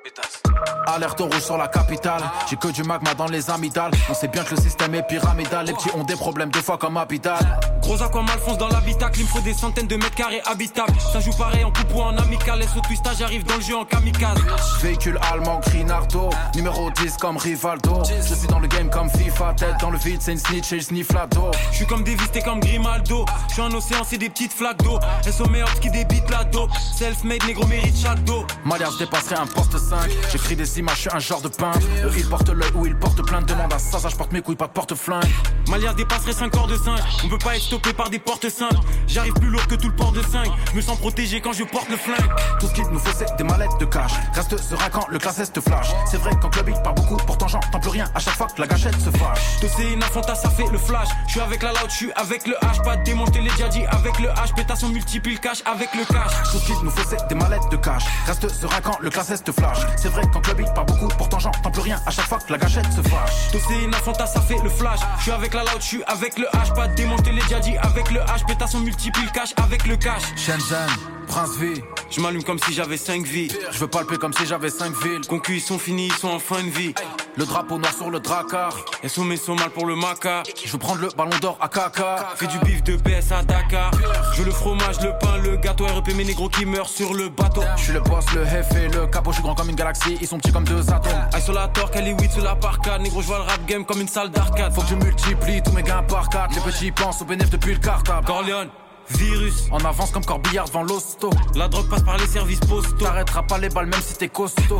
Speaker 7: Pétasse.
Speaker 8: Alerte rouge sur la capitale. J'ai que du magma dans les amygdales. On sait bien que le système est pyramidal. Les petits ont des problèmes deux fois comme hôpital.
Speaker 9: Gros aquaman fonce dans l'habitacle, il me faut des centaines de mètres carrés habitables. Ça joue pareil en coupe ou en amical, laisse au twistage, j'arrive dans le jeu en kamikaze.
Speaker 8: Véhicule allemand, Grinardo. Numéro 10 comme Rivaldo. Je suis dans le game comme FIFA. Tête dans le vide, c'est une snitch et je sniffe la dos.
Speaker 9: Je suis comme Davis, t'es comme Grimaldo. Je suis un océan, c'est des petites flaques d'eau. Elles sont meilleures qui débitent la dope. Self-made, négro mérite chaque dos.
Speaker 8: Malière, je dépasserai un poste 5. J'écris des images, je suis un genre de peintre. Eux, ils portent l'œil ou ils portent plainte. Demande à ça, ça, je porte mes couilles, pas de porte-flingue.
Speaker 9: Malia dépasserait 5 corps de singe. On peut pas être stoppé par des portes simples. J'arrive plus lourd que tout le port de 5. Je me sens protégé quand je porte le flingue.
Speaker 8: Tout ce qu'il nous faut, c'est des mallettes de cash. Reste serein quand le classesse te flash. C'est vrai qu'en club, il part beaucoup, pourtant j'entends plus rien à chaque fois que la gâchette se fâche.
Speaker 9: Docéina Fanta, ça fait le flash. Je suis avec la loud, je suis avec le H. Pas de démon, je te l'ai déjà dit. Avec le H, pétation multiple cash avec le cash.
Speaker 8: Tout ce qu'il nous faut, c'est des mallettes de cash. Reste serein quand le classesse te flash. C'est vrai qu'en club, il part beaucoup, pourtant j'entends plus rien à chaque fois que la gâchette se fâche.
Speaker 9: Docéina Fanta, ça fait le flash. Je suis avec la loud, je suis avec le H. Pas de démon, je te l'ai déjà dit. Avec le H, pétation multiple cash avec le cash.
Speaker 8: Shenzhen, Prince V,
Speaker 9: Je m'allume comme si j'avais 5 vies.
Speaker 8: je veux palper comme si j'avais 5 villes.
Speaker 9: Concu, ils sont finis, ils sont en fin de vie.
Speaker 8: Le drapeau noir sur le dracar.
Speaker 9: Elles sont mes sont mal pour le maca.
Speaker 8: Je veux prendre le ballon d'or à caca.
Speaker 9: Fais du bif de baisse à Dakar. Je veux le fromage, le pain, le gâteau. RP mes négros qui meurent sur le bateau.
Speaker 8: Je suis le boss, le chef et le capot. Je suis grand comme une galaxie, ils sont petits comme deux atomes.
Speaker 9: Aïe sur la torque, elle est 8 sous la parka. Négro, je vois le rap game comme une salle d'arcade.
Speaker 8: Faut
Speaker 9: Faut
Speaker 8: que je multiplie tous mes gains par 4. Les petits pensent au bénéfice depuis le cartable.
Speaker 9: Corleone, virus.
Speaker 8: En avance comme Corbillard devant l'hosto.
Speaker 9: La drogue passe par les services postaux.
Speaker 8: T'arrêteras pas les balles même si t'es costaud.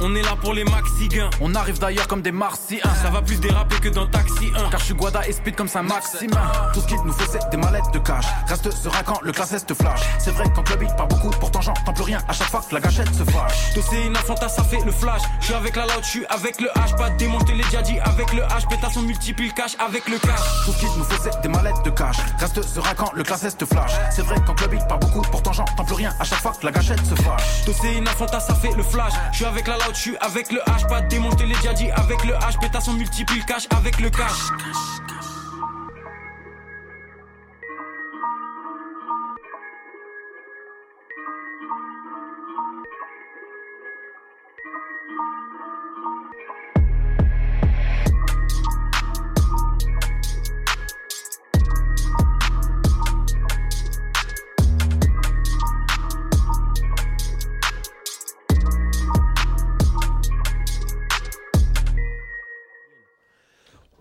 Speaker 9: On est là pour les maxi-gains.
Speaker 8: On arrive d'ailleurs comme des martiens.
Speaker 9: Ça va plus déraper que dans Taxi ah. 1.
Speaker 8: Car je suis Guada et speed comme Saint-Maximin. Tout ce qu'il nous faut, c'est des mallettes de cash. Reste serein quand le classesse te flash. C'est vrai qu'en club, il part beaucoup, pourtant j'entends plus rien à chaque fois que la gâchette se fâche.
Speaker 9: Docéina Fanta, ça fait le flash. Je suis avec la loud, je suis avec le H. Pas de démon, je te l'ai déjà dit. Avec le H, pétation multiple cash avec le cash.
Speaker 8: Tout ce qu'il nous faut, c'est des mallettes de cash. Reste serein quand le classesse te flash. C'est vrai qu'en club, il part beaucoup, pourtant j'entends plus rien à chaque fois que la gâchette se fâche.
Speaker 9: Docéina Fanta, ça fait le flash. Je suis avec la loud, je suis avec le H. Pas de démon, je te l'ai déjà dit. Avec le H, pétation multiple cash avec le cash.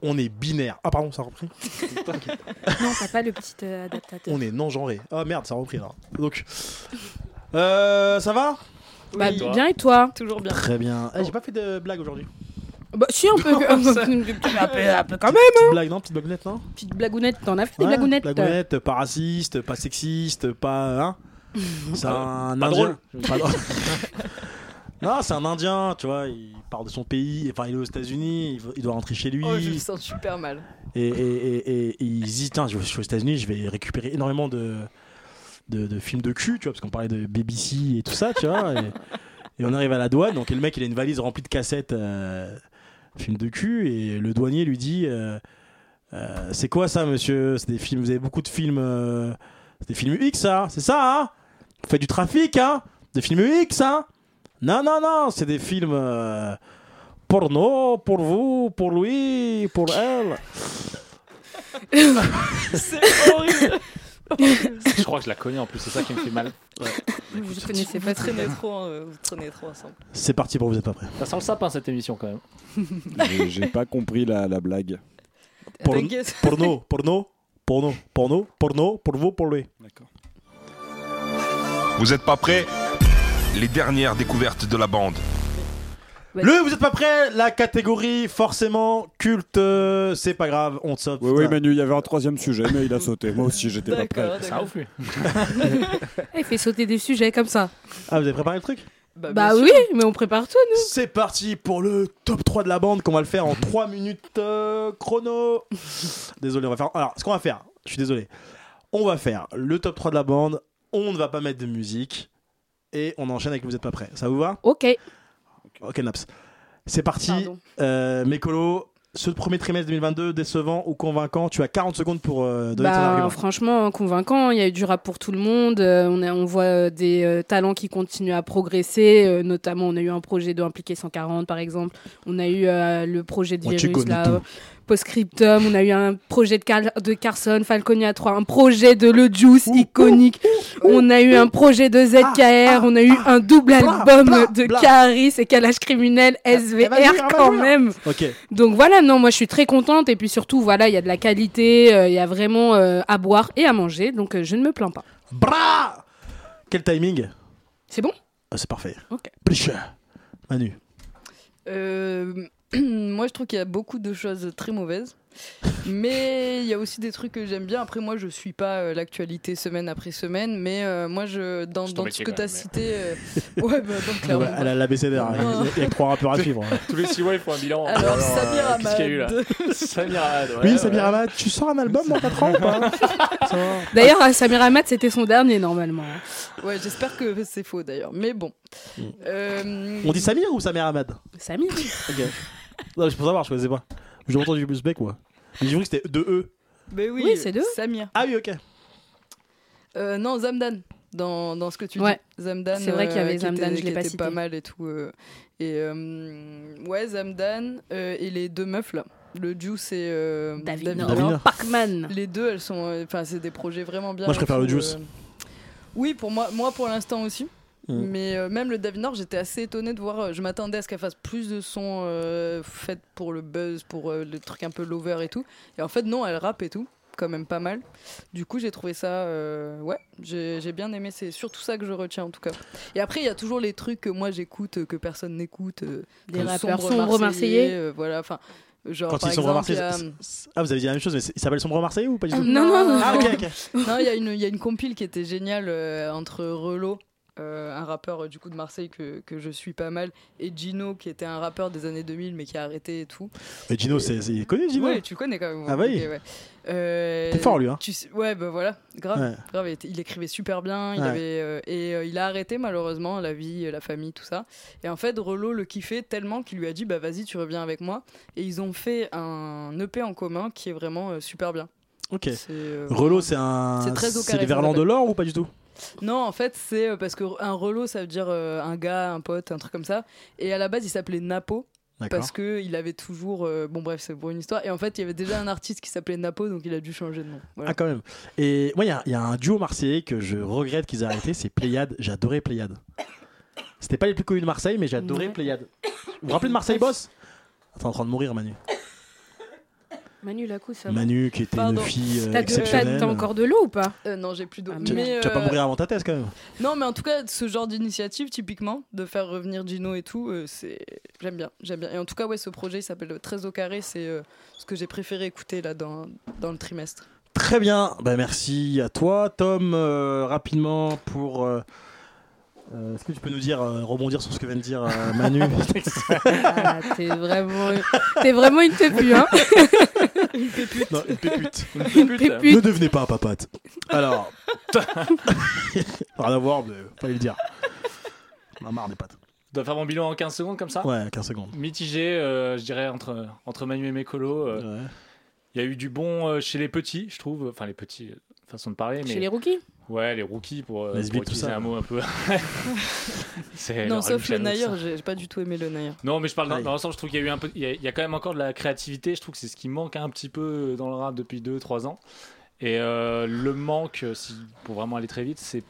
Speaker 2: On est binaire. Ah, pardon, ça a repris
Speaker 5: Non, t'as pas le petit euh, adaptateur.
Speaker 2: On est non-genré. Ah, merde, ça a repris là. Donc. Euh, ça va
Speaker 5: Bah,
Speaker 4: Oui.
Speaker 5: bien et toi
Speaker 3: Toujours bien.
Speaker 2: Très bien. Eh, J'ai pas fait de blague aujourd'hui.
Speaker 5: Bah, si, un peu. un peu- un peu- un peu quand même. hein.
Speaker 2: Petite blague, non Petite blagounette, non
Speaker 5: Petite blagounette, t'en as fait des
Speaker 2: Ouais,
Speaker 5: blagounettes
Speaker 2: Blagounette, pas raciste, pas sexiste, pas. Hein c'est un
Speaker 4: Pas
Speaker 2: indien.
Speaker 4: drôle.
Speaker 2: Pas drôle. non, c'est un indien, tu vois. Il part de son pays, enfin, il est aux États-Unis, il veut- il doit rentrer chez lui.
Speaker 3: Oh, je me sens super mal.
Speaker 2: et, et, et, et- et il se dit, tiens, je je suis aux États-Unis, je vais récupérer énormément de, de, de films de cul, tu vois, parce qu'on parlait de BBC et tout ça, tu vois. Et, et on arrive à la douane, donc et le mec, il a une valise remplie de cassettes, euh, films de cul, et le douanier lui dit, euh, euh, c'est quoi ça, monsieur C'est des films, vous avez beaucoup de films, euh, c'est des films X, ça C'est ça, hein Vous faites du trafic, hein Des films X, hein Non, non, non, c'est des films. euh, Porno, pour vous, pour lui, pour elle.
Speaker 3: C'est horrible.
Speaker 4: Je crois que je la connais en plus, c'est ça qui me fait mal.
Speaker 5: Vous ne connaissez
Speaker 3: Bah, Vous
Speaker 5: pas très
Speaker 3: traînez
Speaker 5: bien.
Speaker 3: trop, hein, vous traînez trop ensemble.
Speaker 2: C'est parti pour vous êtes pas prêts.
Speaker 4: Ça sent le sapin cette émission quand même.
Speaker 6: J'ai- J'ai pas compris la, la blague.
Speaker 2: Pour-
Speaker 3: T'inquiète.
Speaker 2: Porno, porno, porno, porno, porno, pour vous, pour lui.
Speaker 6: D'accord.
Speaker 1: Vous êtes pas prêts Les dernières découvertes de la bande.
Speaker 5: Ouais.
Speaker 2: Le vous êtes pas prêts La catégorie forcément culte, euh, c'est pas grave, on te sauve.
Speaker 6: Oui, oui, Manu, il y avait un troisième sujet, mais il a sauté. Moi aussi, j'étais pas prêt.
Speaker 3: D'accord,
Speaker 4: C'est un
Speaker 3: d'accord.
Speaker 4: ouf lui.
Speaker 5: Il fait Eh, sauter des sujets comme ça.
Speaker 2: Ah, vous avez préparé le truc
Speaker 3: Bah,
Speaker 5: Bah
Speaker 3: bien
Speaker 5: oui,
Speaker 3: sûr.
Speaker 5: mais on prépare tout, nous.
Speaker 2: C'est parti pour le top 3 de la bande qu'on va le faire en 3 minutes euh, chrono. Désolé, on va faire. Alors, ce qu'on va faire, je suis désolé. On va faire le top 3 de la bande, on ne va pas mettre de musique et on enchaîne avec le vous êtes pas prêts. Ça vous va
Speaker 5: Ok,
Speaker 2: Ok, Naps. C'est parti.
Speaker 5: pardon.
Speaker 2: Euh, Mécolo, ce premier trimestre 2022 décevant ou convaincant, tu as 40 secondes pour euh, donner ton
Speaker 5: Bah,
Speaker 2: argument.
Speaker 5: franchement, convaincant. hein, Il y a eu du rap pour tout le monde. Euh, on, a, on voit euh, des euh, talents qui continuent à progresser. Euh, notamment, on a eu un projet de Impliqué 140, par exemple. On a eu euh, le projet de
Speaker 2: Ouais, tu
Speaker 5: Virus,
Speaker 2: connais
Speaker 5: là,
Speaker 2: tout.
Speaker 5: euh, Postscriptum. On a eu un projet de, Cal- de Carson, Falconia 3. Un projet de Le Juice, iconique. on a eu un projet de ZKR. on a eu un double
Speaker 2: Ah, bla,
Speaker 5: album
Speaker 2: bla,
Speaker 5: de
Speaker 2: bla. Eh,
Speaker 5: Caris et Kalash Criminel, SVR,
Speaker 2: va jouer, elle va
Speaker 5: quand
Speaker 2: jouer.
Speaker 5: même.
Speaker 2: Ok,
Speaker 5: Donc voilà, non, moi je suis très contente et puis surtout voilà, il y a de la qualité, euh, il y a vraiment euh, à boire et à manger, donc euh, je ne me plains pas.
Speaker 2: bra Quel timing
Speaker 5: C'est bon
Speaker 2: Ah, C'est parfait.
Speaker 5: Ok.
Speaker 2: Pliché. Manu.
Speaker 3: Euh, moi, je trouve qu'il y a beaucoup de choses très mauvaises. Mais il y a aussi des trucs que j'aime bien. Après, moi, je suis pas euh, l'actualité semaine après semaine, mais euh, moi, je dans,
Speaker 4: C'est ton
Speaker 3: dans tout ce
Speaker 4: métier,
Speaker 3: que
Speaker 4: quand
Speaker 3: tu as
Speaker 4: même,
Speaker 3: cité. euh, Ouais, bah, donc
Speaker 2: Elle
Speaker 3: clairement.
Speaker 2: a la l'ABCDR, hein. il y a- il y a que trois rappeurs à suivre. hein.
Speaker 4: Tous les 6 mois, ils font un bilan.
Speaker 3: Alors, Samir
Speaker 4: euh, Qu'est-ce qu'il y a eu là
Speaker 3: Hamad.
Speaker 4: Samir Hamad. ouais,
Speaker 2: Oui,
Speaker 4: ouais.
Speaker 2: Samir Hamad, tu sors un album dans 4 ans ou pas Ça va.
Speaker 5: D'ailleurs, à Samir Hamad, c'était son dernier normalement. hein.
Speaker 3: Ouais, j'espère que c'est faux d'ailleurs. Mais bon.
Speaker 2: Mm.
Speaker 3: Euh,
Speaker 2: On dit Samir ou Samir Hamad
Speaker 5: Samir.
Speaker 2: Ok. Non, mais c'est pour savoir, je connaissais pas. J'ai entendu le bec, moi. Mais j'ai cru que c'était de E.
Speaker 3: Mais oui,
Speaker 5: Oui, c'est deux.
Speaker 3: Samir.
Speaker 2: Ah oui, ok.
Speaker 3: Euh, non, Zamdan. Dans, dans ce que tu
Speaker 5: Ouais.
Speaker 3: dis. Zamdan. euh,
Speaker 5: C'est vrai qu'il y avait
Speaker 3: qui
Speaker 5: Zamdan,
Speaker 3: était-
Speaker 5: je l'ai
Speaker 3: qui
Speaker 5: pas
Speaker 3: était
Speaker 5: cité.
Speaker 3: pas mal et tout. euh, et euh, ouais, Zamdan euh, et les deux meufs là. Le Juice et euh,
Speaker 5: David,
Speaker 2: David Nord. Nord.
Speaker 5: Pacman.
Speaker 3: Les deux, elles sont. euh, Enfin, c'est des projets vraiment bien.
Speaker 2: Moi, je
Speaker 3: et
Speaker 2: préfère le
Speaker 3: tout,
Speaker 2: Juice.
Speaker 3: euh. Oui, pour moi, moi pour l'instant aussi.
Speaker 2: Mm.
Speaker 3: Mais euh, même le David Nord, j'étais assez étonnée de voir. euh, Je m'attendais à ce qu'elle fasse plus de sons euh, faits pour le buzz, pour euh, le truc un peu lover et tout. Et en fait, non, elle rappe et tout, quand même pas mal. Du coup, j'ai trouvé ça. euh, ouais, j'ai j'ai bien aimé. C'est surtout ça que je retiens en tout cas. Et après, il y a toujours les trucs que moi j'écoute, euh, que personne n'écoute. euh,
Speaker 5: Des
Speaker 3: comme
Speaker 5: rappeurs
Speaker 3: Sombre
Speaker 5: sombres marseillais.
Speaker 3: euh, voilà, enfin. Genre,
Speaker 2: Quand
Speaker 3: par
Speaker 2: ils sont à
Speaker 3: exemple, euh, il
Speaker 2: Marseille.
Speaker 3: y a-
Speaker 2: c'est- c'est- Ah, vous avez dit la même chose, mais c'est- il s'appelle Sombre Marseille ou pas du tout
Speaker 5: Euh, Non, non, non.
Speaker 2: Ah, ok, ok.
Speaker 3: Non, il y, a une- il y a une compile qui était géniale euh, entre Relo, euh, un rappeur euh, du coup de Marseille que, que je suis pas mal, et Gino, qui était un rappeur des années 2000 mais qui a arrêté et tout.
Speaker 2: Mais Gino, c'est c'est- il connaît Gino
Speaker 3: Ouais, tu connais quand même.
Speaker 2: Ah
Speaker 3: ok,
Speaker 2: oui.
Speaker 3: ouais. Euh,
Speaker 2: T'es fort, lui, hein.
Speaker 3: tu sais- ouais, bah voilà, grave.
Speaker 2: Ouais.
Speaker 3: grave il, était- il écrivait super bien, il
Speaker 2: Ouais.
Speaker 3: avait, euh, et euh, il a arrêté malheureusement la vie, euh, la famille, tout ça. Et en fait, Relo le kiffait tellement qu'il lui a dit Bah vas-y, tu reviens avec moi. Et ils ont fait un EP en commun qui est vraiment euh, super bien.
Speaker 2: Ok.
Speaker 3: C'est, euh,
Speaker 2: Relo, c'est un.
Speaker 3: C'est très au
Speaker 2: C'est
Speaker 3: carré,
Speaker 2: les
Speaker 3: ça
Speaker 2: Verlands de
Speaker 3: s'appelle.
Speaker 2: l'or ou pas du tout
Speaker 3: Non, en fait, c'est euh, parce que un relo, ça veut dire euh, un gars, un pote, un truc comme ça. Et à la base, il s'appelait Napo
Speaker 2: D'accord.
Speaker 3: parce que il avait toujours. euh, bon, bref, c'est pour une histoire. Et en fait, il y avait déjà un artiste qui s'appelait Napo, donc il a dû changer de nom. Voilà.
Speaker 2: Ah, quand même. Et moi, il y a- il y, a un duo marseillais que je regrette qu'ils aient arrêté, c'est Pléiade. J'adorais Pléiade. C'était pas les plus connus de Marseille, mais j'adorais
Speaker 3: Ouais.
Speaker 2: Pléiade. Vous vous rappelez de Marseille Boss Attends, en train de mourir, Manu.
Speaker 5: Manu Lacou, ça va.
Speaker 2: Manu, qui était
Speaker 3: Pardon.
Speaker 2: une fille euh,
Speaker 5: T'as de- T'as
Speaker 2: exceptionnelle.
Speaker 5: t'as encore de l'eau ou pas
Speaker 3: Euh, non, j'ai plus d'eau.
Speaker 5: Ah,
Speaker 2: Tu,
Speaker 3: mais
Speaker 2: tu vas pas
Speaker 3: euh,
Speaker 2: mourir avant ta thèse quand même.
Speaker 3: non, mais en tout cas, ce genre d'initiative, typiquement, de faire revenir Gino et tout, euh, c'est j'aime bien, j'aime bien. Et en tout cas, ouais, ce projet il s'appelle 13 au carré. C'est euh, ce que j'ai préféré écouter là dans dans le trimestre.
Speaker 2: Très bien, bah, merci à toi Tom, euh, rapidement pour... euh, euh, Est-ce que tu peux nous dire, euh, rebondir sur ce que vient de dire euh, Manu
Speaker 5: Ah, T'es vraiment, t'es vraiment une tepu, hein
Speaker 2: Non, une pépute.
Speaker 5: Une
Speaker 2: Ne
Speaker 5: pépute.
Speaker 2: devenez pas un papate. Alors... Rien à voir, mais fallait le dire. On a marre des pattes.
Speaker 4: Je dois faire mon bilan en 15 secondes comme ça
Speaker 2: Ouais, 15 secondes.
Speaker 4: Mitigé, euh, je dirais, entre, entre Manu et Mécolo. euh,
Speaker 2: Ouais.
Speaker 4: Il y a eu du bon euh, chez les petits, je trouve. Enfin, les petits, euh, façon de parler. Mais...
Speaker 5: Chez les rookies
Speaker 4: Ouais, les rookies, pour, euh,
Speaker 2: Les
Speaker 4: pour
Speaker 2: sbires, tout
Speaker 4: utiliser
Speaker 2: ça.
Speaker 4: un mot un peu. C'est
Speaker 3: non,
Speaker 4: leur
Speaker 3: sauf le
Speaker 4: Luciano, tout ça.
Speaker 3: Nair, j'ai j'ai pas du tout aimé le Nair.
Speaker 4: Non, mais je parle dans,
Speaker 2: Aïe.
Speaker 4: dans l'ensemble, je trouve qu'il y a eu un peu, il y a, il y a quand même encore de la créativité. Je trouve que c'est ce qui manque hein, un petit peu dans le rap depuis 2-3 ans. Et euh, le manque, si, pour vraiment aller très vite, c'est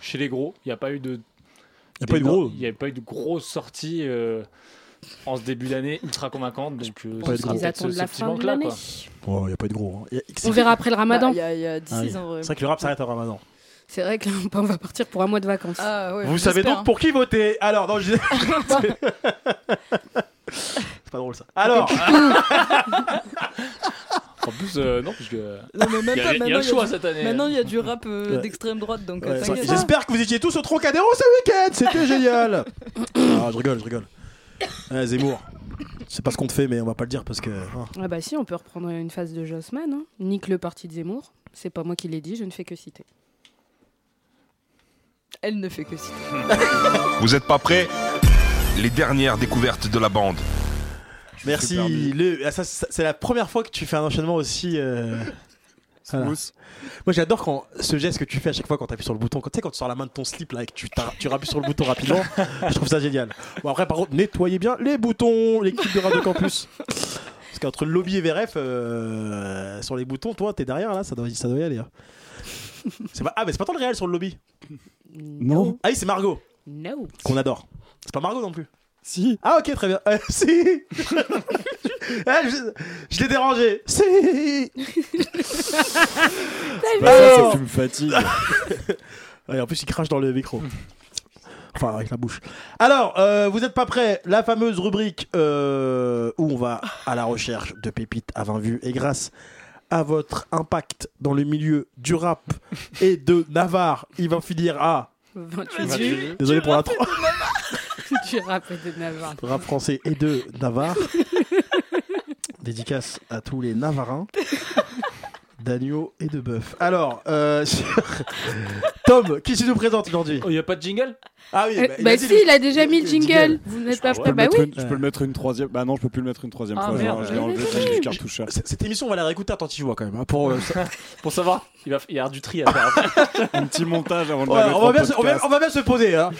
Speaker 4: chez les gros. Il n'y a pas eu de.
Speaker 2: Il y a pas eu de
Speaker 4: d'énorme-
Speaker 2: gros.
Speaker 4: Il n'y a pas eu de grosses sorties euh, en ce début d'année ultra convaincante. Donc, euh,
Speaker 2: Pas eu de
Speaker 4: ce sera
Speaker 2: gros.
Speaker 5: Ils
Speaker 4: peut-être
Speaker 5: attendent
Speaker 4: ce-
Speaker 5: la
Speaker 4: ce petit
Speaker 5: fin de
Speaker 4: manque-là,
Speaker 5: l'année.
Speaker 4: quoi.
Speaker 2: Oh, il y a pas eu de gros. hein. Il y a-
Speaker 5: On verra après le ramadan.
Speaker 3: Bah, Il y a, il y a 16
Speaker 2: Ah oui.
Speaker 3: ans. ouais.
Speaker 2: C'est vrai que le rap s'arrête au ramadan.
Speaker 5: C'est vrai qu'on va partir pour un mois de vacances.
Speaker 3: Ah, ouais,
Speaker 2: Vous savez
Speaker 3: j'espère,
Speaker 2: donc pour qui voter Alors, non, je disais. C'est pas drôle ça. Alors,
Speaker 4: En plus, euh, non, parce que.
Speaker 3: Non, mais
Speaker 4: Il
Speaker 3: même
Speaker 4: y
Speaker 3: pas.
Speaker 4: a, il y a
Speaker 3: maintenant,
Speaker 4: le
Speaker 3: il y a
Speaker 4: choix
Speaker 3: du-
Speaker 4: cette année. hein.
Speaker 3: Maintenant, il y a du rap euh,
Speaker 2: Ouais.
Speaker 3: d'extrême droite, donc euh,
Speaker 2: Ouais,
Speaker 3: t'inquiète.
Speaker 2: J'espère que vous étiez tous au Trocadéro ce week-end. C'était génial. Ah, je rigole, je rigole. Ah, Zemmour. C'est pas ce qu'on te fait, mais on va pas le dire parce que. hein.
Speaker 5: Ah bah si, on peut reprendre une phase de Jossman. Hein. Nique le parti de Zemmour. C'est pas moi qui l'ai dit, je ne fais que citer.
Speaker 3: Elle ne fait que citer.
Speaker 1: Vous êtes pas prêts Les dernières découvertes de la bande.
Speaker 2: Merci.
Speaker 6: perdu.
Speaker 2: Le- ah, ça, ça- c'est la première fois que tu fais un enchaînement aussi. euh, voilà.
Speaker 6: Smooth.
Speaker 2: Moi, j'adore quand ce geste que tu fais à chaque fois quand t'appuies sur le bouton. Quand, tu sais, quand tu sors la main de ton slip là et que tu, t'as- tu rappuies sur le bouton rapidement, je trouve ça génial. Bon, après, par contre, nettoyez bien les boutons, l'équipe de Radio Campus. Parce qu'entre le lobby et VRF, euh, sur les boutons, toi, t'es derrière là, ça doit, ça doit y aller. hein. C'est pas- ah, mais c'est pas tant le réel sur le lobby.
Speaker 6: Non.
Speaker 2: Ah oui, c'est Margot,
Speaker 5: No.
Speaker 2: qu'on adore. C'est pas Margot non plus.
Speaker 6: Si.
Speaker 2: Ah ok très bien. Euh, si. Ah, je je l'ai dérangé. Si.
Speaker 6: Bah, ça, c'est que tu me fatigues.
Speaker 2: Ouais, en plus il crache dans le micro. Enfin, avec la bouche. Alors, euh, vous n'êtes pas prêts La fameuse rubrique euh, où on va à la recherche de pépites à 20 vues. Et grâce à votre impact dans le milieu du rap et de Navarre, il va finir à...
Speaker 5: 28
Speaker 4: Tu-
Speaker 2: Désolé pour l'intro.
Speaker 5: tu rappes de Navarre.
Speaker 2: Rap français et de Navarre. Dédicace à tous les Navarins. D'agneau et de bœuf. Alors, euh, Tom, qui se nous présente aujourd'hui
Speaker 4: Oh, y a pas de jingle
Speaker 2: Ah oui,
Speaker 5: Eh,
Speaker 2: bah,
Speaker 5: Bah,
Speaker 2: il a dit
Speaker 5: si,
Speaker 2: le-
Speaker 5: il a déjà mis le
Speaker 2: jingle.
Speaker 5: jingle. Vous n'êtes pas
Speaker 6: Je
Speaker 3: Ah,
Speaker 5: prêt
Speaker 6: peux,
Speaker 5: Bah
Speaker 6: le mettre
Speaker 5: oui.
Speaker 6: une, je peux le mettre une troisième. Bah non, je peux plus le mettre une troisième
Speaker 4: Ah,
Speaker 6: fois. je l'ai-
Speaker 4: merde.
Speaker 6: je l'ai enlevé
Speaker 5: Oui,
Speaker 6: du
Speaker 5: oui.
Speaker 6: cartoucheur.
Speaker 2: C- Cette émission, on va la réécouter attentivement quand même. hein, pour, euh, ça-
Speaker 4: Pour savoir, il va il y a du tri à faire. après.
Speaker 6: Un petit montage avant de
Speaker 2: Voilà,
Speaker 6: la mettre
Speaker 2: on, va
Speaker 6: en
Speaker 2: bien se, on va-
Speaker 6: podcast.
Speaker 2: on va bien se poser. hein.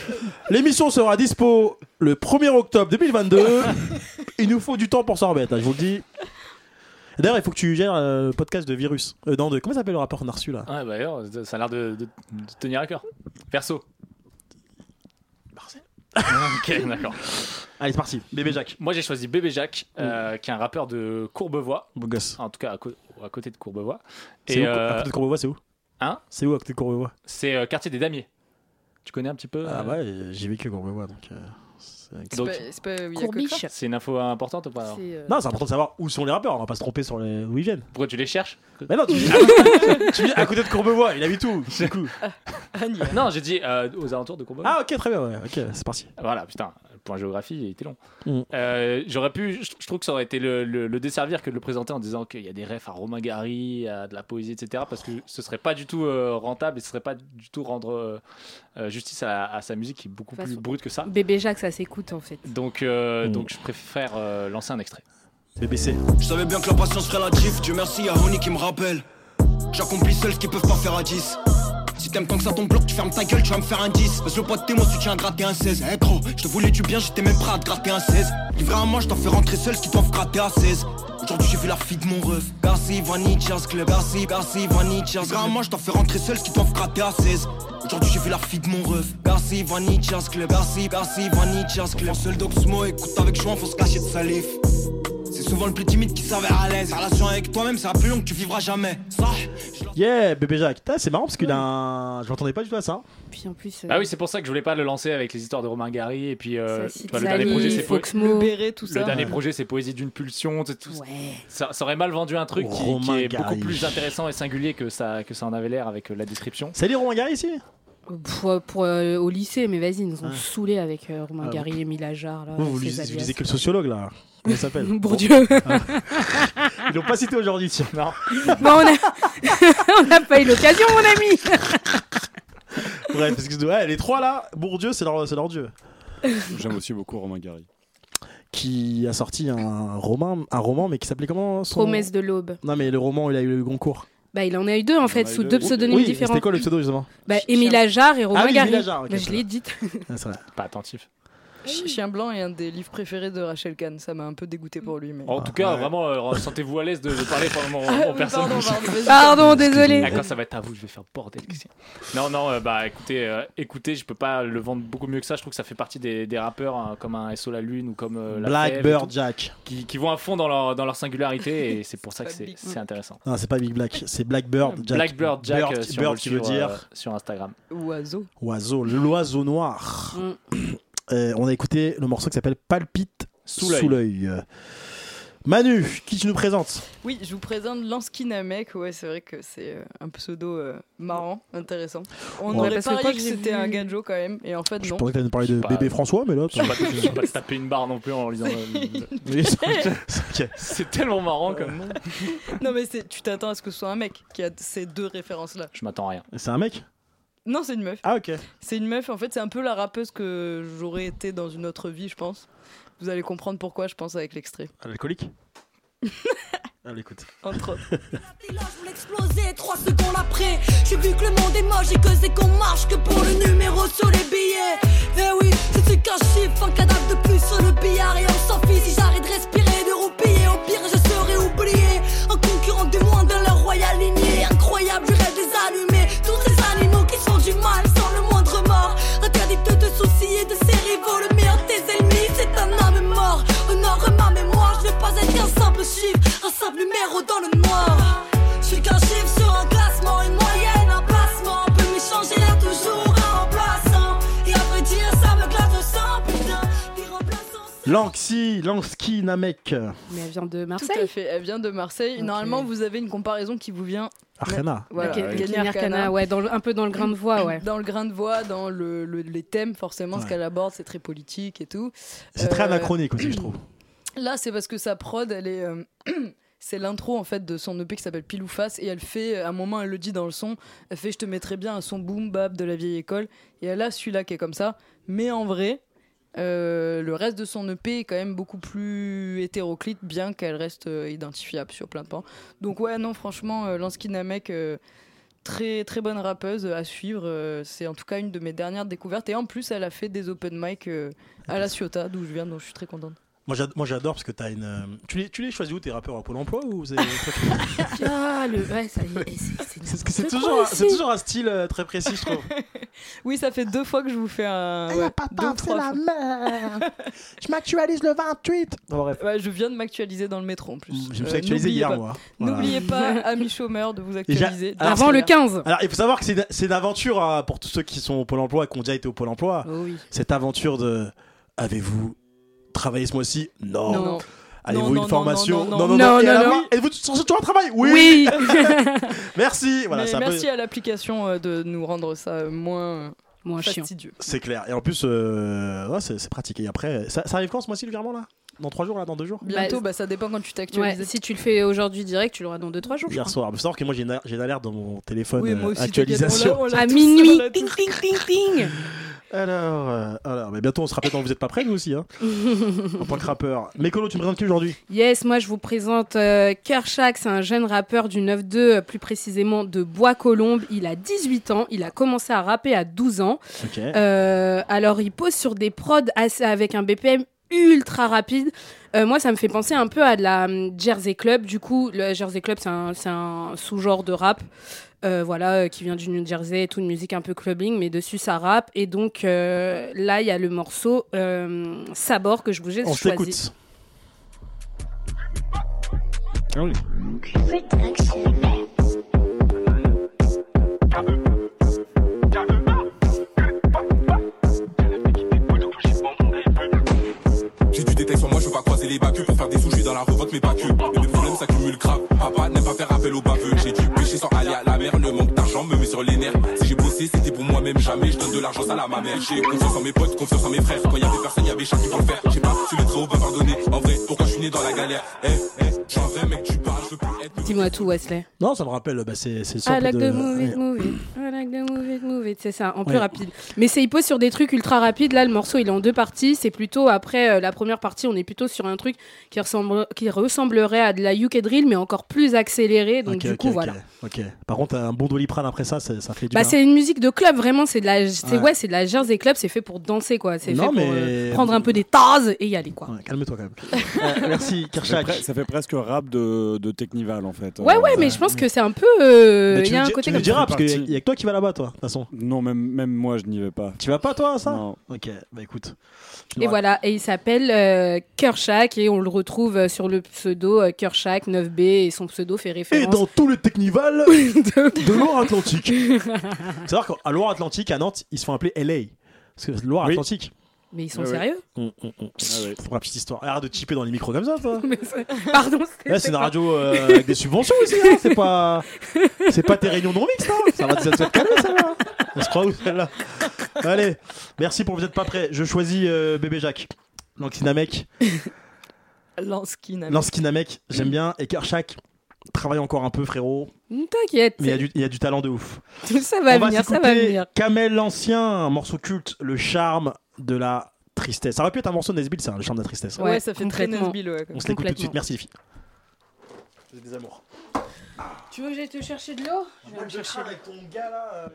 Speaker 2: L'émission sera dispo le 1er octobre 2022. il nous faut du temps pour s'en remettre, hein, je vous le dis. D'ailleurs, il faut que tu gères euh, le podcast de Virus. Euh, non, de, comment s'appelle le rapport Narsu là
Speaker 4: Ouais, bah, d'ailleurs, ça a l'air de, de- de tenir à cœur. Perso. ok, d'accord.
Speaker 2: Allez, c'est parti. Bébé Jacques.
Speaker 4: Moi, j'ai choisi Bébé Jacques, euh, qui est un rappeur de Courbevoie.
Speaker 2: Beau gosse.
Speaker 4: en tout cas à, cô- à côté de Courbevoie.
Speaker 2: C'est
Speaker 4: Et
Speaker 2: où, à
Speaker 4: euh,
Speaker 2: côté de Courbevoie, c'est où
Speaker 4: hein
Speaker 2: C'est où à côté de Courbevoie
Speaker 4: c'est euh, quartier des Damiers. Tu connais un petit peu euh,
Speaker 2: Ah ouais, j'ai vécu à Courbevoie donc. euh, c'est-
Speaker 4: Donc-
Speaker 3: pas- c'est pas où il y a que
Speaker 5: Courbiche.
Speaker 4: C'est une info importante ou pas alors
Speaker 3: C'est, euh,
Speaker 2: Non, c'est important de savoir où sont les rappeurs, on va pas se tromper sur les... où ils viennent.
Speaker 4: Pourquoi tu les cherches
Speaker 2: Mais non, tu dis, tu dis à côté de Courbevoie, il a vu tout. du coup.
Speaker 3: Ah, hein.
Speaker 4: Non, j'ai dit euh, aux alentours de Courbevoie.
Speaker 2: Ah ok, très bien, ouais, ok, c'est parti.
Speaker 4: Voilà, putain, le point géographie, il était long.
Speaker 2: Mm.
Speaker 4: Euh, J'aurais pu, je, je trouve que ça aurait été le, le- le desservir que de le présenter en disant qu'il y a des refs à Romain Gary, à de la poésie, etc. Parce que ce serait pas du tout euh, rentable et ce serait pas du tout rendre euh, euh, justice à, à sa musique qui est beaucoup
Speaker 5: De toute
Speaker 4: plus
Speaker 5: façon.
Speaker 4: brute que ça.
Speaker 5: Bébé Jacques, ça s'écoute en fait.
Speaker 4: Donc, euh,
Speaker 2: Mm.
Speaker 4: donc je préfère euh, lancer un extrait.
Speaker 2: BBC.
Speaker 7: Je savais bien que la patience ferait la diff. Dieu merci à Honey qui me rappelle. J'accomplis seul ce qu'ils peuvent pas faire à 10. Si t'aimes tant que ça ton bloc, tu fermes ta gueule, tu vas me faire un 10. Parce que le pote t'es moi, tu tiens à gratter un 16. Eh gros, je te voulais du bien, j'étais même prêt à te gratter un 16. Livré à moi, je t'en fais rentrer seul ce qu'ils doivent gratter à 16. Aujourd'hui, j'ai vu la fille de mon ref. Merci, Vanille, Jazz Club. Merci, merci, Vanille, Jazz Club. Livré à moi, je t'en fais rentrer seul ce qu'ils doivent gratter à 16. Aujourd'hui, j'ai vu la fille de mon ref. Merci, Vanille, Jazz Club. Merci, merci, Vanille, Jazz Club. Seul d'Oxmo, écoute avec joie, faut se cacher de salif. C'est souvent le plus timide qui s'avère à l'aise. La relation avec toi-même, c'est la plus longue que tu vivras jamais. Ça, je leur-
Speaker 2: Yeah, bébé Jacques. Putain, C'est marrant parce qu'il a un. Je m'attendais pas du tout à ça. hein.
Speaker 5: Puis en plus, euh,
Speaker 4: Ah oui, c'est pour ça que je voulais pas le lancer avec les histoires de Romain Gary et puis euh,
Speaker 5: ça
Speaker 4: tu
Speaker 5: cite
Speaker 4: vois, le
Speaker 5: Zali,
Speaker 4: dernier projet c'est po-
Speaker 3: le
Speaker 5: Foxmo.
Speaker 3: béret, tout
Speaker 4: le
Speaker 3: ça.
Speaker 4: dernier projet c'est poésie d'une pulsion, c'est tout-
Speaker 5: Ouais.
Speaker 4: ça, ça aurait mal vendu un truc qui,
Speaker 2: Romain
Speaker 4: qui est
Speaker 2: Gary.
Speaker 4: beaucoup plus intéressant et singulier que ça que ça en avait l'air avec euh, la description.
Speaker 2: C'est les Romain Gary ici
Speaker 5: Pour, pour, euh, au lycée, mais vas-y, ils nous ont
Speaker 2: Ouais.
Speaker 5: saoulés avec euh, Romain
Speaker 2: Ah,
Speaker 5: Gary, Émile Ajar. Là,
Speaker 2: Vous, vous
Speaker 5: euh, ses
Speaker 2: lisez, vous
Speaker 5: alias.
Speaker 2: lisez que le sociologue là. Comment il s'appelle
Speaker 5: Bourdieu.
Speaker 2: Bon, Ils l'ont pas cité aujourd'hui, tiens.
Speaker 4: Non,
Speaker 5: Bah, on a- on n'a pas eu l'occasion, mon ami.
Speaker 2: Bref, parce que ouais, les trois là, Bourdieu, c'est leur, c'est leur dieu.
Speaker 6: J'aime aussi beaucoup Romain Gary.
Speaker 2: Qui a sorti un roman, un roman mais qui s'appelait comment son...
Speaker 5: Promesse de l'aube.
Speaker 2: Non, mais le roman, il a eu le concours.
Speaker 5: Bah, il en a eu deux en fait,
Speaker 6: en a eu
Speaker 5: sous deux
Speaker 6: deux.
Speaker 5: pseudonymes
Speaker 2: oui,
Speaker 5: différents.
Speaker 2: c'était quoi le pseudo justement Ah
Speaker 5: Bah, Émile Ajar et Romain
Speaker 2: oui,
Speaker 5: Gary.
Speaker 2: Émile Ajar, ok,
Speaker 5: Bah, je
Speaker 2: très bien.
Speaker 5: l'ai dit.
Speaker 2: Ah, c'est vrai.
Speaker 4: pas attentif.
Speaker 3: Ch- Chien blanc est un des livres préférés de Rachel Kahn. Ça m'a un peu dégoûté pour lui. Mais...
Speaker 4: En tout cas,
Speaker 6: Ouais.
Speaker 4: vraiment, euh, sentez-vous à l'aise de, de parler pendant mon,
Speaker 3: Ah,
Speaker 4: mon
Speaker 3: oui,
Speaker 4: personnage.
Speaker 3: pardon, pardon, vas-y.
Speaker 5: Pardon, désolé.
Speaker 4: Ah, quand ça va être à vous, je vais faire bordel. ici. Non, non, euh, bah écoutez, euh, écoutez, je peux pas le vendre beaucoup mieux que ça. Je trouve que ça fait partie des, des rappeurs hein, comme un SO La Lune ou comme euh, La Fève et
Speaker 2: Blackbird
Speaker 4: tout,
Speaker 2: Jack.
Speaker 4: qui, qui vont à fond dans leur, dans leur singularité et c'est pour ça que
Speaker 3: C'est
Speaker 4: c'est
Speaker 3: pas big.
Speaker 4: c'est intéressant.
Speaker 2: Non, c'est pas Big Black, c'est Blackbird Jack.
Speaker 4: Blackbird Jack,
Speaker 2: Bird,
Speaker 4: euh, si on
Speaker 2: Bird
Speaker 4: le
Speaker 2: qui veut
Speaker 4: suivre, euh,
Speaker 2: dire
Speaker 4: sur Instagram.
Speaker 3: Oiseau.
Speaker 2: oiseau, l'oiseau noir.
Speaker 4: Mm.
Speaker 3: Mm.
Speaker 2: Euh, on a écouté le morceau qui s'appelle Palpite
Speaker 4: Sous
Speaker 2: sous
Speaker 4: l'œil.
Speaker 2: l'œil. Manu, qui tu nous présentes
Speaker 3: Oui, je vous présente Lansky Namek. Ouais, c'est vrai que c'est euh, un pseudo euh, marrant, intéressant. On
Speaker 2: Ouais.
Speaker 3: aurait
Speaker 5: Parce que
Speaker 3: parié
Speaker 5: quoi
Speaker 3: que
Speaker 5: que j'ai
Speaker 3: c'était
Speaker 5: vu-
Speaker 3: un gadjo quand même, et en fait
Speaker 2: Je
Speaker 3: non.
Speaker 2: pensais que t'allais nous parler de
Speaker 4: Pas-
Speaker 2: bébé François, mais là.
Speaker 4: Je vais pas, je vais pas te taper une barre non plus en lisant. euh,
Speaker 2: Oui, c'est- ok.
Speaker 4: C'est tellement marrant comme nom.
Speaker 3: Non mais c'est- tu t'attends à ce que ce soit un mec qui a ces deux références là.
Speaker 4: Je m'attends à rien.
Speaker 2: C'est un mec
Speaker 3: Non, c'est une meuf.
Speaker 2: Ah, ok.
Speaker 3: C'est une meuf. En fait, c'est un peu la rappeuse que j'aurais été dans une autre vie, je pense. Vous allez comprendre pourquoi, je pense, avec l'extrait.
Speaker 2: Alcoolique Allez, écoute.
Speaker 3: Entre autres.
Speaker 10: Là, je voulais exploser, trois secondes après. J'ai vu que le monde est moche et que c'est qu'on marche que pour le numéro sur les billets. Eh oui, c'est ce qu'un chiffre, un cadavre de plus sur le billard et on s'en fiche. Si j'arrête de respirer, de roupiller, au pire, je serai oublié. Un concurrent du moins dans leur royale lignée. Incroyable, je rêve des allumés. Tous ces animaux qui sont du mal sans le moindre mort. Interdit de te soucier de ses rivaux. Le meilleur de tes ennemis, c'est un homme mort. Honore ma mémoire, je ne veux pas être qu'un simple chiffre, un simple numéro dans le noir. Je suis qu'un chiffre sur un classement, une moyenne, un placement peut m'échanger changer toujours.
Speaker 2: Lanxi, Lansky, Namek.
Speaker 5: Mais elle vient de
Speaker 3: Tout
Speaker 5: Marseille.
Speaker 3: à fait, elle vient de Marseille.
Speaker 5: Ok.
Speaker 3: Normalement, vous avez une comparaison qui vous vient
Speaker 2: Arena.
Speaker 3: voilà,
Speaker 5: Ok,
Speaker 3: Kenny
Speaker 5: Kenny
Speaker 3: Arcana.
Speaker 5: Arcana, ouais, dans le- un peu dans le grain de voix, ouais.
Speaker 3: dans le grain de voix, dans le, le- les thèmes, forcément, ce
Speaker 2: Ouais.
Speaker 3: qu'elle aborde, c'est très politique et tout.
Speaker 2: C'est très
Speaker 3: Euh,
Speaker 2: anachronique aussi, je trouve.
Speaker 3: Là, c'est parce que sa prod, elle est. euh, C'est l'intro en fait de son EP qui s'appelle Pile ou Face et elle fait, à un moment elle le dit dans le son, elle fait je te mettrais bien un son boom bap de la vieille école et elle a celui-là qui est comme ça, mais en vrai euh, le reste de son EP est quand même beaucoup plus hétéroclite bien qu'elle reste euh, identifiable sur plein de pans. Donc ouais non franchement euh, Lansky Namek euh, très très bonne rappeuse à suivre, euh, c'est en tout cas une de mes dernières découvertes et en plus elle a fait des open mic euh, à la Ciotat d'où je viens donc je suis très contente.
Speaker 2: Moi, j'ad- Moi j'adore parce que t'as une. euh, Tu les, tu les choisis où tes rappeurs à Pôle emploi ou c'est-
Speaker 5: Ah, le. Ouais, ça y est, c'est- c'est
Speaker 2: Parce que c'est
Speaker 5: n'importe
Speaker 2: toujours,
Speaker 5: quoi
Speaker 2: un- c'est
Speaker 5: ici.
Speaker 2: toujours un style euh, très précis, je trouve.
Speaker 3: Oui, ça fait deux fois que je vous fais un.
Speaker 2: Eh,
Speaker 3: ouais, deux ou trois fois.
Speaker 2: je m'actualise le 28. bref. Mmh,
Speaker 3: Ouais, je viens de m'actualiser dans le métro en plus.
Speaker 2: Je me
Speaker 3: Euh,
Speaker 2: suis actualisé
Speaker 3: n'oubliez
Speaker 2: hier,
Speaker 3: pas-
Speaker 2: moi. Voilà.
Speaker 3: N'oubliez pas, amis chômeurs, de vous actualiser.
Speaker 2: Alors,
Speaker 5: Avant le 15.
Speaker 2: Alors, il faut savoir que c'est une, c'est une aventure hein, pour tous ceux qui sont au Pôle emploi et qui ont déjà été au Pôle emploi.
Speaker 3: Oh
Speaker 5: oui.
Speaker 2: Cette aventure de. Avez-vous travaillé ce mois-ci Non.
Speaker 3: Non.
Speaker 2: Avez-vous
Speaker 3: Non,
Speaker 2: une
Speaker 3: non,
Speaker 2: formation
Speaker 3: non, non,
Speaker 5: non. Non,
Speaker 2: bah, Et à la
Speaker 5: non,
Speaker 2: fin,
Speaker 5: non.
Speaker 2: Êtes-vous toujours toujours un travail Oui.
Speaker 5: Oui.
Speaker 2: Merci. Voilà,
Speaker 3: Mais
Speaker 2: c'est un peu-
Speaker 3: merci à l'application euh, de nous rendre ça euh, moins
Speaker 5: Moins chiant.
Speaker 3: fastidieux.
Speaker 2: C'est clair. Et en plus, euh, ouais, c'est c'est pratique. Et après, ça, ça arrive quand ce mois-ci le virement là Dans 3 jours là Dans 2 jours
Speaker 3: Bientôt, bah, ça dépend quand tu t'actualises.
Speaker 5: Ouais, si tu le fais aujourd'hui direct, tu l'auras dans 2-3 jours. je
Speaker 2: Hier
Speaker 5: crois.
Speaker 2: soir. Il faut savoir que moi j'ai une, a- j'ai une alerte dans mon téléphone
Speaker 3: oui,
Speaker 2: euh,
Speaker 3: moi aussi.
Speaker 2: actualisation.
Speaker 3: t'inquiète, on l'a- on l'a
Speaker 5: À
Speaker 3: tous, on
Speaker 5: minuit.
Speaker 3: l'a tous.
Speaker 5: Ting, ting, ting, ting.
Speaker 2: Alors, euh, alors, mais bientôt on se rappelle quand vous êtes pas prêts, nous aussi, hein, en tant que rappeur. Mais Colo, tu me présentes qui aujourd'hui
Speaker 5: Yes, moi je vous présente euh, Kershak, c'est un jeune rappeur du 9-2, euh, plus précisément de Bois-Colombes. Il a 18 ans, il a commencé à rapper à 12 ans.
Speaker 2: Ok.
Speaker 5: Euh, alors, il pose sur des prods assez- avec un BPM ultra rapide. Euh, moi, ça me fait penser un peu à de la hum, Jersey Club. Du coup, le Jersey Club, c'est un, c'est un sous-genre de rap. euh, voilà, euh, qui vient du New Jersey, et tout, une musique un peu clubbing, mais dessus ça rappe. Et donc euh, là, il y a le morceau euh, Sabor que je vous ai
Speaker 2: on
Speaker 5: choisi.
Speaker 2: t'écoute.
Speaker 8: J'ai du détail sur moi, je veux pas croiser les bacus Pour faire des sous, je suis dans la revolte, mais pas que Et mes problèmes s'accumulent grave Papa n'aime pas faire appel aux baveux J'ai dû pêcher sans aller à la mer Le manque d'argent me met sur les nerfs Si j'ai bossé, c'était pour moi-même jamais Je donne de l'argent, ça la ma mère J'ai confiance en mes potes, confiance en mes frères Quand y'avait personne, y'avait chacun pour le faire J'ai pas su les trop pas pardonner En vrai, pourquoi je suis né dans la galère Eh, eh, je suis un vrai mec, tu parles, je veux plus être
Speaker 5: Dis-moi tout, Wesley. Ah,
Speaker 2: Non, ça me rappelle, bah, c'est c'est le
Speaker 5: I
Speaker 2: sample
Speaker 5: like
Speaker 2: de-
Speaker 5: the move it,
Speaker 2: ouais.
Speaker 5: move it. I like the move it, move it. C'est ça, en plus
Speaker 2: Ouais.
Speaker 5: rapide. Mais c'est, il pose sur des trucs ultra rapides. Là, le morceau, il est en deux parties. C'est plutôt, après euh, la première partie, on est plutôt sur un truc qui, ressemble, qui ressemblerait à de la UK Drill, mais encore plus accéléré. Donc,
Speaker 2: Ok,
Speaker 5: du
Speaker 2: ok,
Speaker 5: coup,
Speaker 2: ok,
Speaker 5: voilà.
Speaker 2: ok. Par contre, un bon doliprane après ça, c'est- ça fait du
Speaker 5: Bah,
Speaker 2: bien.
Speaker 5: c'est une musique de club, vraiment. C'est de la, c'est,
Speaker 2: Ouais.
Speaker 5: ouais. c'est de la Jersey Club. C'est fait pour danser, quoi. C'est
Speaker 2: Non,
Speaker 5: fait pour
Speaker 2: mais-
Speaker 5: euh, prendre un peu des tazes et y aller, quoi.
Speaker 2: Ouais, Calme-toi quand même. Euh, merci,
Speaker 6: Ça fait,
Speaker 2: Kershak.
Speaker 6: pre- ça fait presque rap de, de Technival en fait.
Speaker 5: Ouais,
Speaker 6: Euh,
Speaker 5: ouais,
Speaker 6: ça-
Speaker 5: mais je pense que c'est un peu. euh,
Speaker 2: Mais
Speaker 5: Il
Speaker 2: tu
Speaker 5: y a
Speaker 2: me
Speaker 5: un
Speaker 2: di-
Speaker 5: côté
Speaker 2: tu me
Speaker 5: comme
Speaker 2: diras,
Speaker 6: ça.
Speaker 2: parce qu'il y a que toi qui vas là-bas, toi, de toute façon.
Speaker 6: Non, même, même moi je n'y vais pas.
Speaker 2: Tu vas pas, toi, à ça
Speaker 6: Non.
Speaker 2: Ok, bah
Speaker 5: Et
Speaker 2: écoute. Tu nous racontes.
Speaker 5: voilà, et il s'appelle euh, Kershak et on le retrouve euh, sur le pseudo euh, Kershak 9B et son pseudo fait
Speaker 2: Et
Speaker 5: référence.
Speaker 2: dans tout le Technival
Speaker 5: de-
Speaker 2: de Loire-Atlantique. C'est-à-dire qu'à Loire-Atlantique, à Nantes, ils se font appeler LA. Parce que Loire-Atlantique. Mm,
Speaker 5: Mais ils sont
Speaker 6: Ouais, ouais.
Speaker 5: sérieux
Speaker 2: On- on- on-
Speaker 6: ouais.
Speaker 2: Pour la petite histoire. Arrête de chipper dans les micros comme ça, toi.
Speaker 5: Mais c'est- Pardon,
Speaker 2: Là, c'est une radio euh, avec des subventions aussi, hein. c'est pas, c'est pas tes réunions non mixtes, hein. ça va ça va te calmer celle-là. On se croit où celle-là Allez, merci pour vous êtes pas prêts. Je choisis euh, Bébé Jacques, Lankinamek,
Speaker 3: Lansky Namek.
Speaker 2: Lankinamek, j'aime bien, et Karchak travaille encore un peu frérot,
Speaker 5: Mm, T'inquiète,
Speaker 2: mais il y a du- il y, a du talent de ouf.
Speaker 5: ça va
Speaker 2: On
Speaker 5: venir, ça va
Speaker 2: s'écouter
Speaker 5: venir.
Speaker 2: Kamel l'ancien, un morceau culte, le charme de la tristesse. Ça aurait pu être un morceau de Nesbill, ça, le charme de la tristesse.
Speaker 3: Ouais,
Speaker 5: Ouais,
Speaker 3: ça fait très
Speaker 5: complètement.
Speaker 3: Nesbill, ouais. quoi.
Speaker 2: On se l'écoute tout de
Speaker 5: complètement.
Speaker 2: suite, merci les filles. J'ai des amours.
Speaker 5: Tu veux que j'aille te chercher de l'eau
Speaker 2: avec ton gars là. euh,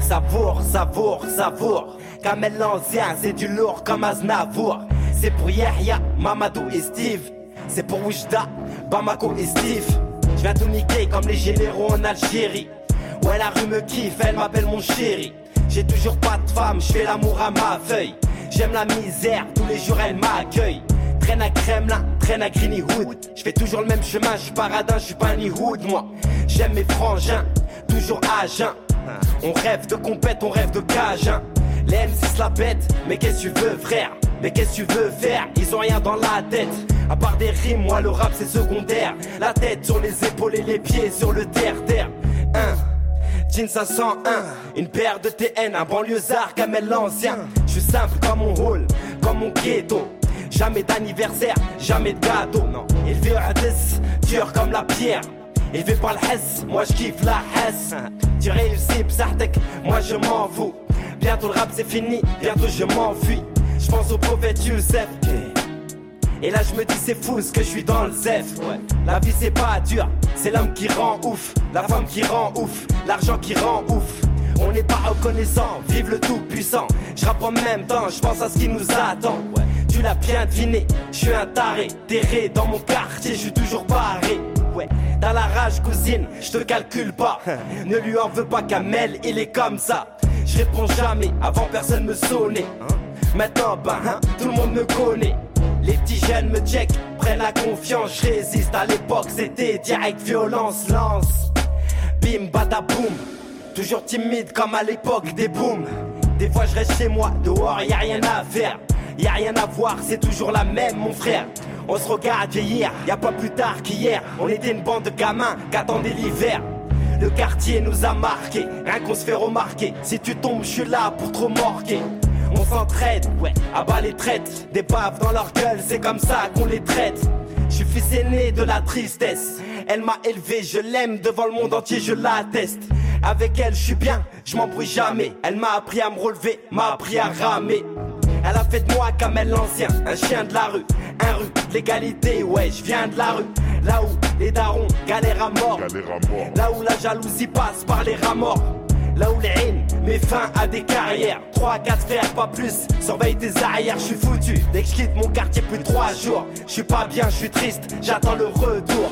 Speaker 7: Savour, savour, savour. Kamel l'ancien, c'est du lourd comme Aznavour.
Speaker 11: C'est pour Yahya, Mamadou et Steve. C'est pour Oujda, Bamako et Steve. Je viens tout niquer comme les généraux en Algérie. Ouais, la rue me kiffe, elle m'appelle mon chéri. J'ai toujours pas de femme, je fais l'amour à ma feuille. J'aime la misère, tous les jours elle m'accueille. Traîne à Kremlin, traîne à Greeny Hood. Je fais toujours le même chemin, je suis paradin, je suis pas ni hood, moi. J'aime mes frangins, toujours à jeun. On rêve de compète, on rêve de cage. hein. Les M6 la bête, mais qu'est-ce que tu veux, frère Mais qu'est-ce que tu veux faire Ils ont rien dans la tête. À part des rimes, moi le rap c'est secondaire. La tête sur les épaules et les pieds sur le terre-terre. Hein. Jean 501, une paire de TN, un banlieusard Kamel l'ancien. Je suis simple comme mon hall, comme mon ghetto. Jamais d'anniversaire, jamais de gâteau. Non. Élevé à 10, dur comme la pierre. Élevé par le Hess, moi je kiffe la Hess. Tu réussis, psartek, moi je m'en fous. Bientôt le rap c'est fini, bientôt je m'enfuis. Je pense au prophète Youssef. Et là je me dis c'est fou ce que je suis dans le zef La vie c'est pas dur, c'est l'homme qui rend ouf La femme qui rend ouf, l'argent qui rend ouf On n'est pas reconnaissant, vive le tout puissant Je rappe en même temps, je pense à ce qui nous attend Tu l'as bien deviné, je suis un taré Terré dans mon quartier, je suis toujours barré Ouais, T'as la rage cousine, je te calcule pas Ne lui en veux pas Kamel, il est comme ça Je réponds jamais, avant personne me sonnait Maintenant ben hein, tout le monde me connaît les petits jeunes me check, prennent la confiance, je résiste. À l'époque, c'était direct violence, lance. Bim, badaboum. Toujours timide comme à l'époque des booms. Des fois, je reste chez moi, dehors, y a rien à faire. Y a rien à voir, c'est toujours la même, mon frère. On se regarde vieillir, y a pas plus tard qu'hier. On était une bande de gamins qu'attendait l'hiver. Le quartier nous a marqué, rien qu'on se fait remarquer. Si tu tombes, je suis là pour trop morquer. On s'entraide, ouais, à bas les traites. Des baves dans leur gueule, c'est comme ça qu'on les traite. Je suis fils aîné de la tristesse. Elle m'a élevé, je l'aime, devant le monde entier, je l'atteste. Avec elle, je suis bien, je m'embrouille jamais. Elle m'a appris à me relever, m'a appris à ramer. Elle a fait de moi comme elle l'ancien, un chien de la rue, un rue de l'égalité, ouais, je viens de la rue. Là où les darons galèrent à mort. Là où la jalousie passe par les rats morts. Là où les haines met fin à des carrières. 3, 4 frères, pas plus. Surveille tes arrières, je suis foutu. Dès que je quitte mon quartier, plus de 3 jours. Je suis pas bien, je suis triste, j'attends le retour.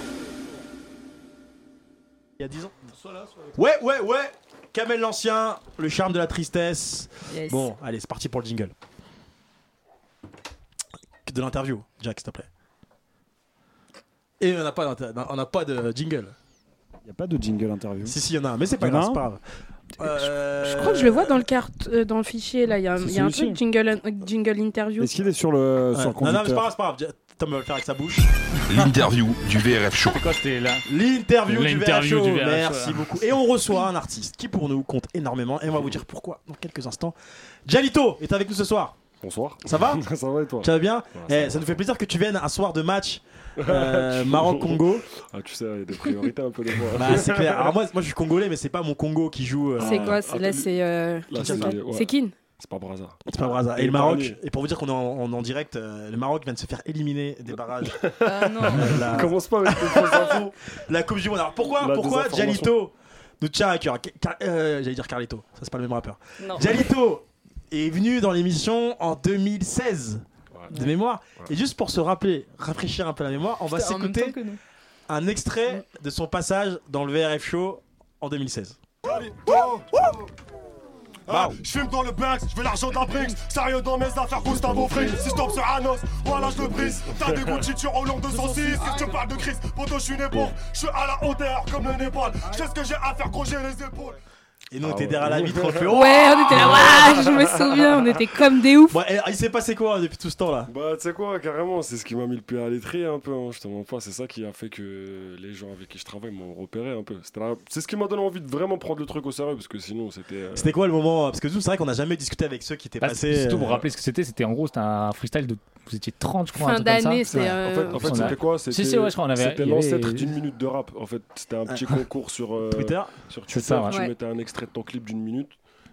Speaker 2: Il y a 10 ans Ouais, ouais, ouais Kamel l'Ancien, le charme de la tristesse.
Speaker 12: Yes.
Speaker 2: Bon, allez, c'est parti pour le jingle. De l'interview, Jack, s'il te plaît. Et on n'a pas, d'inter- on n'a pas de jingle.
Speaker 6: Il n'y a pas de jingle interview.
Speaker 2: Si, si, il y en a un, mais c'est pas
Speaker 6: Y en a
Speaker 2: grave, c'est
Speaker 6: un
Speaker 2: pas grave. Euh,
Speaker 5: Je crois que je le vois dans le, cart- euh, dans le fichier là. Il y a, un-
Speaker 6: C'est
Speaker 5: il y a un
Speaker 6: celui-ci.
Speaker 5: truc jingle, euh, jingle interview.
Speaker 6: Est-ce qu'il est sur le,
Speaker 2: ouais.
Speaker 6: sur le
Speaker 2: Euh, Non, non, mais c'est
Speaker 6: conducteur
Speaker 2: pas grave, c'est pas grave. Jack, Tom va le faire avec sa bouche.
Speaker 1: L'interview du VRF Show.
Speaker 2: L'interview du VRF
Speaker 4: L'interview
Speaker 2: Show.
Speaker 4: du VRF Show,
Speaker 2: Merci
Speaker 4: ouais.
Speaker 2: beaucoup. Et on reçoit un artiste qui pour nous compte énormément. Et on va vous dire pourquoi dans quelques instants. Jalito est avec nous ce soir.
Speaker 6: Bonsoir.
Speaker 2: Ça va
Speaker 6: Ça va et toi
Speaker 2: Tu vas bien
Speaker 6: Ouais,
Speaker 2: Eh, Ça nous fait plaisir que tu viennes un soir de match euh, Maroc-Congo.
Speaker 6: Ah, tu sais, il y a des priorités un peu les fois.
Speaker 2: Bah, c'est clair. Alors, moi, moi, je suis congolais, mais c'est pas mon Congo qui joue. euh,
Speaker 5: C'est quoi c'est- Là, c'est. euh,
Speaker 6: Là,
Speaker 5: qui-
Speaker 6: c'est- ouais.
Speaker 5: C'est qui
Speaker 6: C'est pas Braza.
Speaker 2: C'est pas Brazza.
Speaker 6: Ah.
Speaker 2: Et
Speaker 6: Et
Speaker 2: le Maroc,
Speaker 6: parler.
Speaker 2: et pour vous dire qu'on est en, en- en direct, euh, le Maroc vient de se faire éliminer des barrages. Euh,
Speaker 3: Ah non.
Speaker 2: la,
Speaker 6: Commence pas avec les fausses infos.
Speaker 2: la Coupe du Monde. Alors pourquoi,
Speaker 6: La
Speaker 2: pourquoi
Speaker 6: désinformation.
Speaker 2: Jalito nous tient à cœur Car- euh, J'allais dire Carlito, ça c'est pas le même rappeur.
Speaker 3: Non.
Speaker 2: Jalito est venu dans l'émission en 2016 de mémoire. Et juste pour se rappeler, rafraîchir un peu la mémoire, on va
Speaker 3: Putain, en même temps
Speaker 2: s'écouter
Speaker 3: que nous. Mm.
Speaker 2: un extrait de son passage dans le VRF Show en 2016.
Speaker 13: Ah, je fume dans le Bex, je veux l'argent d'un Brix Sérieux dans mes affaires, Gustavo Frix Si je tombe sur Anos, voilà je le brise T'as des Gucci, tu roules en 206 Quand tu parles de crise, poto je suis né pour Je suis à la hauteur comme le Népal Je sais ce que j'ai à faire, crocher les épaules
Speaker 12: Ah
Speaker 2: Et
Speaker 13: Ah
Speaker 2: nous, on était derrière la vitre, on fait Oh
Speaker 5: Ouais, on était là. Ouah, je me souviens, on était comme des oufs.
Speaker 2: Bon, et- Il s'est passé quoi depuis tout ce temps là
Speaker 13: Bah tu sais quoi, carrément, c'est ce qui m'a mis le pied à l'étrier un peu, hein, je te mens pas, c'est ça qui a fait que les gens avec qui je travaille m'ont repéré un peu. C'était la- C'est ce qui m'a donné envie de vraiment prendre le truc au sérieux, parce que sinon c'était... euh,
Speaker 2: C'était quoi le moment Parce que nous, c'est vrai qu'on n'a jamais discuté avec ceux qui étaient
Speaker 4: Bah,
Speaker 2: passés.
Speaker 4: c'est- Surtout pour
Speaker 2: euh,
Speaker 4: rappeler ce que c'était, c'était en gros, c'était un freestyle de. Vous étiez 30, je crois.
Speaker 5: Fin
Speaker 4: un truc comme ça.
Speaker 5: d'année, c'est.
Speaker 13: En
Speaker 5: euh,
Speaker 13: fait, en fait,
Speaker 4: on a-
Speaker 13: c'était quoi
Speaker 4: Si,
Speaker 13: C'était
Speaker 4: si, ouais, je crois, on avait-
Speaker 13: c'était
Speaker 4: il y avait-
Speaker 13: l'ancêtre d'une minute de rap. En fait, c'était un petit concours sur euh,
Speaker 2: Twitter.
Speaker 13: Sur
Speaker 4: C'est
Speaker 13: Twitter,
Speaker 4: ça, ouais.
Speaker 13: tu
Speaker 5: Ouais.
Speaker 13: mettais un extrait de ton clip d'une minute.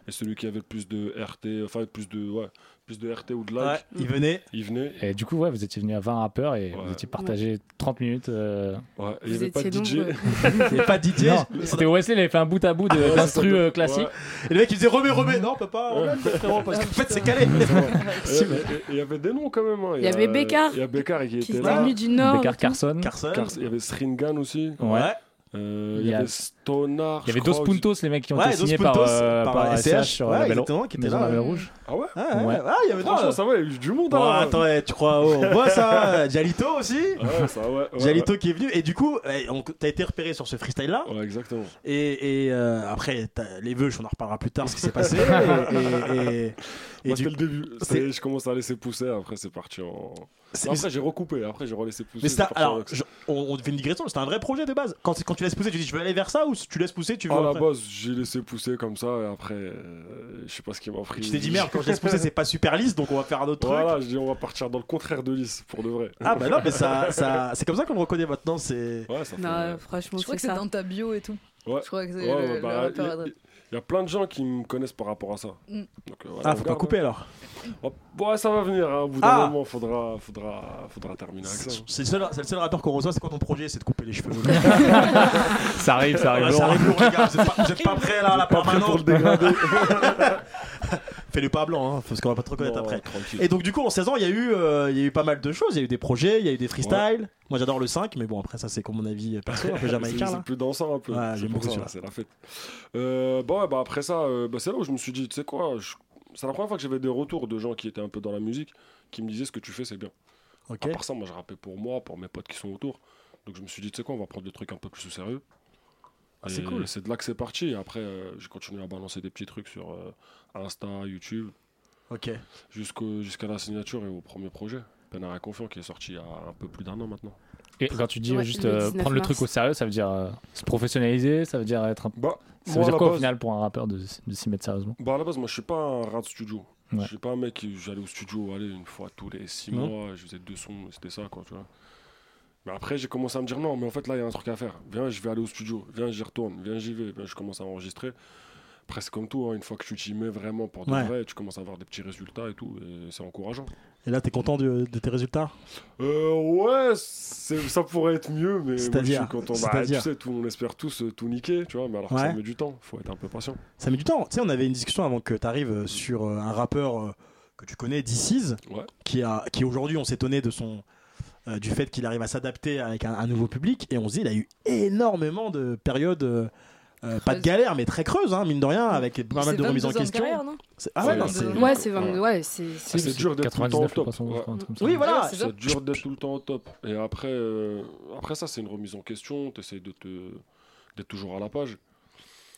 Speaker 12: Et celui qui avait le plus de RT, enfin plus de, ouais, plus de RT ou de like,
Speaker 2: il venait.
Speaker 12: Il venait.
Speaker 4: Et du coup, ouais, vous étiez venu à 20 rappeurs et vous étiez partagé 30 minutes. euh.
Speaker 12: Ouais, et il y Vous avait pas de étiez DJ. nombreux.
Speaker 2: Il y avait pas de Ah DJ.
Speaker 4: Non, C'était Wesley, il avait fait un bout à bout de- d'instru euh, classique.
Speaker 2: Et le mec il faisait remets, remets. Non, papa, remets, frérot, parce qu'en
Speaker 5: Ah,
Speaker 2: fait c'est calé.
Speaker 12: Et- et- et Il y avait des noms quand même. hein.
Speaker 5: Il y avait Bécard.
Speaker 12: Il y a Bécard qui,
Speaker 5: Qui
Speaker 12: était
Speaker 5: est
Speaker 12: là.
Speaker 5: venu du Nord Bécard et tout.
Speaker 4: Carson.
Speaker 2: Carson.
Speaker 12: Cars- Il y avait Sringan aussi.
Speaker 4: Ouais.
Speaker 12: Euh, il
Speaker 4: Il
Speaker 12: y
Speaker 4: y a-
Speaker 12: avait Stonar.
Speaker 4: Il y avait
Speaker 12: je
Speaker 4: Dos
Speaker 12: crois,
Speaker 4: Puntos, les mecs qui ont
Speaker 12: Ouais,
Speaker 4: été
Speaker 12: Dos
Speaker 4: signés par,
Speaker 12: Puntos,
Speaker 4: euh,
Speaker 12: par
Speaker 4: par
Speaker 12: SCH,
Speaker 4: SCH,
Speaker 2: ouais,
Speaker 4: sur la
Speaker 2: exactement, qui était là, ouais.
Speaker 4: Rouge.
Speaker 12: Ah ouais
Speaker 2: Ah ouais,
Speaker 4: Ouais.
Speaker 2: ah, il y avait
Speaker 12: Franchement,
Speaker 2: non,
Speaker 12: ça va, il y a eu du monde.
Speaker 2: Ouais,
Speaker 12: hein.
Speaker 2: attends, eh, tu crois oh, on voit ça Jalito aussi
Speaker 12: Ouais, ça, ouais, ouais,
Speaker 2: Jalito
Speaker 12: ouais.
Speaker 2: qui est venu et du coup eh, on- t'as été repéré sur ce freestyle là
Speaker 12: Ouais, exactement.
Speaker 2: et, et, euh, après t'as- les vœux on en reparlera plus tard ce qui s'est passé et, et- et- et
Speaker 12: Moi,
Speaker 2: du-
Speaker 12: c'était le début.
Speaker 2: c'est-
Speaker 12: C'est- Je commence à laisser pousser. Après, c'est parti en. Après, j'ai recoupé. Après, j'ai relaissé pousser.
Speaker 2: mais
Speaker 12: c'est
Speaker 2: c'est un-
Speaker 12: parti en
Speaker 2: alors
Speaker 12: accéléré.
Speaker 2: je- on, on fait une digression c'était un vrai projet de base quand, quand tu laisses pousser tu dis je veux aller vers ça ou tu laisses pousser tu veux
Speaker 12: à Ah, la
Speaker 2: après
Speaker 12: base, j'ai laissé pousser comme ça, et après, euh, je sais pas ce qui m'a pris.
Speaker 2: tu t'es dit merde quand je laisse pousser c'est pas super lisse donc on va faire un autre
Speaker 12: Voilà,
Speaker 2: truc
Speaker 12: je dis, on va partir dans le contraire de lisse, pour de vrai.
Speaker 2: ah bah non mais ça, ça c'est comme ça qu'on le reconnaît maintenant c'est
Speaker 12: Ouais, ça fait- euh,
Speaker 3: Non,
Speaker 5: euh, franchement,
Speaker 3: je crois que
Speaker 5: c'est
Speaker 3: c'est
Speaker 5: ça.
Speaker 3: dans ta bio et tout.
Speaker 12: Ouais.
Speaker 3: Je crois que c'est
Speaker 12: Ouais, ouais,
Speaker 3: le, le
Speaker 12: bah,
Speaker 3: rappeur
Speaker 12: y-
Speaker 3: adresse.
Speaker 12: Il y a plein de gens qui me connaissent par rapport à ça.
Speaker 3: Mm.
Speaker 12: Donc, euh, voilà,
Speaker 2: ah
Speaker 12: on
Speaker 2: faut pas
Speaker 12: garde,
Speaker 2: couper
Speaker 12: hein.
Speaker 2: alors
Speaker 12: Oh, ouais, ça va venir, hein, au bout d'un
Speaker 2: Ah.
Speaker 12: moment, faudra, faudra, faudra terminer avec ça.
Speaker 2: c'est le seul c'est le seul rapport qu'on reçoit c'est quoi ton projet c'est de couper les cheveux
Speaker 4: Ça arrive, ça arrive.
Speaker 2: Ah, ça
Speaker 4: Laurent.
Speaker 2: arrive lourd, les gars. Vous êtes pas, vous êtes pas prêts là, à la permanente. Fais-le pas blanc, hein, parce qu'on va pas te reconnaître
Speaker 12: Non,
Speaker 2: après.
Speaker 12: tranquille.
Speaker 2: Et donc, du coup, en 16 ans, il y, a eu, euh, il y a eu pas mal de choses. Il y a eu des projets, il y a eu des freestyles. Moi, j'adore le 5, mais bon, après, ça, c'est comme mon avis perso, un peu
Speaker 12: C'est-
Speaker 2: jamaïcain.
Speaker 12: C'est
Speaker 2: là.
Speaker 12: plus dansant un peu.
Speaker 2: Ouais,
Speaker 12: c'est
Speaker 2: j'aime
Speaker 12: pour
Speaker 2: beaucoup
Speaker 12: ça,
Speaker 2: celui-là.
Speaker 12: c'est la fête. Euh, bah ouais, bah après ça, euh, bah c'est là où je me suis dit, tu sais quoi, je- c'est la première fois que j'avais des retours de gens qui étaient un peu dans la musique, qui me disaient ce que tu fais, c'est bien.
Speaker 2: Ok.
Speaker 12: À part ça, moi je rappais pour moi, pour mes potes qui sont autour. Donc je me suis dit, tu sais quoi, on va prendre le truc un peu plus au sérieux.
Speaker 2: Ah, c'est
Speaker 12: Et
Speaker 2: cool.
Speaker 12: C'est de là que c'est parti. Et Après, euh, j'ai continué à balancer des petits trucs sur euh, Insta, YouTube,
Speaker 2: Ok.
Speaker 12: jusqu'au- jusqu'à la signature et au premier projet. Pénard et Confiant qui est sorti il y a un peu plus d'un an maintenant.
Speaker 4: Et quand tu dis
Speaker 5: Ouais,
Speaker 4: juste
Speaker 5: le
Speaker 4: euh,
Speaker 5: 19
Speaker 4: prendre le truc
Speaker 5: mars.
Speaker 4: au sérieux, ça veut dire euh, se professionnaliser, ça veut dire être un. ça
Speaker 12: Bah, moi,
Speaker 4: veut
Speaker 12: à la
Speaker 4: dire quoi au
Speaker 12: base-
Speaker 4: final pour un rappeur de, de s'y mettre sérieusement
Speaker 12: Bah à la base, moi je suis pas un rat de studio.
Speaker 4: Ouais.
Speaker 12: Je suis pas un mec qui j'allais au studio aller une fois tous les six
Speaker 4: Non.
Speaker 12: mois, je faisais deux sons, c'était ça quoi, tu vois. Mais après j'ai commencé à me dire non, mais en fait là il y a un truc à faire. Viens, je vais aller au studio, viens, j'y retourne, viens, j'y vais, Viens, je commence à enregistrer. Presque comme tout, hein, une fois que tu t'y mets vraiment pour de
Speaker 2: Ouais.
Speaker 12: vrai, tu commences à avoir des petits résultats et tout, et c'est encourageant.
Speaker 2: Et là, t'es content de, de tes résultats
Speaker 12: Euh, ouais, c'est- ça pourrait être mieux, mais moi, je
Speaker 2: C'est-à-dire
Speaker 12: suis content. Bah, tu
Speaker 2: C'est-à-dire
Speaker 12: sais, tout, on espère tous euh, tout niquer, tu vois, mais alors que ça
Speaker 2: Ouais.
Speaker 12: met du temps, faut être un peu patient.
Speaker 2: Ça met du temps. Tu sais, on avait une discussion avant que t'arrives euh, sur euh, un rappeur euh, que tu connais, DC's,
Speaker 12: Ouais.
Speaker 2: qui, a, qui aujourd'hui, on s'étonnait de son. euh, du fait qu'il arrive à s'adapter avec un, un nouveau public et on se dit il a eu énormément de périodes euh, euh, pas de
Speaker 3: Creuses.
Speaker 2: galère mais très creuses hein, mine de rien avec pas mal
Speaker 3: C'est
Speaker 2: de remises
Speaker 3: 22
Speaker 2: en
Speaker 3: ans de
Speaker 2: question
Speaker 3: carrière, non
Speaker 2: C'est- ah ouais,
Speaker 12: Ouais,
Speaker 2: non,
Speaker 12: c'est-
Speaker 2: c'est-
Speaker 5: Ouais, c'est 22. Ouais, c'est.
Speaker 12: C'est
Speaker 5: c'est-
Speaker 12: dur d'être tout le temps au
Speaker 4: 99,
Speaker 12: top.
Speaker 4: je crois,
Speaker 12: Ouais.
Speaker 4: un truc comme ça.
Speaker 2: oui voilà
Speaker 3: c'est
Speaker 12: C'est dur d'être tout le temps au top. Et après, euh, après ça, c'est une remise en question. Tu essayes d'être toujours à la page.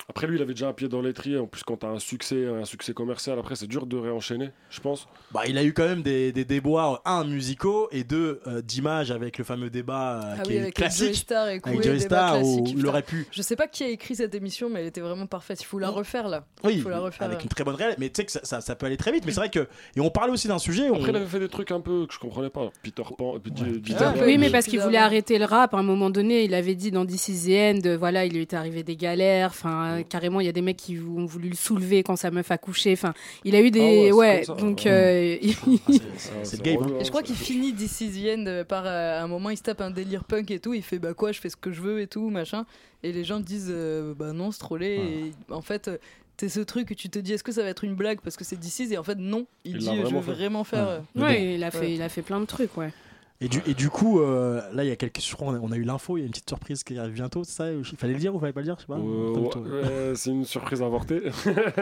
Speaker 12: Après, lui, il avait déjà un pied dans l'étrier. En plus, quand tu as un succès, un succès commercial, après, c'est dur de réenchaîner, je pense.
Speaker 2: Bah, il a eu quand même des, des déboires, un, musicaux, et deux, euh, d'images avec le fameux débat euh,
Speaker 3: Ah
Speaker 2: qui
Speaker 3: oui,
Speaker 2: est
Speaker 3: avec les Joey
Speaker 2: classique.
Speaker 3: Star et Koué,
Speaker 2: Avec Joey
Speaker 3: débat
Speaker 2: Star, où
Speaker 3: classique,
Speaker 2: il
Speaker 3: putain.
Speaker 2: aurait pu.
Speaker 3: Je sais pas qui a écrit cette émission, mais elle était vraiment parfaite. Il faut la refaire là.
Speaker 2: Oui,
Speaker 3: faut la refaire.
Speaker 2: avec une très bonne réelle, mais tu sais que ça, ça- ça peut aller très vite. Mais c'est vrai que. Et on parlait aussi d'un sujet. où
Speaker 12: Après, il
Speaker 2: on-
Speaker 12: avait fait des trucs un peu que je comprenais pas. Peter Pan. puis du- du-
Speaker 3: Ah,
Speaker 5: Oui, mais
Speaker 3: oui,
Speaker 5: parce qu'il voulait
Speaker 3: évidemment.
Speaker 5: arrêter le rap. À un moment donné, il avait dit dans This is the End, euh, voilà, il lui était arrivé des galères. Enfin, euh, carrément, il y a des mecs qui vou- ont voulu le soulever quand sa meuf a couché. Enfin, il a eu des.
Speaker 12: Ah ouais,
Speaker 5: ouais,
Speaker 12: c'est comme ça.
Speaker 5: donc.
Speaker 12: Ouais.
Speaker 5: euh, il-
Speaker 12: Ah,
Speaker 2: c'est le
Speaker 12: relou,
Speaker 2: game,
Speaker 12: hein,
Speaker 3: Et je crois
Speaker 12: ça.
Speaker 3: qu'il finit d'ici the End euh, par euh, à un moment, il se tape un délire punk et tout. Il fait bah quoi, je fais ce que je veux et tout, machin. Et les gens disent euh, bah non, c'est trollé. Et En fait, euh, t'es ce truc que tu te dis est-ce que ça va être une blague parce que c'est d'ici et en fait, non. Il,
Speaker 12: Il
Speaker 3: dit
Speaker 12: l'a
Speaker 3: euh, je
Speaker 12: vraiment
Speaker 3: veux
Speaker 12: fait.
Speaker 3: vraiment faire. euh,
Speaker 5: Ouais, il a
Speaker 3: Ouais.
Speaker 5: fait, il a fait plein de trucs, ouais.
Speaker 2: Et, du, et du coup, euh, là, il y a quelques. Je crois qu'on a, on a eu l'info, il y a une petite surprise qui arrive bientôt, c'est ça Il fallait le dire ou fallait pas le dire Je sais pas.
Speaker 12: Euh,
Speaker 2: Pas du
Speaker 12: ouais,
Speaker 2: tout.
Speaker 12: ouais, c'est une surprise avortée.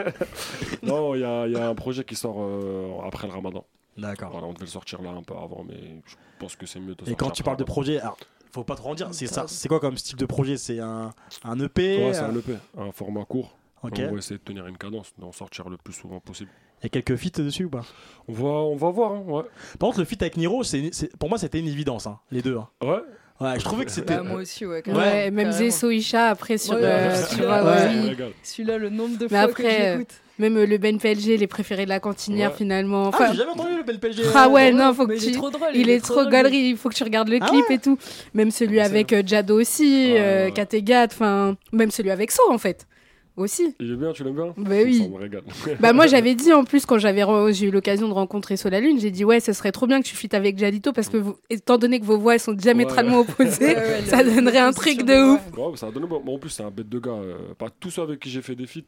Speaker 12: non, il y a, il y a un projet qui sort euh, après le ramadan.
Speaker 2: D'accord.
Speaker 12: Voilà, on devait le sortir là un peu avant, mais je pense que c'est mieux de
Speaker 2: Et
Speaker 12: sortir
Speaker 2: quand
Speaker 12: après
Speaker 2: tu parles de
Speaker 12: le
Speaker 2: projet, alors, faut pas trop en dire. C'est ça- c'est quoi comme style de projet C'est un, un EP
Speaker 12: ramadan. Ouais, c'est un E
Speaker 2: euh,
Speaker 12: EP, un format court.
Speaker 2: Ok.
Speaker 12: On va essayer de tenir une cadence, d'en sortir le plus souvent possible.
Speaker 2: Il y a quelques feats dessus ou pas
Speaker 12: On va, on va voir, hein, ouais.
Speaker 2: Par contre, le feat avec Niro, c'est- c'est- pour moi, c'était une évidence, hein, les deux. hein.
Speaker 12: Ouais,
Speaker 2: Ouais, je trouvais que c'était.
Speaker 3: Bah, moi aussi, ouais.
Speaker 5: Ouais,
Speaker 3: carrément,
Speaker 5: même
Speaker 3: carrément.
Speaker 5: Zesso Isha après sur.
Speaker 3: Ouais,
Speaker 5: euh,
Speaker 3: ouais,
Speaker 5: tu
Speaker 3: ouais,
Speaker 5: vois,
Speaker 2: ouais.
Speaker 5: oui.
Speaker 12: on régale.
Speaker 3: Celui-là, le nombre de
Speaker 5: Mais
Speaker 3: fois que
Speaker 5: après,
Speaker 3: j'écoute.
Speaker 5: même euh, le Ben PLG, les préférés de la cantinière
Speaker 12: Ouais.
Speaker 5: finalement.
Speaker 2: Ah,
Speaker 5: Enfin,
Speaker 2: j'ai jamais entendu le PLG.
Speaker 5: Ah
Speaker 12: euh,
Speaker 5: ouais, non, faut
Speaker 3: mais
Speaker 5: que
Speaker 3: il est
Speaker 5: tu-
Speaker 3: trop drôle.
Speaker 5: il est trop
Speaker 3: drôle,
Speaker 5: galerie, il faut que tu regardes le
Speaker 2: Ah
Speaker 5: clip et tout. Même celui
Speaker 12: Ah, ça-
Speaker 5: avec euh, Jado aussi,
Speaker 12: Ouais,
Speaker 5: euh,
Speaker 12: ouais.
Speaker 5: Kattegat, enfin, même celui avec So en fait. aussi.
Speaker 12: Il est bien, tu l'aimes bien
Speaker 5: Bah
Speaker 12: Ça
Speaker 5: oui.
Speaker 12: me régale.
Speaker 5: Bah moi j'avais dit en plus quand j'avais re- j'ai eu l'occasion de rencontrer Solalune, j'ai dit ouais ce serait trop bien que tu fites avec Jalito parce que vous- étant donné que vos voix elles sont diamétralement opposées, ça donnerait un truc de ouf.
Speaker 12: Ouais, ça a donné- bon, en plus, c'est un bête de gars. euh, pas tous ceux avec qui j'ai fait des feats.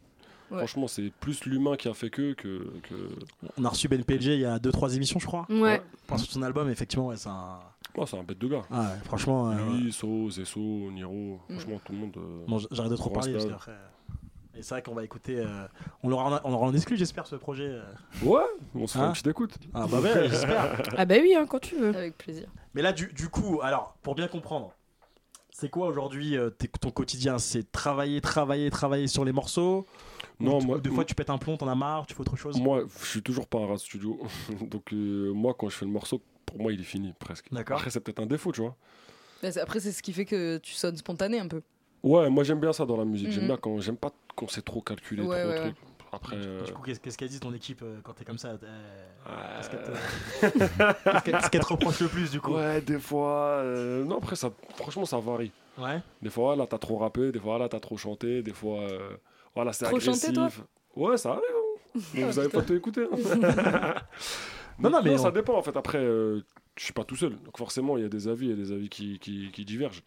Speaker 12: Franchement, c'est plus l'humain qui a fait que. que, que...
Speaker 2: On a reçu Ben PG il y a 2-3 émissions, je crois.
Speaker 12: Ouais. Ouais.
Speaker 2: Je pense que son album, effectivement, ouais, c'est un.
Speaker 12: Ouais, c'est un bête de gars.
Speaker 2: Ah ouais, franchement, euh,
Speaker 12: Lui, So, Zesso, Niro,
Speaker 5: Mm.
Speaker 12: franchement, tout le monde. euh,
Speaker 2: Bon, j'arrête de trop
Speaker 12: on
Speaker 2: parler.
Speaker 12: respecte.
Speaker 2: parce qu'après, euh, Et c'est vrai qu'on va écouter. euh, On l'aura en- on l'aura en exclu, j'espère, ce projet. euh.
Speaker 12: Ouais, on se fait
Speaker 2: Hein
Speaker 12: une petite écoute.
Speaker 2: Ah bah ouais, j'espère.
Speaker 5: Ah bah oui hein, quand tu veux.
Speaker 3: Avec plaisir.
Speaker 2: Mais là, du, du coup, alors, pour bien comprendre, c'est quoi aujourd'hui euh, tes- ton quotidien C'est travailler, travailler, travailler sur les morceaux
Speaker 12: Non,
Speaker 2: Ou t-
Speaker 12: moi-
Speaker 2: ou Des fois, tu pètes un plomb, t'en as marre, tu fais autre chose
Speaker 12: Moi, je suis toujours pas un rat studio. Donc, euh, moi, quand je fais le morceau, pour moi, il est fini presque.
Speaker 2: D'accord.
Speaker 12: Après, c'est peut-être un défaut, tu vois.
Speaker 3: Bah, c'est- Après, c'est ce qui fait que tu sonnes spontané un peu.
Speaker 12: Ouais, moi, j'aime bien ça dans la musique. J'aime
Speaker 3: Mhm.
Speaker 12: bien quand j'aime pas qu'on sait trop calculer
Speaker 3: Ouais,
Speaker 12: trop de
Speaker 3: ouais,
Speaker 12: trucs. Après, euh,
Speaker 2: Du coup, qu'est-ce qu'est-ce qu'elle dit ton équipe euh, quand t'es comme ça Euh, Qu'est-ce qu'elle te- qu'est-ce qu'elle- qu'est-ce qu'elle te reproche le plus, du coup
Speaker 12: Ouais, des fois. euh, Non, après, ça, franchement, ça varie.
Speaker 2: Ouais.
Speaker 12: Des fois, ah, là, t'as trop rappé, des fois, ah, là, t'as trop chanté, des fois, euh, voilà, c'est
Speaker 2: Trop
Speaker 12: agressif.
Speaker 2: chanté, toi
Speaker 12: ouais, ça arrive. hein. Mais
Speaker 2: Ah,
Speaker 12: vous avez
Speaker 2: putain.
Speaker 12: pas tout écouté. hein.
Speaker 2: Non, non, mais
Speaker 12: ça
Speaker 2: on-
Speaker 12: dépend, en fait. Après, euh, je suis pas tout seul. Donc, forcément, il y a des avis, il y a des avis qui, qui, qui divergent.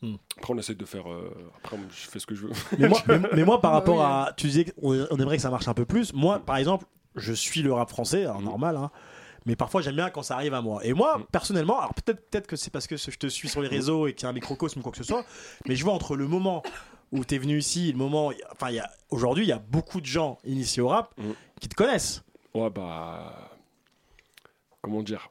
Speaker 2: Hmm.
Speaker 12: Après, on essaie de faire. euh, Après, je fais ce que je veux.
Speaker 2: mais, moi, mais- mais moi, par rapport à. Tu disais qu'on on aimerait que ça marche un peu plus. Moi, par exemple, je suis le rap français,
Speaker 12: Mm.
Speaker 2: alors normal, hein. Mais parfois, j'aime bien quand ça arrive à moi. Et moi, personnellement, alors peut-être peut que c'est parce que je te suis
Speaker 12: Mm.
Speaker 2: sur les réseaux et qu'il y a un microcosme ou quoi que ce soit, mais je vois entre le moment où t'es venu ici et le moment. Enfin, il y a- aujourd'hui, il y a beaucoup de gens initiés au rap qui te connaissent.
Speaker 12: Mm. Ouais, bah. Comment dire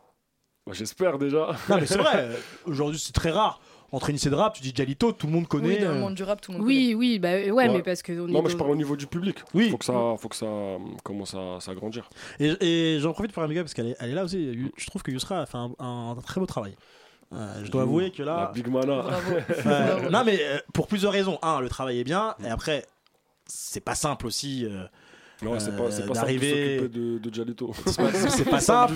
Speaker 12: Bah, J'espère déjà.
Speaker 2: Non, mais c'est vrai, aujourd'hui, c'est très rare. Entre initiés de rap, tu dis Jalito, tout le monde connaît.
Speaker 5: Oui, dans le
Speaker 2: euh,
Speaker 5: monde
Speaker 3: du rap, tout
Speaker 5: le monde Oui, oui, bah ouais, mais parce que on
Speaker 12: Non,
Speaker 5: est
Speaker 12: mais je
Speaker 5: dans-
Speaker 12: parle au niveau du public.
Speaker 2: Oui. Mm.
Speaker 12: Faut que ça, faut que ça euh, commence à, ça grandir.
Speaker 2: Et, et j'en profite pour un méga parce qu'elle est, elle est là aussi. Yu- Je trouve que Yusra a fait un, un très beau travail. Euh, je dois avouer que là.
Speaker 12: Mmh. La Big Mana. Bravo.
Speaker 2: Ouais.
Speaker 12: Bravo.
Speaker 2: non, mais euh, pour plusieurs raisons. Un, le travail est bien. Et après, c'est pas simple aussi. euh,
Speaker 12: Ouais, c'est pas, c'est pas simple
Speaker 2: euh,
Speaker 12: de
Speaker 2: d'arriver.
Speaker 12: s'occuper de, de Gialito.
Speaker 2: C'est pas- c'est pas simple.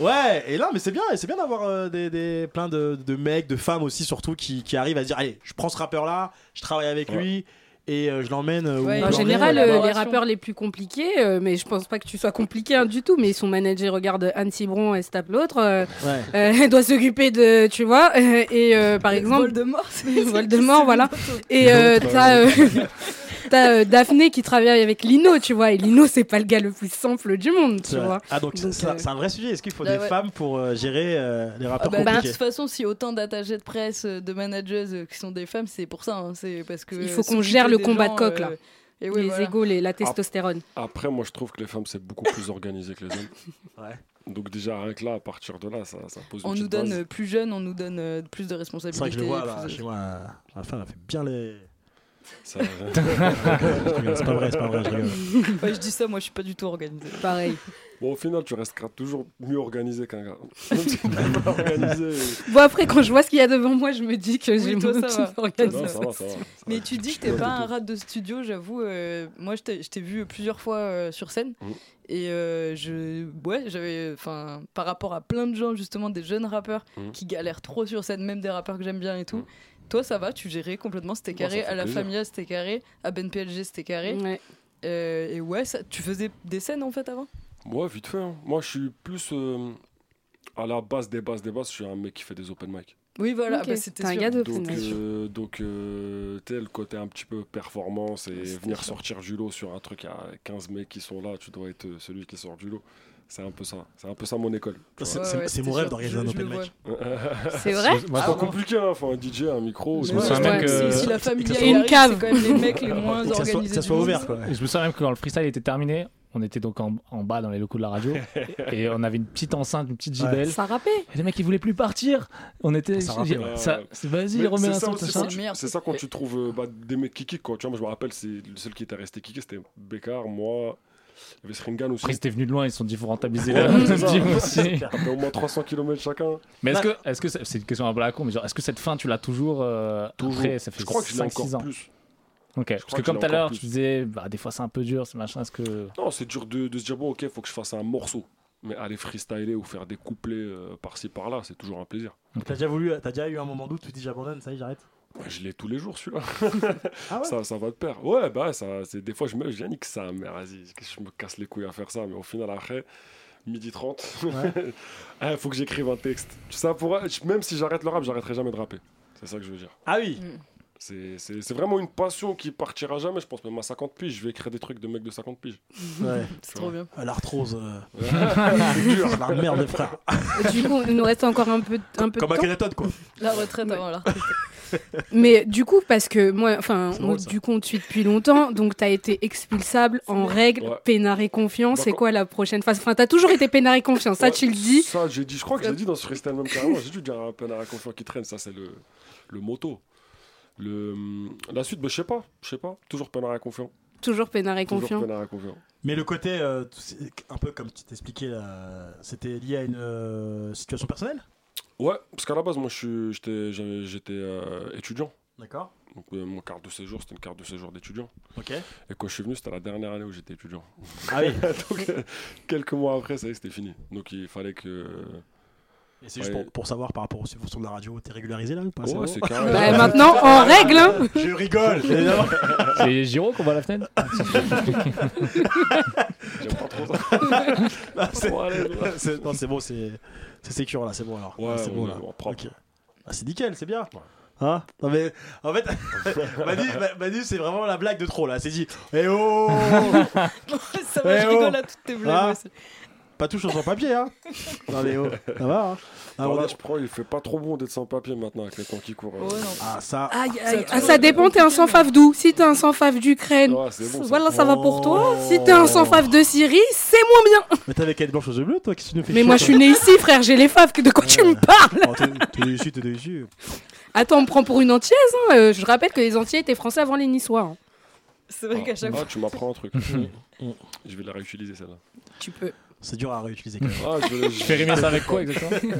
Speaker 2: Ouais, et là, mais c'est bien, et c'est bien d'avoir euh, des, des- plein de, de mecs, de femmes aussi, surtout, qui, qui arrivent à se dire Allez, je prends ce rappeur là, je travaille avec lui, et euh, je l'emmène. euh, où il
Speaker 5: en
Speaker 2: peut
Speaker 5: général,
Speaker 2: l'emmener.
Speaker 5: euh, les rappeurs les plus compliqués, euh, mais je pense pas que tu sois compliqué hein, du tout, mais son manager regarde Anne Cibron, elle se tape l'autre, euh,
Speaker 2: Ouais.
Speaker 5: euh, elle doit s'occuper de, tu vois, euh, et euh, par exemple...
Speaker 3: Voldemort,
Speaker 5: Voldemort, voilà. Et euh,
Speaker 3: L'autre,
Speaker 5: t'as
Speaker 3: euh,
Speaker 5: euh, t'as, euh, Daphné qui travaille avec Lino, tu vois, et Lino, c'est pas le gars le plus simple du monde, tu
Speaker 2: C'est vrai.
Speaker 5: vois.
Speaker 2: Ah, donc, c'est- c'est un- c'est un vrai sujet. Est-ce qu'il faut
Speaker 3: Bah
Speaker 2: des
Speaker 3: ouais.
Speaker 2: femmes pour euh, gérer euh, les
Speaker 3: Ah
Speaker 2: rappeurs
Speaker 3: bah, de
Speaker 2: compliqués
Speaker 3: toute façon, si autant d'attachés de presse, euh, de managers euh, qui sont des femmes, c'est pour ça. hein, c'est parce que
Speaker 5: Il faut qu'on
Speaker 3: s'occuper
Speaker 5: gère le
Speaker 3: des
Speaker 5: combat
Speaker 3: gens,
Speaker 5: de coq, là.
Speaker 3: euh, et oui,
Speaker 5: les
Speaker 3: voilà.
Speaker 5: égaux,
Speaker 2: Ah,
Speaker 5: les- la testostérone.
Speaker 12: Après, moi, je trouve que les femmes, c'est beaucoup plus organisé que les hommes.
Speaker 2: Ouais.
Speaker 12: Donc, déjà, rien que là, à partir de là, ça, ça pose une
Speaker 3: On nous
Speaker 12: petite
Speaker 3: donne
Speaker 12: base.
Speaker 3: euh, plus jeunes, on nous donne euh, plus de
Speaker 2: Ah, C'est vrai
Speaker 3: responsabilités.
Speaker 2: que je le vois
Speaker 3: plus
Speaker 2: là
Speaker 3: de-
Speaker 2: chez moi. euh, Ma femme a fait bien les.
Speaker 12: Ça-
Speaker 2: Je rigole, c'est pas vrai, c'est pas vrai, je rigole.
Speaker 3: Ouais, je dis ça, moi je suis pas du tout organisée.
Speaker 5: Pareil.
Speaker 12: Bon, au final, tu resteras toujours mieux organisé qu'un gars. Même si t'es pas organisé.
Speaker 5: Bon, après, quand je vois ce qu'il y a devant moi, je me dis que j'ai
Speaker 3: Oui, toi,
Speaker 5: mon
Speaker 3: ça va.
Speaker 5: type d'organisme.
Speaker 12: Non, ça va, ça va.
Speaker 3: Mais tu dis que t'es pas un rat de studio, j'avoue. euh, moi, je t'ai je t'ai vu plusieurs fois euh, sur scène.
Speaker 12: Mhm.
Speaker 3: Et euh, je, ouais, j'avais, enfin, par rapport à plein de gens, justement, des jeunes rappeurs
Speaker 12: Mhm.
Speaker 3: qui galèrent trop sur scène, même des rappeurs que j'aime bien et tout. Toi, ça va, tu gérais complètement, c'était
Speaker 12: Moi, Mmh. ça
Speaker 3: carré.
Speaker 12: fait
Speaker 3: à la
Speaker 12: plaisir.
Speaker 3: Famia, c'était carré. À Ben PLG, c'était carré.
Speaker 5: Ouais.
Speaker 3: Euh, et ouais, ça- tu faisais des scènes en fait avant
Speaker 12: Ouais, vite fait. hein. Moi, je suis plus euh, à la base des bases des bases. Je suis un mec qui fait des open mic.
Speaker 3: Oui, voilà, bah, c'était
Speaker 5: T'es un
Speaker 3: sûr.
Speaker 5: gars de
Speaker 12: Donc,
Speaker 5: Open mic.
Speaker 12: euh, donc euh, tu sais, le côté un petit peu performance et venir sortir du lot sur un truc à 15 mecs qui sont là, tu dois être euh, celui qui sort du lot. C'est un peu ça. C'est un peu ça mon école. tu
Speaker 2: C'est-
Speaker 12: vois.
Speaker 2: c'est- Ouais, ouais, c'est mon c'était rêve sûr. d'organiser Je- un je open le mic.
Speaker 5: C'est vrai
Speaker 12: C'est
Speaker 5: Ah
Speaker 12: pas
Speaker 5: bon
Speaker 12: compliqué, hein. faut un DJ, un micro.
Speaker 14: Je
Speaker 12: c'est
Speaker 14: me
Speaker 12: pas-
Speaker 14: souviens même que-
Speaker 3: Si la famille
Speaker 14: que ça
Speaker 3: arrive,
Speaker 14: soit-
Speaker 3: c'est quand même les mecs les moins
Speaker 14: Que ça soit-
Speaker 3: organisés.
Speaker 2: ça
Speaker 3: du
Speaker 2: soit
Speaker 3: monde.
Speaker 2: ouvert, quoi.
Speaker 14: Je me souviens même que quand le freestyle était terminé, on était donc en, en bas dans les locaux de la radio et on avait une petite enceinte, une petite
Speaker 2: Ouais.
Speaker 14: gibelle.
Speaker 5: Ça rappait.
Speaker 14: Et les mecs ils voulaient plus partir. On était.
Speaker 2: Ça rappait,
Speaker 14: j'ai-
Speaker 2: ouais.
Speaker 14: ça- c'est- Vas-y,
Speaker 12: euh, Mais
Speaker 14: remets
Speaker 12: c'est
Speaker 14: un
Speaker 12: ça
Speaker 14: son.
Speaker 12: aussi
Speaker 14: machin.
Speaker 12: quand tu- C'est ça quand tu trouves euh, bah, des mecs qui kick, quoi. Tu vois, moi, je me rappelle, c'est le seul qui était resté kické, c'était Bekar, moi, il y avait Sringan aussi.
Speaker 14: Après, ils étaient venus de loin, ils se sont dit faut rentabiliser
Speaker 12: Ouais,
Speaker 14: la
Speaker 12: c'est ça.
Speaker 14: team aussi. Bah,
Speaker 12: T'as fait au moins 300 km chacun.
Speaker 14: Mais est-ce
Speaker 12: Bah-
Speaker 14: que, est-ce que c'est c'est une question un peu à la con, mais genre, est-ce que cette fin tu l'as toujours euh,
Speaker 12: Toujours.
Speaker 14: après, ça fait
Speaker 12: Je crois que je l'ai
Speaker 14: 5, 6
Speaker 12: encore
Speaker 14: ans.
Speaker 12: plus.
Speaker 14: Ok,
Speaker 12: Je
Speaker 14: parce
Speaker 12: crois
Speaker 14: que
Speaker 12: que je
Speaker 14: comme
Speaker 12: l'ai
Speaker 14: tout à
Speaker 12: encore
Speaker 14: l'heure,
Speaker 12: plus.
Speaker 14: tu disais, bah, des fois c'est un peu dur, c'est machin, est-ce que.
Speaker 12: Non, c'est dur de, de se dire, bon, ok, faut que je fasse un morceau. Mais aller freestyler ou faire des couplets euh, par-ci par-là, c'est toujours un plaisir.
Speaker 2: Donc, T'as déjà voulu, t'as déjà eu un moment d'où tu te dis j'abandonne, ça y est, j'arrête. Ah
Speaker 12: Bah, je l'ai tous les jours celui-là. ça, ça va de pair. Ouais, bah ça, c'est des fois je me je dis, nique ça, mais vas-y, je me casse les couilles à faire ça, mais au final après midi 30,
Speaker 13: Ouais.
Speaker 12: ah, faut que j'écrive un texte. Ça pour même si j'arrête le rap, j'arrêterai jamais de rapper. C'est ça que je veux dire.
Speaker 2: Ah oui.
Speaker 12: C'est c'est- c'est vraiment une passion qui partira jamais, je pense. Même à 50 piges, je vais écrire des trucs de mecs de 50 piges. Tu vois.
Speaker 2: Ah, Mm. L'arthrose. euh.
Speaker 12: Ouais.
Speaker 2: C'est dur, la merde, frère.
Speaker 5: Du coup, il nous reste encore un peu, un peu
Speaker 2: Comme
Speaker 5: de temps.
Speaker 2: Akhenaton, quoi.
Speaker 3: La retraite avant la
Speaker 5: Mais du coup, parce que moi, enfin,
Speaker 3: C'est
Speaker 5: on-
Speaker 3: drôle, ça.
Speaker 5: du coup, on te suit depuis longtemps, donc t'as été expulsable en règle,
Speaker 12: Ouais.
Speaker 5: peinard et confiant.
Speaker 12: Bah,
Speaker 5: C'est
Speaker 12: quand-
Speaker 5: quoi la prochaine phase Enfin, t'as toujours été peinard et confiant, ça
Speaker 12: Ouais,
Speaker 5: tu le dis. Euh.
Speaker 12: Ça, j'ai dit, je crois que j'ai dit dans ce freestyle même carrément. J'ai dû dire un peu à la confiance qui traîne. Ça, c'est le, le moto. Le, la suite, bah, je sais pas, je sais pas. Toujours Penara confiant.
Speaker 5: Toujours peinard et
Speaker 12: Toujours
Speaker 5: confiant.
Speaker 12: Penara confiant.
Speaker 2: Mais le côté, euh, tout- c'est un peu comme tu t'expliquais, là, c'était lié à une euh, situation personnelle
Speaker 12: Ouais, parce qu'à la base, moi, je suis- j'étais, j'avais- j'étais euh, étudiant.
Speaker 2: D'accord.
Speaker 12: Donc, euh, mon carte de séjour, c'était une carte de séjour d'étudiant.
Speaker 2: Ok.
Speaker 12: Et quand je suis venu, c'était la dernière année où j'étais étudiant.
Speaker 2: Ah oui.
Speaker 12: Donc, euh, quelques mois après, ça y est, c'était fini. Donc, il fallait que.
Speaker 2: Et c'est juste
Speaker 12: Ouais.
Speaker 2: pour, pour savoir par rapport aux subventions de la radio, t'es régularisé là ou pas
Speaker 12: Ouais,
Speaker 2: bon
Speaker 12: c'est carré.
Speaker 5: Bah, maintenant, en règle, hein.
Speaker 2: Je rigole évidemment.
Speaker 14: C'est Giro qu'on voit à la fenêtre
Speaker 12: J'aime pas trop
Speaker 2: Non, c'est-
Speaker 12: Bon, allez, bon.
Speaker 2: c'est- non, c'est bon, c'est c'est sécure là, c'est bon alors.
Speaker 12: Ouais,
Speaker 2: c'est
Speaker 12: on
Speaker 2: bon
Speaker 12: est-
Speaker 2: là.
Speaker 12: on est propre.
Speaker 2: Ok. Ah, c'est nickel, c'est bien. Hein non mais en fait, Manu, Ma- Manu, c'est vraiment la blague de trop là. C'est dit, eh oh
Speaker 3: Ça va, je
Speaker 2: Eh
Speaker 3: rigole
Speaker 2: oh
Speaker 3: à toutes tes blagues,
Speaker 2: Ah.
Speaker 3: moi, c'est-
Speaker 2: Pas tout sur papier, hein Non mais oh, ça va, hein Ah,
Speaker 12: Alors
Speaker 2: on
Speaker 12: là,
Speaker 2: est-
Speaker 12: je prends, il fait pas trop bon d'être sans papier maintenant avec le temps qui court. hein.
Speaker 2: Ah, ça.
Speaker 5: Aïe, aïe, ah, ça dépend, t'es un sans fave d'où Si t'es un sans fave d'Ukraine,
Speaker 12: c'est bon, ça.
Speaker 5: voilà, ça va pour toi. Si t'es un sans fave de Syrie, c'est moins bien.
Speaker 2: Mais t'avais quelle blanche aux yeux bleus, toi Qu'est-ce que tu nous fais
Speaker 5: Mais moi, je suis né ici, frère, j'ai les faves, que- de quoi tu me parles
Speaker 2: T'es déçu, t'es déçu.
Speaker 5: Attends, on me prend pour une antillaise, hein. euh, Je rappelle que les Antillais étaient français avant les Niçois. hein.
Speaker 3: C'est vrai qu'à chaque
Speaker 12: Ah,
Speaker 3: fois.
Speaker 12: tu m'apprends un truc. je vais la réutiliser celle-là.
Speaker 5: Tu peux.
Speaker 2: Mm, C'est dur à réutiliser quand même.
Speaker 12: Ah, je, vais-
Speaker 14: Tu fais rimer ça avec quoi exactement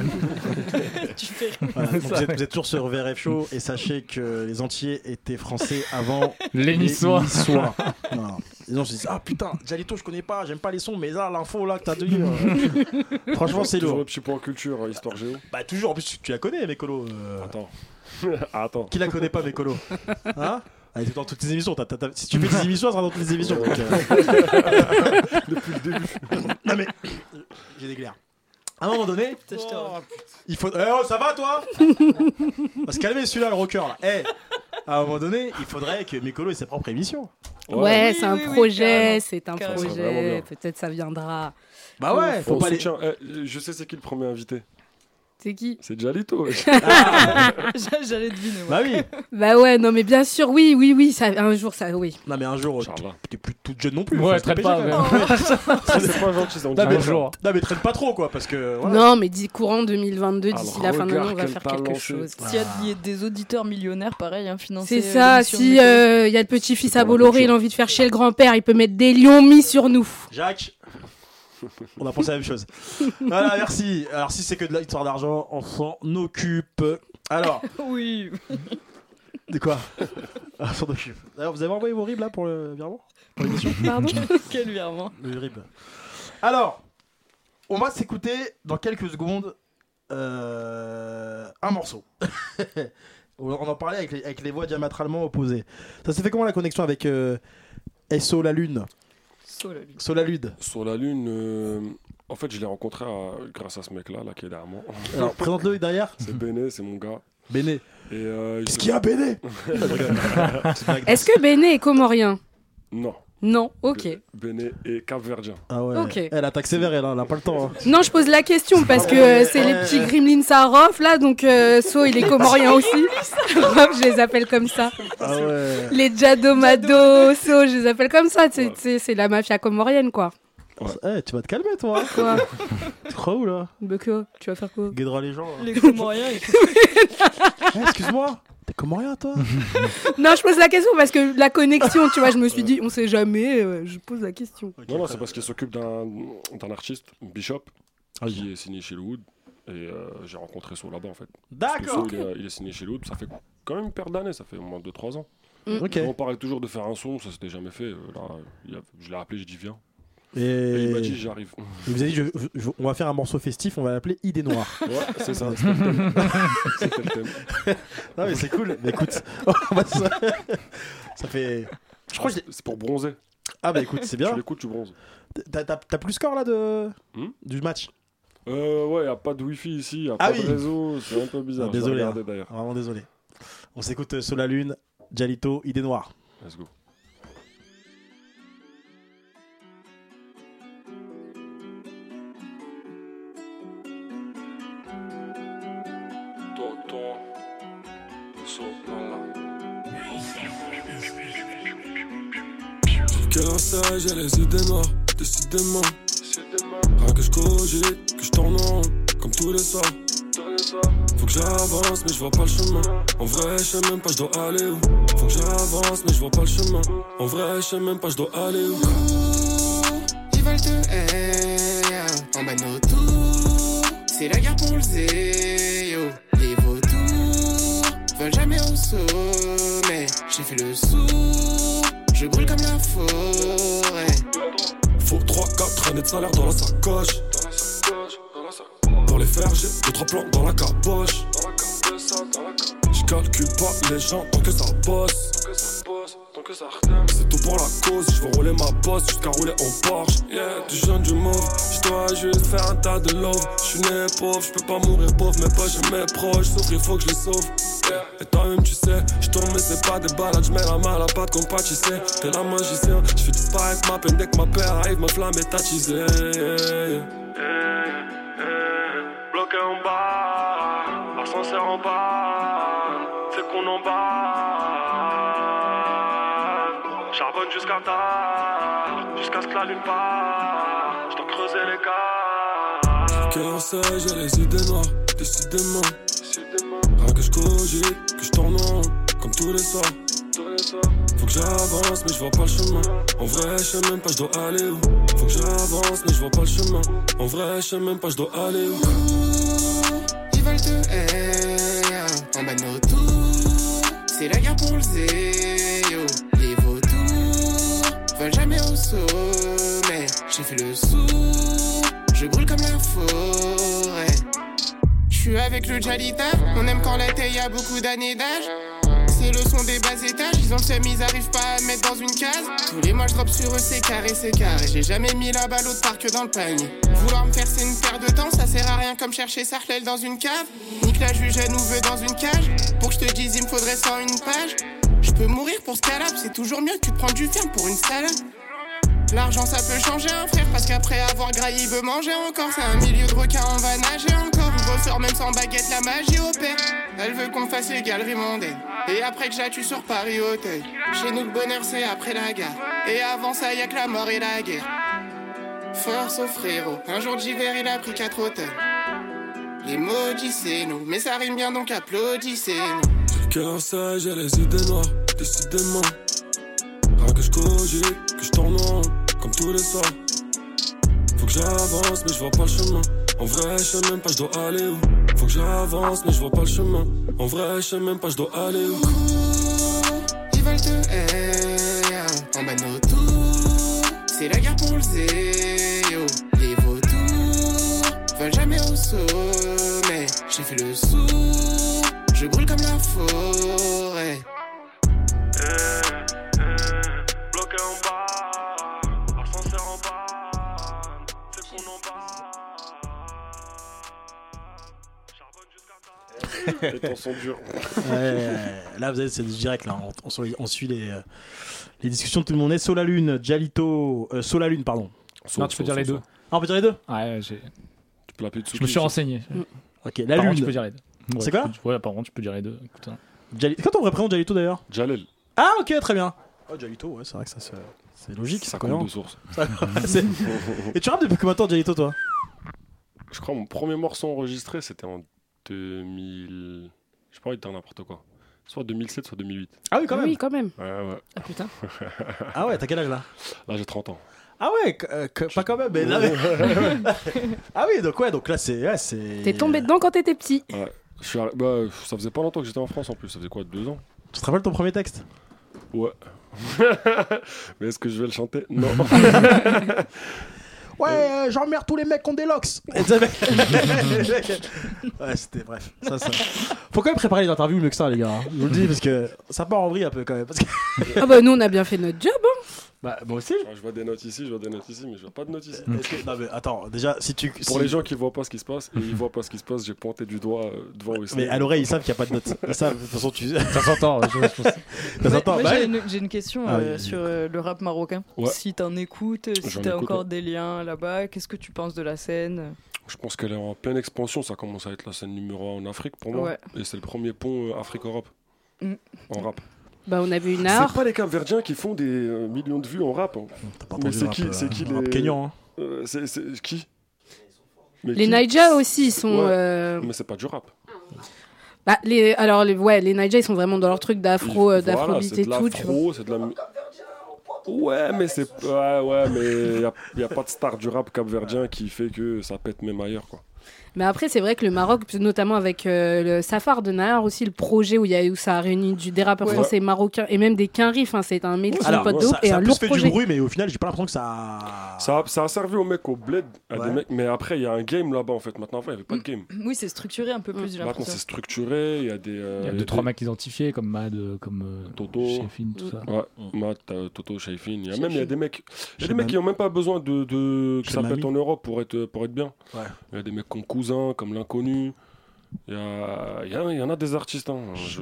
Speaker 3: tu fais
Speaker 2: Voilà, donc vous, êtes, vous êtes toujours sur VRF Show et sachez que les Antillais étaient français avant
Speaker 14: Les Niçois.
Speaker 2: Niçois. Non. Ils ont se disent, ah putain, Jalito, je connais pas, j'aime pas les sons, mais là, l'info là que t'as donnée. euh, Franchement, c'est
Speaker 12: Toujours
Speaker 2: lourd.
Speaker 12: le petit point culture, euh, histoire géo.
Speaker 2: Bah, toujours, en plus, tu- tu la connais, les colos. euh,
Speaker 12: Attends. Ah, Attends.
Speaker 2: Qui la connaît pas, mes colos Hein Elle est dans toutes tes émissions. t'as- t'as- t'as- Si tu fais des émissions, elle sera dans toutes les émissions. donc, euh,
Speaker 12: Depuis le début.
Speaker 2: Non, mais euh, j'ai des glaires. À un moment donné,
Speaker 3: Oh, Putain, je te reviens.
Speaker 2: Il faut. Eh oh, ça va toi On va se calmer celui-là, le rocker là. Eh À un moment donné, il faudrait que Mécolo ait sa propre émission.
Speaker 5: Ouais,
Speaker 3: Oui,
Speaker 5: c'est un
Speaker 3: oui, oui,
Speaker 5: projet,
Speaker 3: carrément.
Speaker 5: c'est un
Speaker 3: Carrément.
Speaker 12: Ça serait vraiment bien.
Speaker 5: projet. Peut-être ça viendra.
Speaker 2: Bah ouais, faut
Speaker 12: On
Speaker 2: pas les.
Speaker 12: soutient. Eh, je sais c'est qui le premier invité.
Speaker 5: C'est qui
Speaker 12: C'est Jalito. wesh.
Speaker 3: J'allais deviner. moi.
Speaker 2: Bah oui
Speaker 5: Ah. Bah ouais, non mais bien sûr, oui, oui, oui, ça, un jour ça, oui.
Speaker 2: Non mais un jour, tu-
Speaker 12: Inch'Allah.
Speaker 2: t'es plus toute jeune non plus. faut
Speaker 14: Ouais,
Speaker 2: se
Speaker 14: traite
Speaker 2: dépêcher,
Speaker 14: pas.
Speaker 2: quand
Speaker 14: mais-
Speaker 2: même.
Speaker 12: c'est pas gentil ça. On dit
Speaker 14: Un
Speaker 12: pas ça.
Speaker 14: jour.
Speaker 2: hein. Non mais traite pas trop quoi, parce que. voilà.
Speaker 5: Non mais dix courant 2022,
Speaker 12: Ah,
Speaker 5: d'ici
Speaker 12: le
Speaker 5: la fin de l'année,
Speaker 12: regard
Speaker 5: on va
Speaker 12: qu'elle
Speaker 5: faire
Speaker 12: t'a
Speaker 5: quelque
Speaker 12: lancé.
Speaker 5: chose.
Speaker 3: S'il y a des- des auditeurs millionnaires, pareil, hein, financer.
Speaker 5: C'est ça,
Speaker 3: l'émission de
Speaker 5: si
Speaker 3: mes
Speaker 5: euh,
Speaker 3: collègues.
Speaker 5: il y a le petit fils
Speaker 12: C'est
Speaker 5: à
Speaker 12: pour la
Speaker 5: Bolloré, il
Speaker 12: culture.
Speaker 5: a envie de faire chier le grand-père, il peut mettre des lions mis sur nous.
Speaker 2: Jacques On a pensé à la même chose. voilà, merci. Alors si c'est que de l'histoire d'argent, on s'en occupe. Alors,
Speaker 3: Oui.
Speaker 2: de quoi On s'en occupe. Alors vous avez envoyé vos ribs là pour le virement
Speaker 3: Pardon Quel virement.
Speaker 2: Le rib. Alors, on va s'écouter dans quelques secondes euh, un morceau. on on en parlait avec les, avec les voix diamétralement opposées. Ça s'est fait comment la connexion avec euh, SO La Lune
Speaker 3: So, la lune.
Speaker 2: SO La Lune
Speaker 12: Sur la lune, euh, en fait, je l'ai rencontré à- grâce à ce mec-là, là, qui est derrière moi.
Speaker 2: Alors, présente-le derrière.
Speaker 12: C'est Béné, c'est mon gars.
Speaker 2: Béné.
Speaker 12: Et euh, il
Speaker 2: Qu'est-ce
Speaker 12: se-
Speaker 2: qu'il y a, Béné
Speaker 5: Est-ce que Béné est comorien
Speaker 12: Non.
Speaker 5: Non, ok.
Speaker 12: Bé- Béné et Cap-Verdien.
Speaker 2: Ah ouais.
Speaker 5: Ok.
Speaker 2: Elle attaque sévère, elle, hein, elle a pas le temps. hein.
Speaker 5: Non, je pose la question parce que euh, c'est les petits gremlins Sarov là, donc euh, So il est comorien aussi. Rof, je les appelle comme ça.
Speaker 2: Ah ouais.
Speaker 5: Les Jadomado, So, je les appelle comme ça. C'est- C'est c'est la mafia comorienne quoi.
Speaker 2: Eh, tu vas te calmer, toi. hein.
Speaker 5: Quoi
Speaker 2: Tu crois où, là
Speaker 5: Bah quoi Tu vas faire quoi
Speaker 2: Guidera les gens. hein. là.
Speaker 3: Les Comoriens, ils
Speaker 2: Eh, excuse-moi. T'es comment rien, toi
Speaker 5: Non, je pose la question parce que la connexion, tu vois, je me suis dit, on sait jamais, euh, je pose la question.
Speaker 12: Non, non, c'est parce qu'il s'occupe d'un d'un artiste, Bishop,
Speaker 2: Ah,
Speaker 12: qui est signé chez Lowood. Et euh, j'ai rencontré So là-bas, en fait. Parce que
Speaker 2: D'accord.
Speaker 12: Soul, il, est- il est signé chez Loop, ça fait quand même une paire d'années, ça fait au moins 2-3 ans.
Speaker 2: Ok.
Speaker 12: Et On parlait toujours de faire un son, ça s'était jamais fait. euh, là, il y a- je l'ai appelé, je dis viens.
Speaker 2: Et,
Speaker 15: il m'a dit, j'arrive.
Speaker 2: Il vous a dit, je- je- on va faire un morceau festif, on va l'appeler Idée Noire.
Speaker 15: Ouais, c'est ça.
Speaker 2: C'était le thème.
Speaker 15: C'était le thème.
Speaker 12: Ah
Speaker 2: non, mais c'est cool. Mais Bah, écoute, on va se- ça fait. Je crois que
Speaker 15: c'est pour bronzer.
Speaker 2: Ah, bah écoute, c'est bien.
Speaker 15: Tu l'écoutes, tu bronzes. Hmm
Speaker 2: T'as t'as- t'as plus score là de... du match
Speaker 15: Euh, ouais, y a pas de wifi ici, y a
Speaker 2: Ah
Speaker 15: pas de
Speaker 2: oui.
Speaker 15: réseau, c'est un peu bizarre.
Speaker 2: Ah, désolé,
Speaker 15: Je vais regarder,
Speaker 2: hein.
Speaker 15: d'ailleurs.
Speaker 2: Vraiment désolé. On s'écoute euh, sous la lune, Jalito, idée noire.
Speaker 15: Let's go. Tonton,
Speaker 12: Quel instinct j'ai les idées noires, décidément. Rien que je cogite, que je tourne en rond, comme tous les soirs. Faut que j'avance, mais je vois pas le chemin. En vrai, je sais même pas, je dois aller où. Faut que j'avance, mais je vois pas le chemin. En vrai, je sais même pas, je dois aller où.
Speaker 16: Ils veulent te eh, haïr. En bas de nos tours, c'est la guerre pour le zéo. Les vautours veulent jamais au sommet. J'ai fait le sourd, je brûle comme la forêt.
Speaker 12: Faut 3-4 années de salaire dans la sacoche. Pour les faire, j'ai 2-3 plans dans la caboche. Je calcule pas les gens tant que ça bosse. C'est tout pour la cause, je veux rouler ma bosse jusqu'à rouler en Porsche. Yeah, du jeune, du mauve, je dois juste faire un tas de love. Je suis né pauvre, je peux pas mourir pauvre, mais pas chez mes proches, sauf il faut que je les sauve. Yeah. Et toi-même, tu sais, je tourne, mais c'est pas des balades, je mets la main à la pâte comme pas, tu sais. T'es la magicien, je fais disparaître ma peine dès que ma paix arrive, ma flamme est attisée.
Speaker 17: Bloqué en bas, ascenseur en panne, c'est qu'on en bas. Charbonne jusqu'à tard, jusqu'à ce que la lune part. Je dois creuser les
Speaker 12: Cœur sage, j'ai les idées noires, décidément. Rien que je cogite, que je tourne en rond, comme tous les soirs. Faut que j'avance, mais je vois pas le chemin. En vrai, je sais même pas, je dois aller où. Faut que j'avance, mais je vois pas le chemin. En vrai, je sais même pas, je dois aller où.
Speaker 16: Ils veulent te haïr. En bas de nos tours, c'est la guerre pour le zéo. Les vautours veulent jamais au sommet. J'ai fait le sourd, je brûle comme la forêt. Je suis avec le Jalita, on aime quand la taille a beaucoup d'années d'âge. C'est le son des bas étages, ils ont le seum, ils arrivent pas à me mettre dans une case. Tous les mois je drop sur eux, c'est carré, c'est carré. J'ai jamais mis la balle autre part que dans le panier. Vouloir me faire, c'est une paire de temps, ça sert à rien comme chercher Sarclel dans une cave. Nique la juge, elle nous veut dans une cage. Pour que je te dise, il me faudrait 101 une page. Je peux mourir pour ce calab, c'est toujours mieux que tu prends du ferme pour une salade. L'argent ça peut changer un frère parce qu'après avoir graillé il veut manger encore C'est un milieu de requins on va nager encore Gros sort même sans baguette la magie opère Elle veut qu'on fasse les galeries mondaines Et après que je la tue sur Paris Hôtel Chez nous le bonheur c'est après la gare Et avant ça y a que la mort et la guerre Force au frérot Un jour d'hiver il a pris quatre hôtels Les maudissez nous Mais ça rime bien donc applaudissez nous
Speaker 12: Cœur sage, j'ai les idées noires, décidément. Rien que je cogite, que je tourne en rond, comme tous les soirs. Faut que j'avance, mais je vois pas le chemin. En vrai, je sais même pas, je dois aller où. Faut que j'avance, mais je vois pas le chemin. En vrai, je sais même pas, je dois aller où.
Speaker 16: Ils veulent te haïr. En bas de nos tours, c'est la guerre pour le zéo. Les vautours veulent jamais au sommet. J'ai fait le sourd, je brûle comme la forêt.
Speaker 17: bloqué en bas, ascenseur en panne, c'est qu'on en
Speaker 15: Les temps sont durs.
Speaker 2: Ouais, là, vous avez, c'est du direct. Là. On, on suit- on suit les, euh, les discussions de tout le monde. Et Sola Lune, Jalito. euh, Sola Lune, pardon.
Speaker 4: Non, tu peux dire les deux.
Speaker 2: Ah, on peut dire les deux
Speaker 4: Ouais, j'ai.
Speaker 15: Tu peux l'appeler
Speaker 4: Je me suis renseigné.
Speaker 12: Mm.
Speaker 2: Ok, la
Speaker 4: Par contre,
Speaker 2: lune.
Speaker 4: tu peux dire les deux. Ouais,
Speaker 2: C'est quoi
Speaker 4: tu peux- Ouais, par contre, tu peux dire les deux. Écoute, hein.
Speaker 2: Jali- Quand on représente Jalito d'ailleurs
Speaker 15: Jalel.
Speaker 2: Ah, ok, très bien. Oh, Jalito, ouais, c'est vrai que ça, se- c'est logique.
Speaker 15: Ça
Speaker 2: c'est
Speaker 15: compte
Speaker 2: cohérent.
Speaker 15: de source.
Speaker 2: Ça- c'est- Et tu rappes depuis combien de temps, Jalito, toi
Speaker 15: Je crois que mon premier morceau enregistré, c'était en 2000. Je crois qu'il était n'importe quoi. Soit 2007, soit 2008.
Speaker 2: Ah oui, quand même. Oui, quand même.
Speaker 15: Ouais, ouais.
Speaker 2: Ah, putain. Ah ouais, t'as quel âge là
Speaker 15: Là, j'ai 30 ans.
Speaker 2: Ah ouais, que- euh, que- pas quand même. Mais là, ah oui, donc ouais, donc là c'est. ouais, c'est...
Speaker 5: T'es tombé dedans quand t'étais petit.
Speaker 15: Ouais. Je suis arri- bah, ça faisait pas longtemps que j'étais en France en plus. Ça faisait quoi, deux ans
Speaker 2: Tu te rappelles ton premier texte
Speaker 12: Ouais. Mais est-ce que je vais le chanter Non.
Speaker 2: Ouais, euh, j'emmerde tous les mecs qui ont des locks. ouais, c'était bref. Ça, ça. Faut quand même préparer les interviews mieux que ça, les gars. hein. Je vous le dis parce que ça part en vrille un peu quand même. Parce que...
Speaker 5: Ah bah nous on a bien fait notre job. hein.
Speaker 2: Bah, moi aussi.
Speaker 12: Je vois des notes ici, je vois des notes ici, mais je vois pas de notes ici.
Speaker 2: Non, mais attends, déjà, si tu.
Speaker 12: Pour
Speaker 2: si-
Speaker 12: les gens qui voient pas ce qui se passe, et ils voient pas ce qui se passe, j'ai pointé du doigt euh, devant Wesley.
Speaker 2: Mais à l'oreille, ils savent qu'il n'y a pas de notes. Ils savent, de toute façon, tu.
Speaker 12: Ça s'entend, je- je pense.
Speaker 2: Ça s'entend,
Speaker 3: Moi,
Speaker 2: bah
Speaker 3: j'ai
Speaker 2: ouais.
Speaker 3: une, j'ai une question
Speaker 2: Ah,
Speaker 3: euh,
Speaker 2: oui.
Speaker 3: sur euh, le rap marocain.
Speaker 12: Ouais.
Speaker 3: Si t'en écoutes, euh, si
Speaker 12: J'en
Speaker 3: t'as
Speaker 12: écoute,
Speaker 3: encore
Speaker 12: ouais.
Speaker 3: des liens là-bas, qu'est-ce que tu penses de la scène
Speaker 12: Je pense qu'elle est en pleine expansion, ça commence à être la scène numéro 1 en Afrique pour moi.
Speaker 3: Ouais.
Speaker 12: Et c'est le premier pont euh, Afrique-Europe,
Speaker 3: Mm.
Speaker 12: en rap.
Speaker 5: Bah on a vu une
Speaker 12: C'est
Speaker 5: art.
Speaker 12: pas les Capverdiens qui font des euh, millions de vues en rap. hein.
Speaker 2: entendu
Speaker 12: Mais
Speaker 2: le
Speaker 12: c'est
Speaker 2: rap,
Speaker 12: qui,
Speaker 2: euh,
Speaker 12: c'est qui les
Speaker 2: rap kényan, hein.
Speaker 12: Euh, c'est, c'est qui Mais
Speaker 5: Les
Speaker 12: qui
Speaker 5: Naija aussi ils sont.
Speaker 12: Ouais,
Speaker 5: euh,
Speaker 12: Mais c'est pas du rap.
Speaker 3: Ah,
Speaker 5: bah, les alors les ouais les Naija ils sont vraiment dans leur truc d'afro euh,
Speaker 12: Voilà,
Speaker 5: d'afrobeat
Speaker 12: c'est
Speaker 5: et
Speaker 12: de
Speaker 5: tout. Tu vois.
Speaker 12: l'afro, c'est de la mu- Ouais, mais c'est ouais, ouais, mais y a, y a pas de star du rap capverdien qui fait que ça pète même ailleurs quoi.
Speaker 5: Mais après, c'est vrai que le Maroc, notamment avec euh, le Safar de Nahar aussi, le projet où, il y a, où ça a réuni du, des rappeurs
Speaker 2: Ouais.
Speaker 5: français et marocains et même des quinrifs, enfin c'est un métier
Speaker 2: Alors,
Speaker 5: pas de dope
Speaker 2: ça,
Speaker 5: et
Speaker 2: ça
Speaker 5: un
Speaker 2: a plus
Speaker 5: lourd
Speaker 2: fait
Speaker 5: projet.
Speaker 2: du bruit, mais au final, j'ai pas l'impression que ça.
Speaker 12: Ça, a- ça a servi aux mecs au bled, à
Speaker 2: Ouais.
Speaker 12: des mecs, mais après il y a un game là-bas en fait. Maintenant avant il y avait
Speaker 5: Mm.
Speaker 12: pas de game.
Speaker 3: Oui, c'est structuré un peu plus, j'ai
Speaker 12: Maintenant c'est
Speaker 3: l'impression.
Speaker 12: structuré, il y a des. euh,
Speaker 14: Il y a
Speaker 12: y a
Speaker 14: deux, trois
Speaker 12: des-
Speaker 14: mecs identifiés comme Mad, euh, comme
Speaker 12: Toto,
Speaker 14: Chefin, tout ça.
Speaker 12: Ouais, Matt, euh, Toto, Shaifin. Il y a
Speaker 14: Shaifin.
Speaker 12: même il y a des mecs, il y a
Speaker 14: Chez
Speaker 12: des mecs qui
Speaker 14: Mamie.
Speaker 12: ont même pas besoin de, de que
Speaker 14: Chez
Speaker 12: ça pète
Speaker 14: Mamie.
Speaker 12: en Europe pour être pour être bien.
Speaker 2: Ouais.
Speaker 12: Il y a des mecs comme Cousin, comme l'inconnu. Il y, a, il, y a- il y en a des artistes. hein. Je-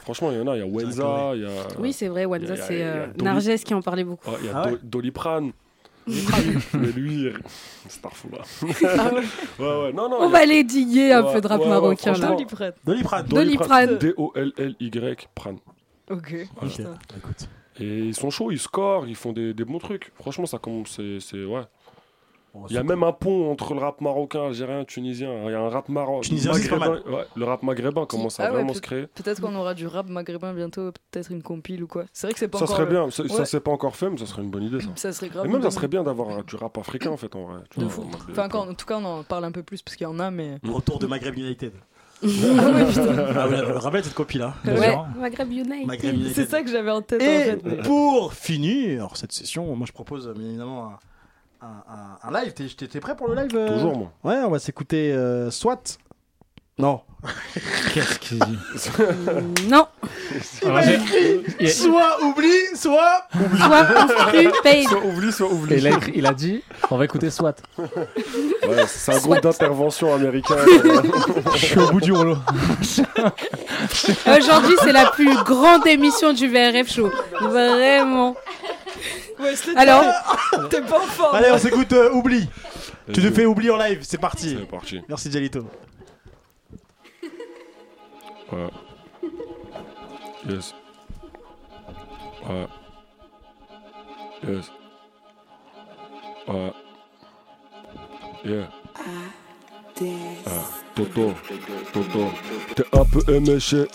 Speaker 12: Franchement, il y en a. Il y a Wenza. Il y a,
Speaker 5: Oui, c'est vrai, Wanza,
Speaker 12: il y a- il
Speaker 5: c'est
Speaker 12: y a
Speaker 5: euh,
Speaker 12: Dolly-
Speaker 5: Narges qui en parlait beaucoup.
Speaker 12: Ouais, il y a
Speaker 5: Ah ouais
Speaker 12: Do- Doliprane. Mais lui, il- c'est un fou là.
Speaker 5: Ah ouais.
Speaker 12: Ouais, ouais. Non, non,
Speaker 5: On
Speaker 12: il y a-
Speaker 5: va aller diguer un
Speaker 12: Ouais,
Speaker 5: peu de rap
Speaker 12: ouais, ouais,
Speaker 5: marocain. là.
Speaker 12: franchement.
Speaker 5: Doliprane. Doliprane.
Speaker 12: D-O-L-L-Y, prane.
Speaker 3: Ok.
Speaker 12: Voilà.
Speaker 3: Putain.
Speaker 12: Et ils sont chauds, ils scorent, ils font des, des bons trucs. Franchement, ça commence, c'est. c'est- ouais. Il y a même un pont entre le rap marocain, algérien, tunisien. Il y a un rap maro-
Speaker 2: Tunisien, c'est pas
Speaker 12: maghrébin. ouais, le rap maghrébin commence à
Speaker 3: Ah ouais,
Speaker 12: vraiment
Speaker 3: peut-
Speaker 12: se créer.
Speaker 3: Peut-être qu'on aura du rap maghrébin bientôt, peut-être une compile ou quoi. C'est vrai que c'est pas
Speaker 12: Ça
Speaker 3: encore.
Speaker 12: serait
Speaker 3: le-
Speaker 12: bien, ça, ça
Speaker 3: Ouais.
Speaker 12: c'est pas encore fait, mais ça serait une bonne idée ça.
Speaker 3: Ça serait grave
Speaker 12: Et
Speaker 3: une
Speaker 12: même ça
Speaker 3: bonne
Speaker 12: serait bien d'avoir euh, du rap africain en fait en vrai. tu
Speaker 3: De
Speaker 12: vois,
Speaker 3: fou.
Speaker 12: en mode euh, de-
Speaker 3: Enfin, quand- en tout cas, on en parle un peu plus parce qu'il y en a, mais.
Speaker 2: Retour de Maghreb United.
Speaker 3: Ah ouais, putain.
Speaker 2: Ah ouais, rappelle cette copie là.
Speaker 3: Ouais.
Speaker 5: Maghreb United.
Speaker 2: Maghreb United.
Speaker 3: C'est ça que j'avais en tête en
Speaker 2: Et
Speaker 3: fait. mais-
Speaker 2: pour finir cette session, moi je propose euh, bien évidemment un, un- un- un live. T'es- T'es t'es prêt pour le live euh
Speaker 12: Toujours, moi.
Speaker 2: Ouais, on va s'écouter euh, SWAT. Non. Qu'est-ce qu'il dit
Speaker 5: Non.
Speaker 2: Il m'a écrit soit oublie, soit oublie.
Speaker 14: Soit
Speaker 12: oublie, soit oublie.
Speaker 14: Et il a, écrit- il a dit on va écouter SWAT.
Speaker 12: Ouais, c'est un groupe d'intervention américain.
Speaker 14: Je suis au bout du rouleau.
Speaker 5: Aujourd'hui, c'est la plus grande émission du VRF Show. Vraiment. Alors,
Speaker 3: t'es pas en forme.
Speaker 2: Allez, on s'écoute euh, oublie. Tu te fais oublie en live, c'est parti. C'est
Speaker 12: parti.
Speaker 2: Merci Jalito.
Speaker 12: Ouais. Yes. Ouais. Yes. Ouais. Yeah. Ah, Toto, Toto, t'es un peu éméché.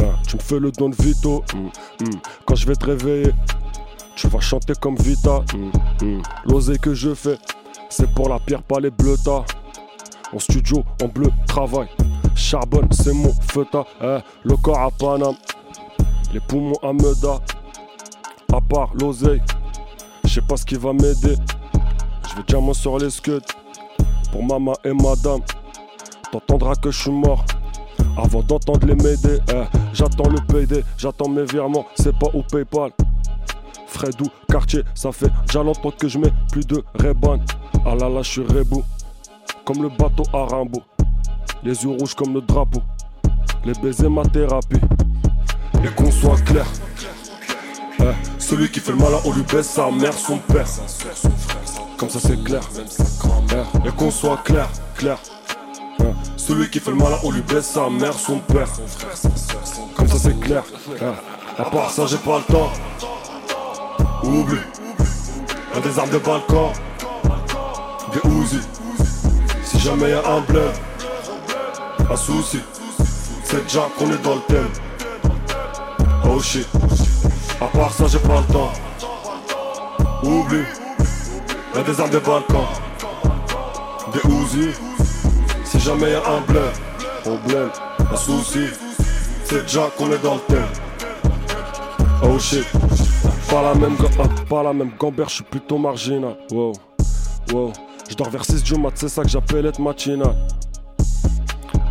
Speaker 12: Ah, tu me fais le don de Vito. Mm, mm. Quand je vais te réveiller, tu vas chanter comme Vita. Mm, mm. L'oseille que je fais, c'est pour la pierre, pas les bleutas. En studio, en bleu, travail. Charbonne, c'est mon feta. Eh, le corps à Paname, les poumons à Meda. À part l'oseille, je sais pas ce qui va m'aider. Je vais diamant sur les scuds pour maman et madame. T'entendras que je suis mort avant d'entendre les m'aider. Eh, j'attends le PD, j'attends mes virements, c'est pas au PayPal. Fredou, quartier, ça fait déjà longtemps que je mets plus de Reban. Ah là là, je suis rebou, comme le bateau à Rambo. Les yeux rouges comme le drapeau, les baisers ma thérapie. Et qu'on soit clair, eh, celui qui fait le malin, on lui baisse sa mère, son père. Comme ça c'est clair, Eh, et qu'on soit clair, clair. Eh, Celui qui fait le malin, on lui baisse sa mère, son père. Comme ça c'est clair, Eh, à part ça j'ai pas le temps. Oublie, un des armes de balcon, des ouzis. Si jamais y a un bleu, un souci, c'est déjà qu'on est dans le thème. Oh shit, à part ça j'ai pas le temps. Oublie, y'a des armes des Balkans, des ouzis. Si jamais y a un bleu, on blême, un souci, c'est déjà qu'on est dans le thème. Oh shit, pas la même, ga- ah, pas la même gambère, je suis plutôt marginal. Wow, wow, je dors vers 6 du mat, c'est ça que j'appelle être matinal.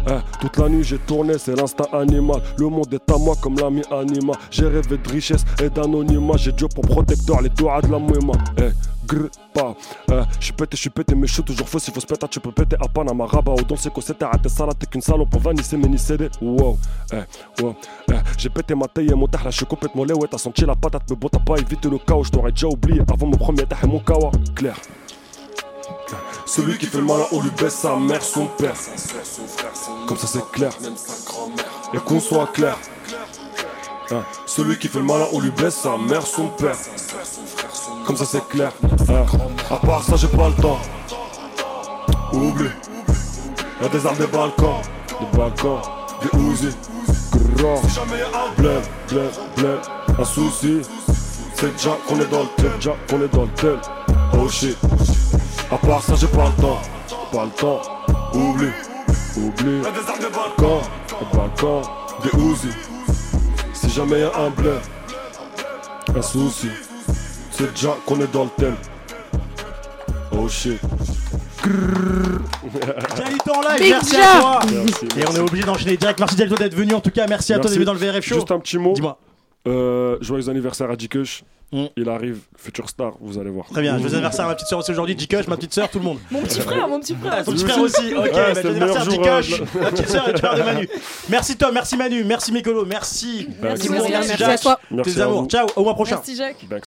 Speaker 12: Eh, toute la nuit j'ai tourné, c'est l'instinct animal. Le monde est à moi comme l'ami anima. J'ai rêvé de richesse et d'anonymat. J'ai Dieu pour protecteur, les doigts de la mouima.
Speaker 6: Euh,
Speaker 12: Eh, grr, pas. Eh, je suis pété, je suis pété, mais je suis toujours faux. S'il faut se péter, tu peux péter à Panama, Rabat, au Don Seco, c'était raté. Salat, t'es qu'une salope, on va nisser, mais ni céder. Wow, eh, wow. Eh, j'ai pété ma taille et mon tahla, je suis complètement lait. Ouais, t'as senti la patate, mais bon, t'as pas évité le chaos. Je t'aurais déjà oublié avant mon premier tah et mon kawa. Clair. Eh, Celui qui fait le malin, on lui baisse sa mère, son père. Comme ça, c'est clair. Et qu'on soit clair. Hein, Celui qui fait le malin, on lui blesse sa mère, son père. Comme ça, c'est clair. Hein, À part ça, j'ai pas le temps. Oublie. Y'a des armes des balcons. Des balcons. Des ouzis. Grand. Blême, blême, blême. Un souci. C'est déjà qu'on est dans le tel. Déjà qu'on est dans le tel. Oh shit. À part ça, j'ai pas le temps. Pas le temps. Oublie. Oublie. Y'a des armes des balcons. Des balcons. Des ouzis. Si jamais y a un bleu, un souci, c'est déjà qu'on est dans le thème. Oh shit.
Speaker 2: Jalito en live,
Speaker 12: Big
Speaker 2: merci
Speaker 12: Jack.
Speaker 2: à toi.
Speaker 12: Merci,
Speaker 2: Et on est obligé d'enchaîner direct. Merci Jalito d'être venu en tout cas. Merci à toi
Speaker 12: Merci.
Speaker 2: d'être venu dans le VRF Show.
Speaker 12: Juste un petit mot.
Speaker 2: Dis-moi. Mm.
Speaker 12: Euh, joyeux anniversaire à Jikush. Il arrive, futur star, vous allez voir.
Speaker 2: Très bien, je veux anniversaire à ma petite soeur aussi aujourd'hui, Jikosh, ma petite soeur, tout le monde.
Speaker 3: Mon petit frère, mon petit frère.
Speaker 2: Ah, ton petit frère aussi, ok,
Speaker 12: Ouais,
Speaker 2: bah,
Speaker 12: Ah, c'est
Speaker 2: joyeux
Speaker 12: le meilleur
Speaker 2: anniversaire
Speaker 12: jour, euh,
Speaker 2: Jikosh, ma petite soeur et le frère de Manu. Merci Tom, merci Manu, merci Micolo, merci.
Speaker 12: Merci,
Speaker 2: Tout le monde,
Speaker 12: Merci
Speaker 2: Jacques,
Speaker 12: à toi. Merci
Speaker 2: Tes
Speaker 12: à
Speaker 2: amours,
Speaker 12: vous.
Speaker 2: ciao, au mois prochain.
Speaker 3: Merci Jacques.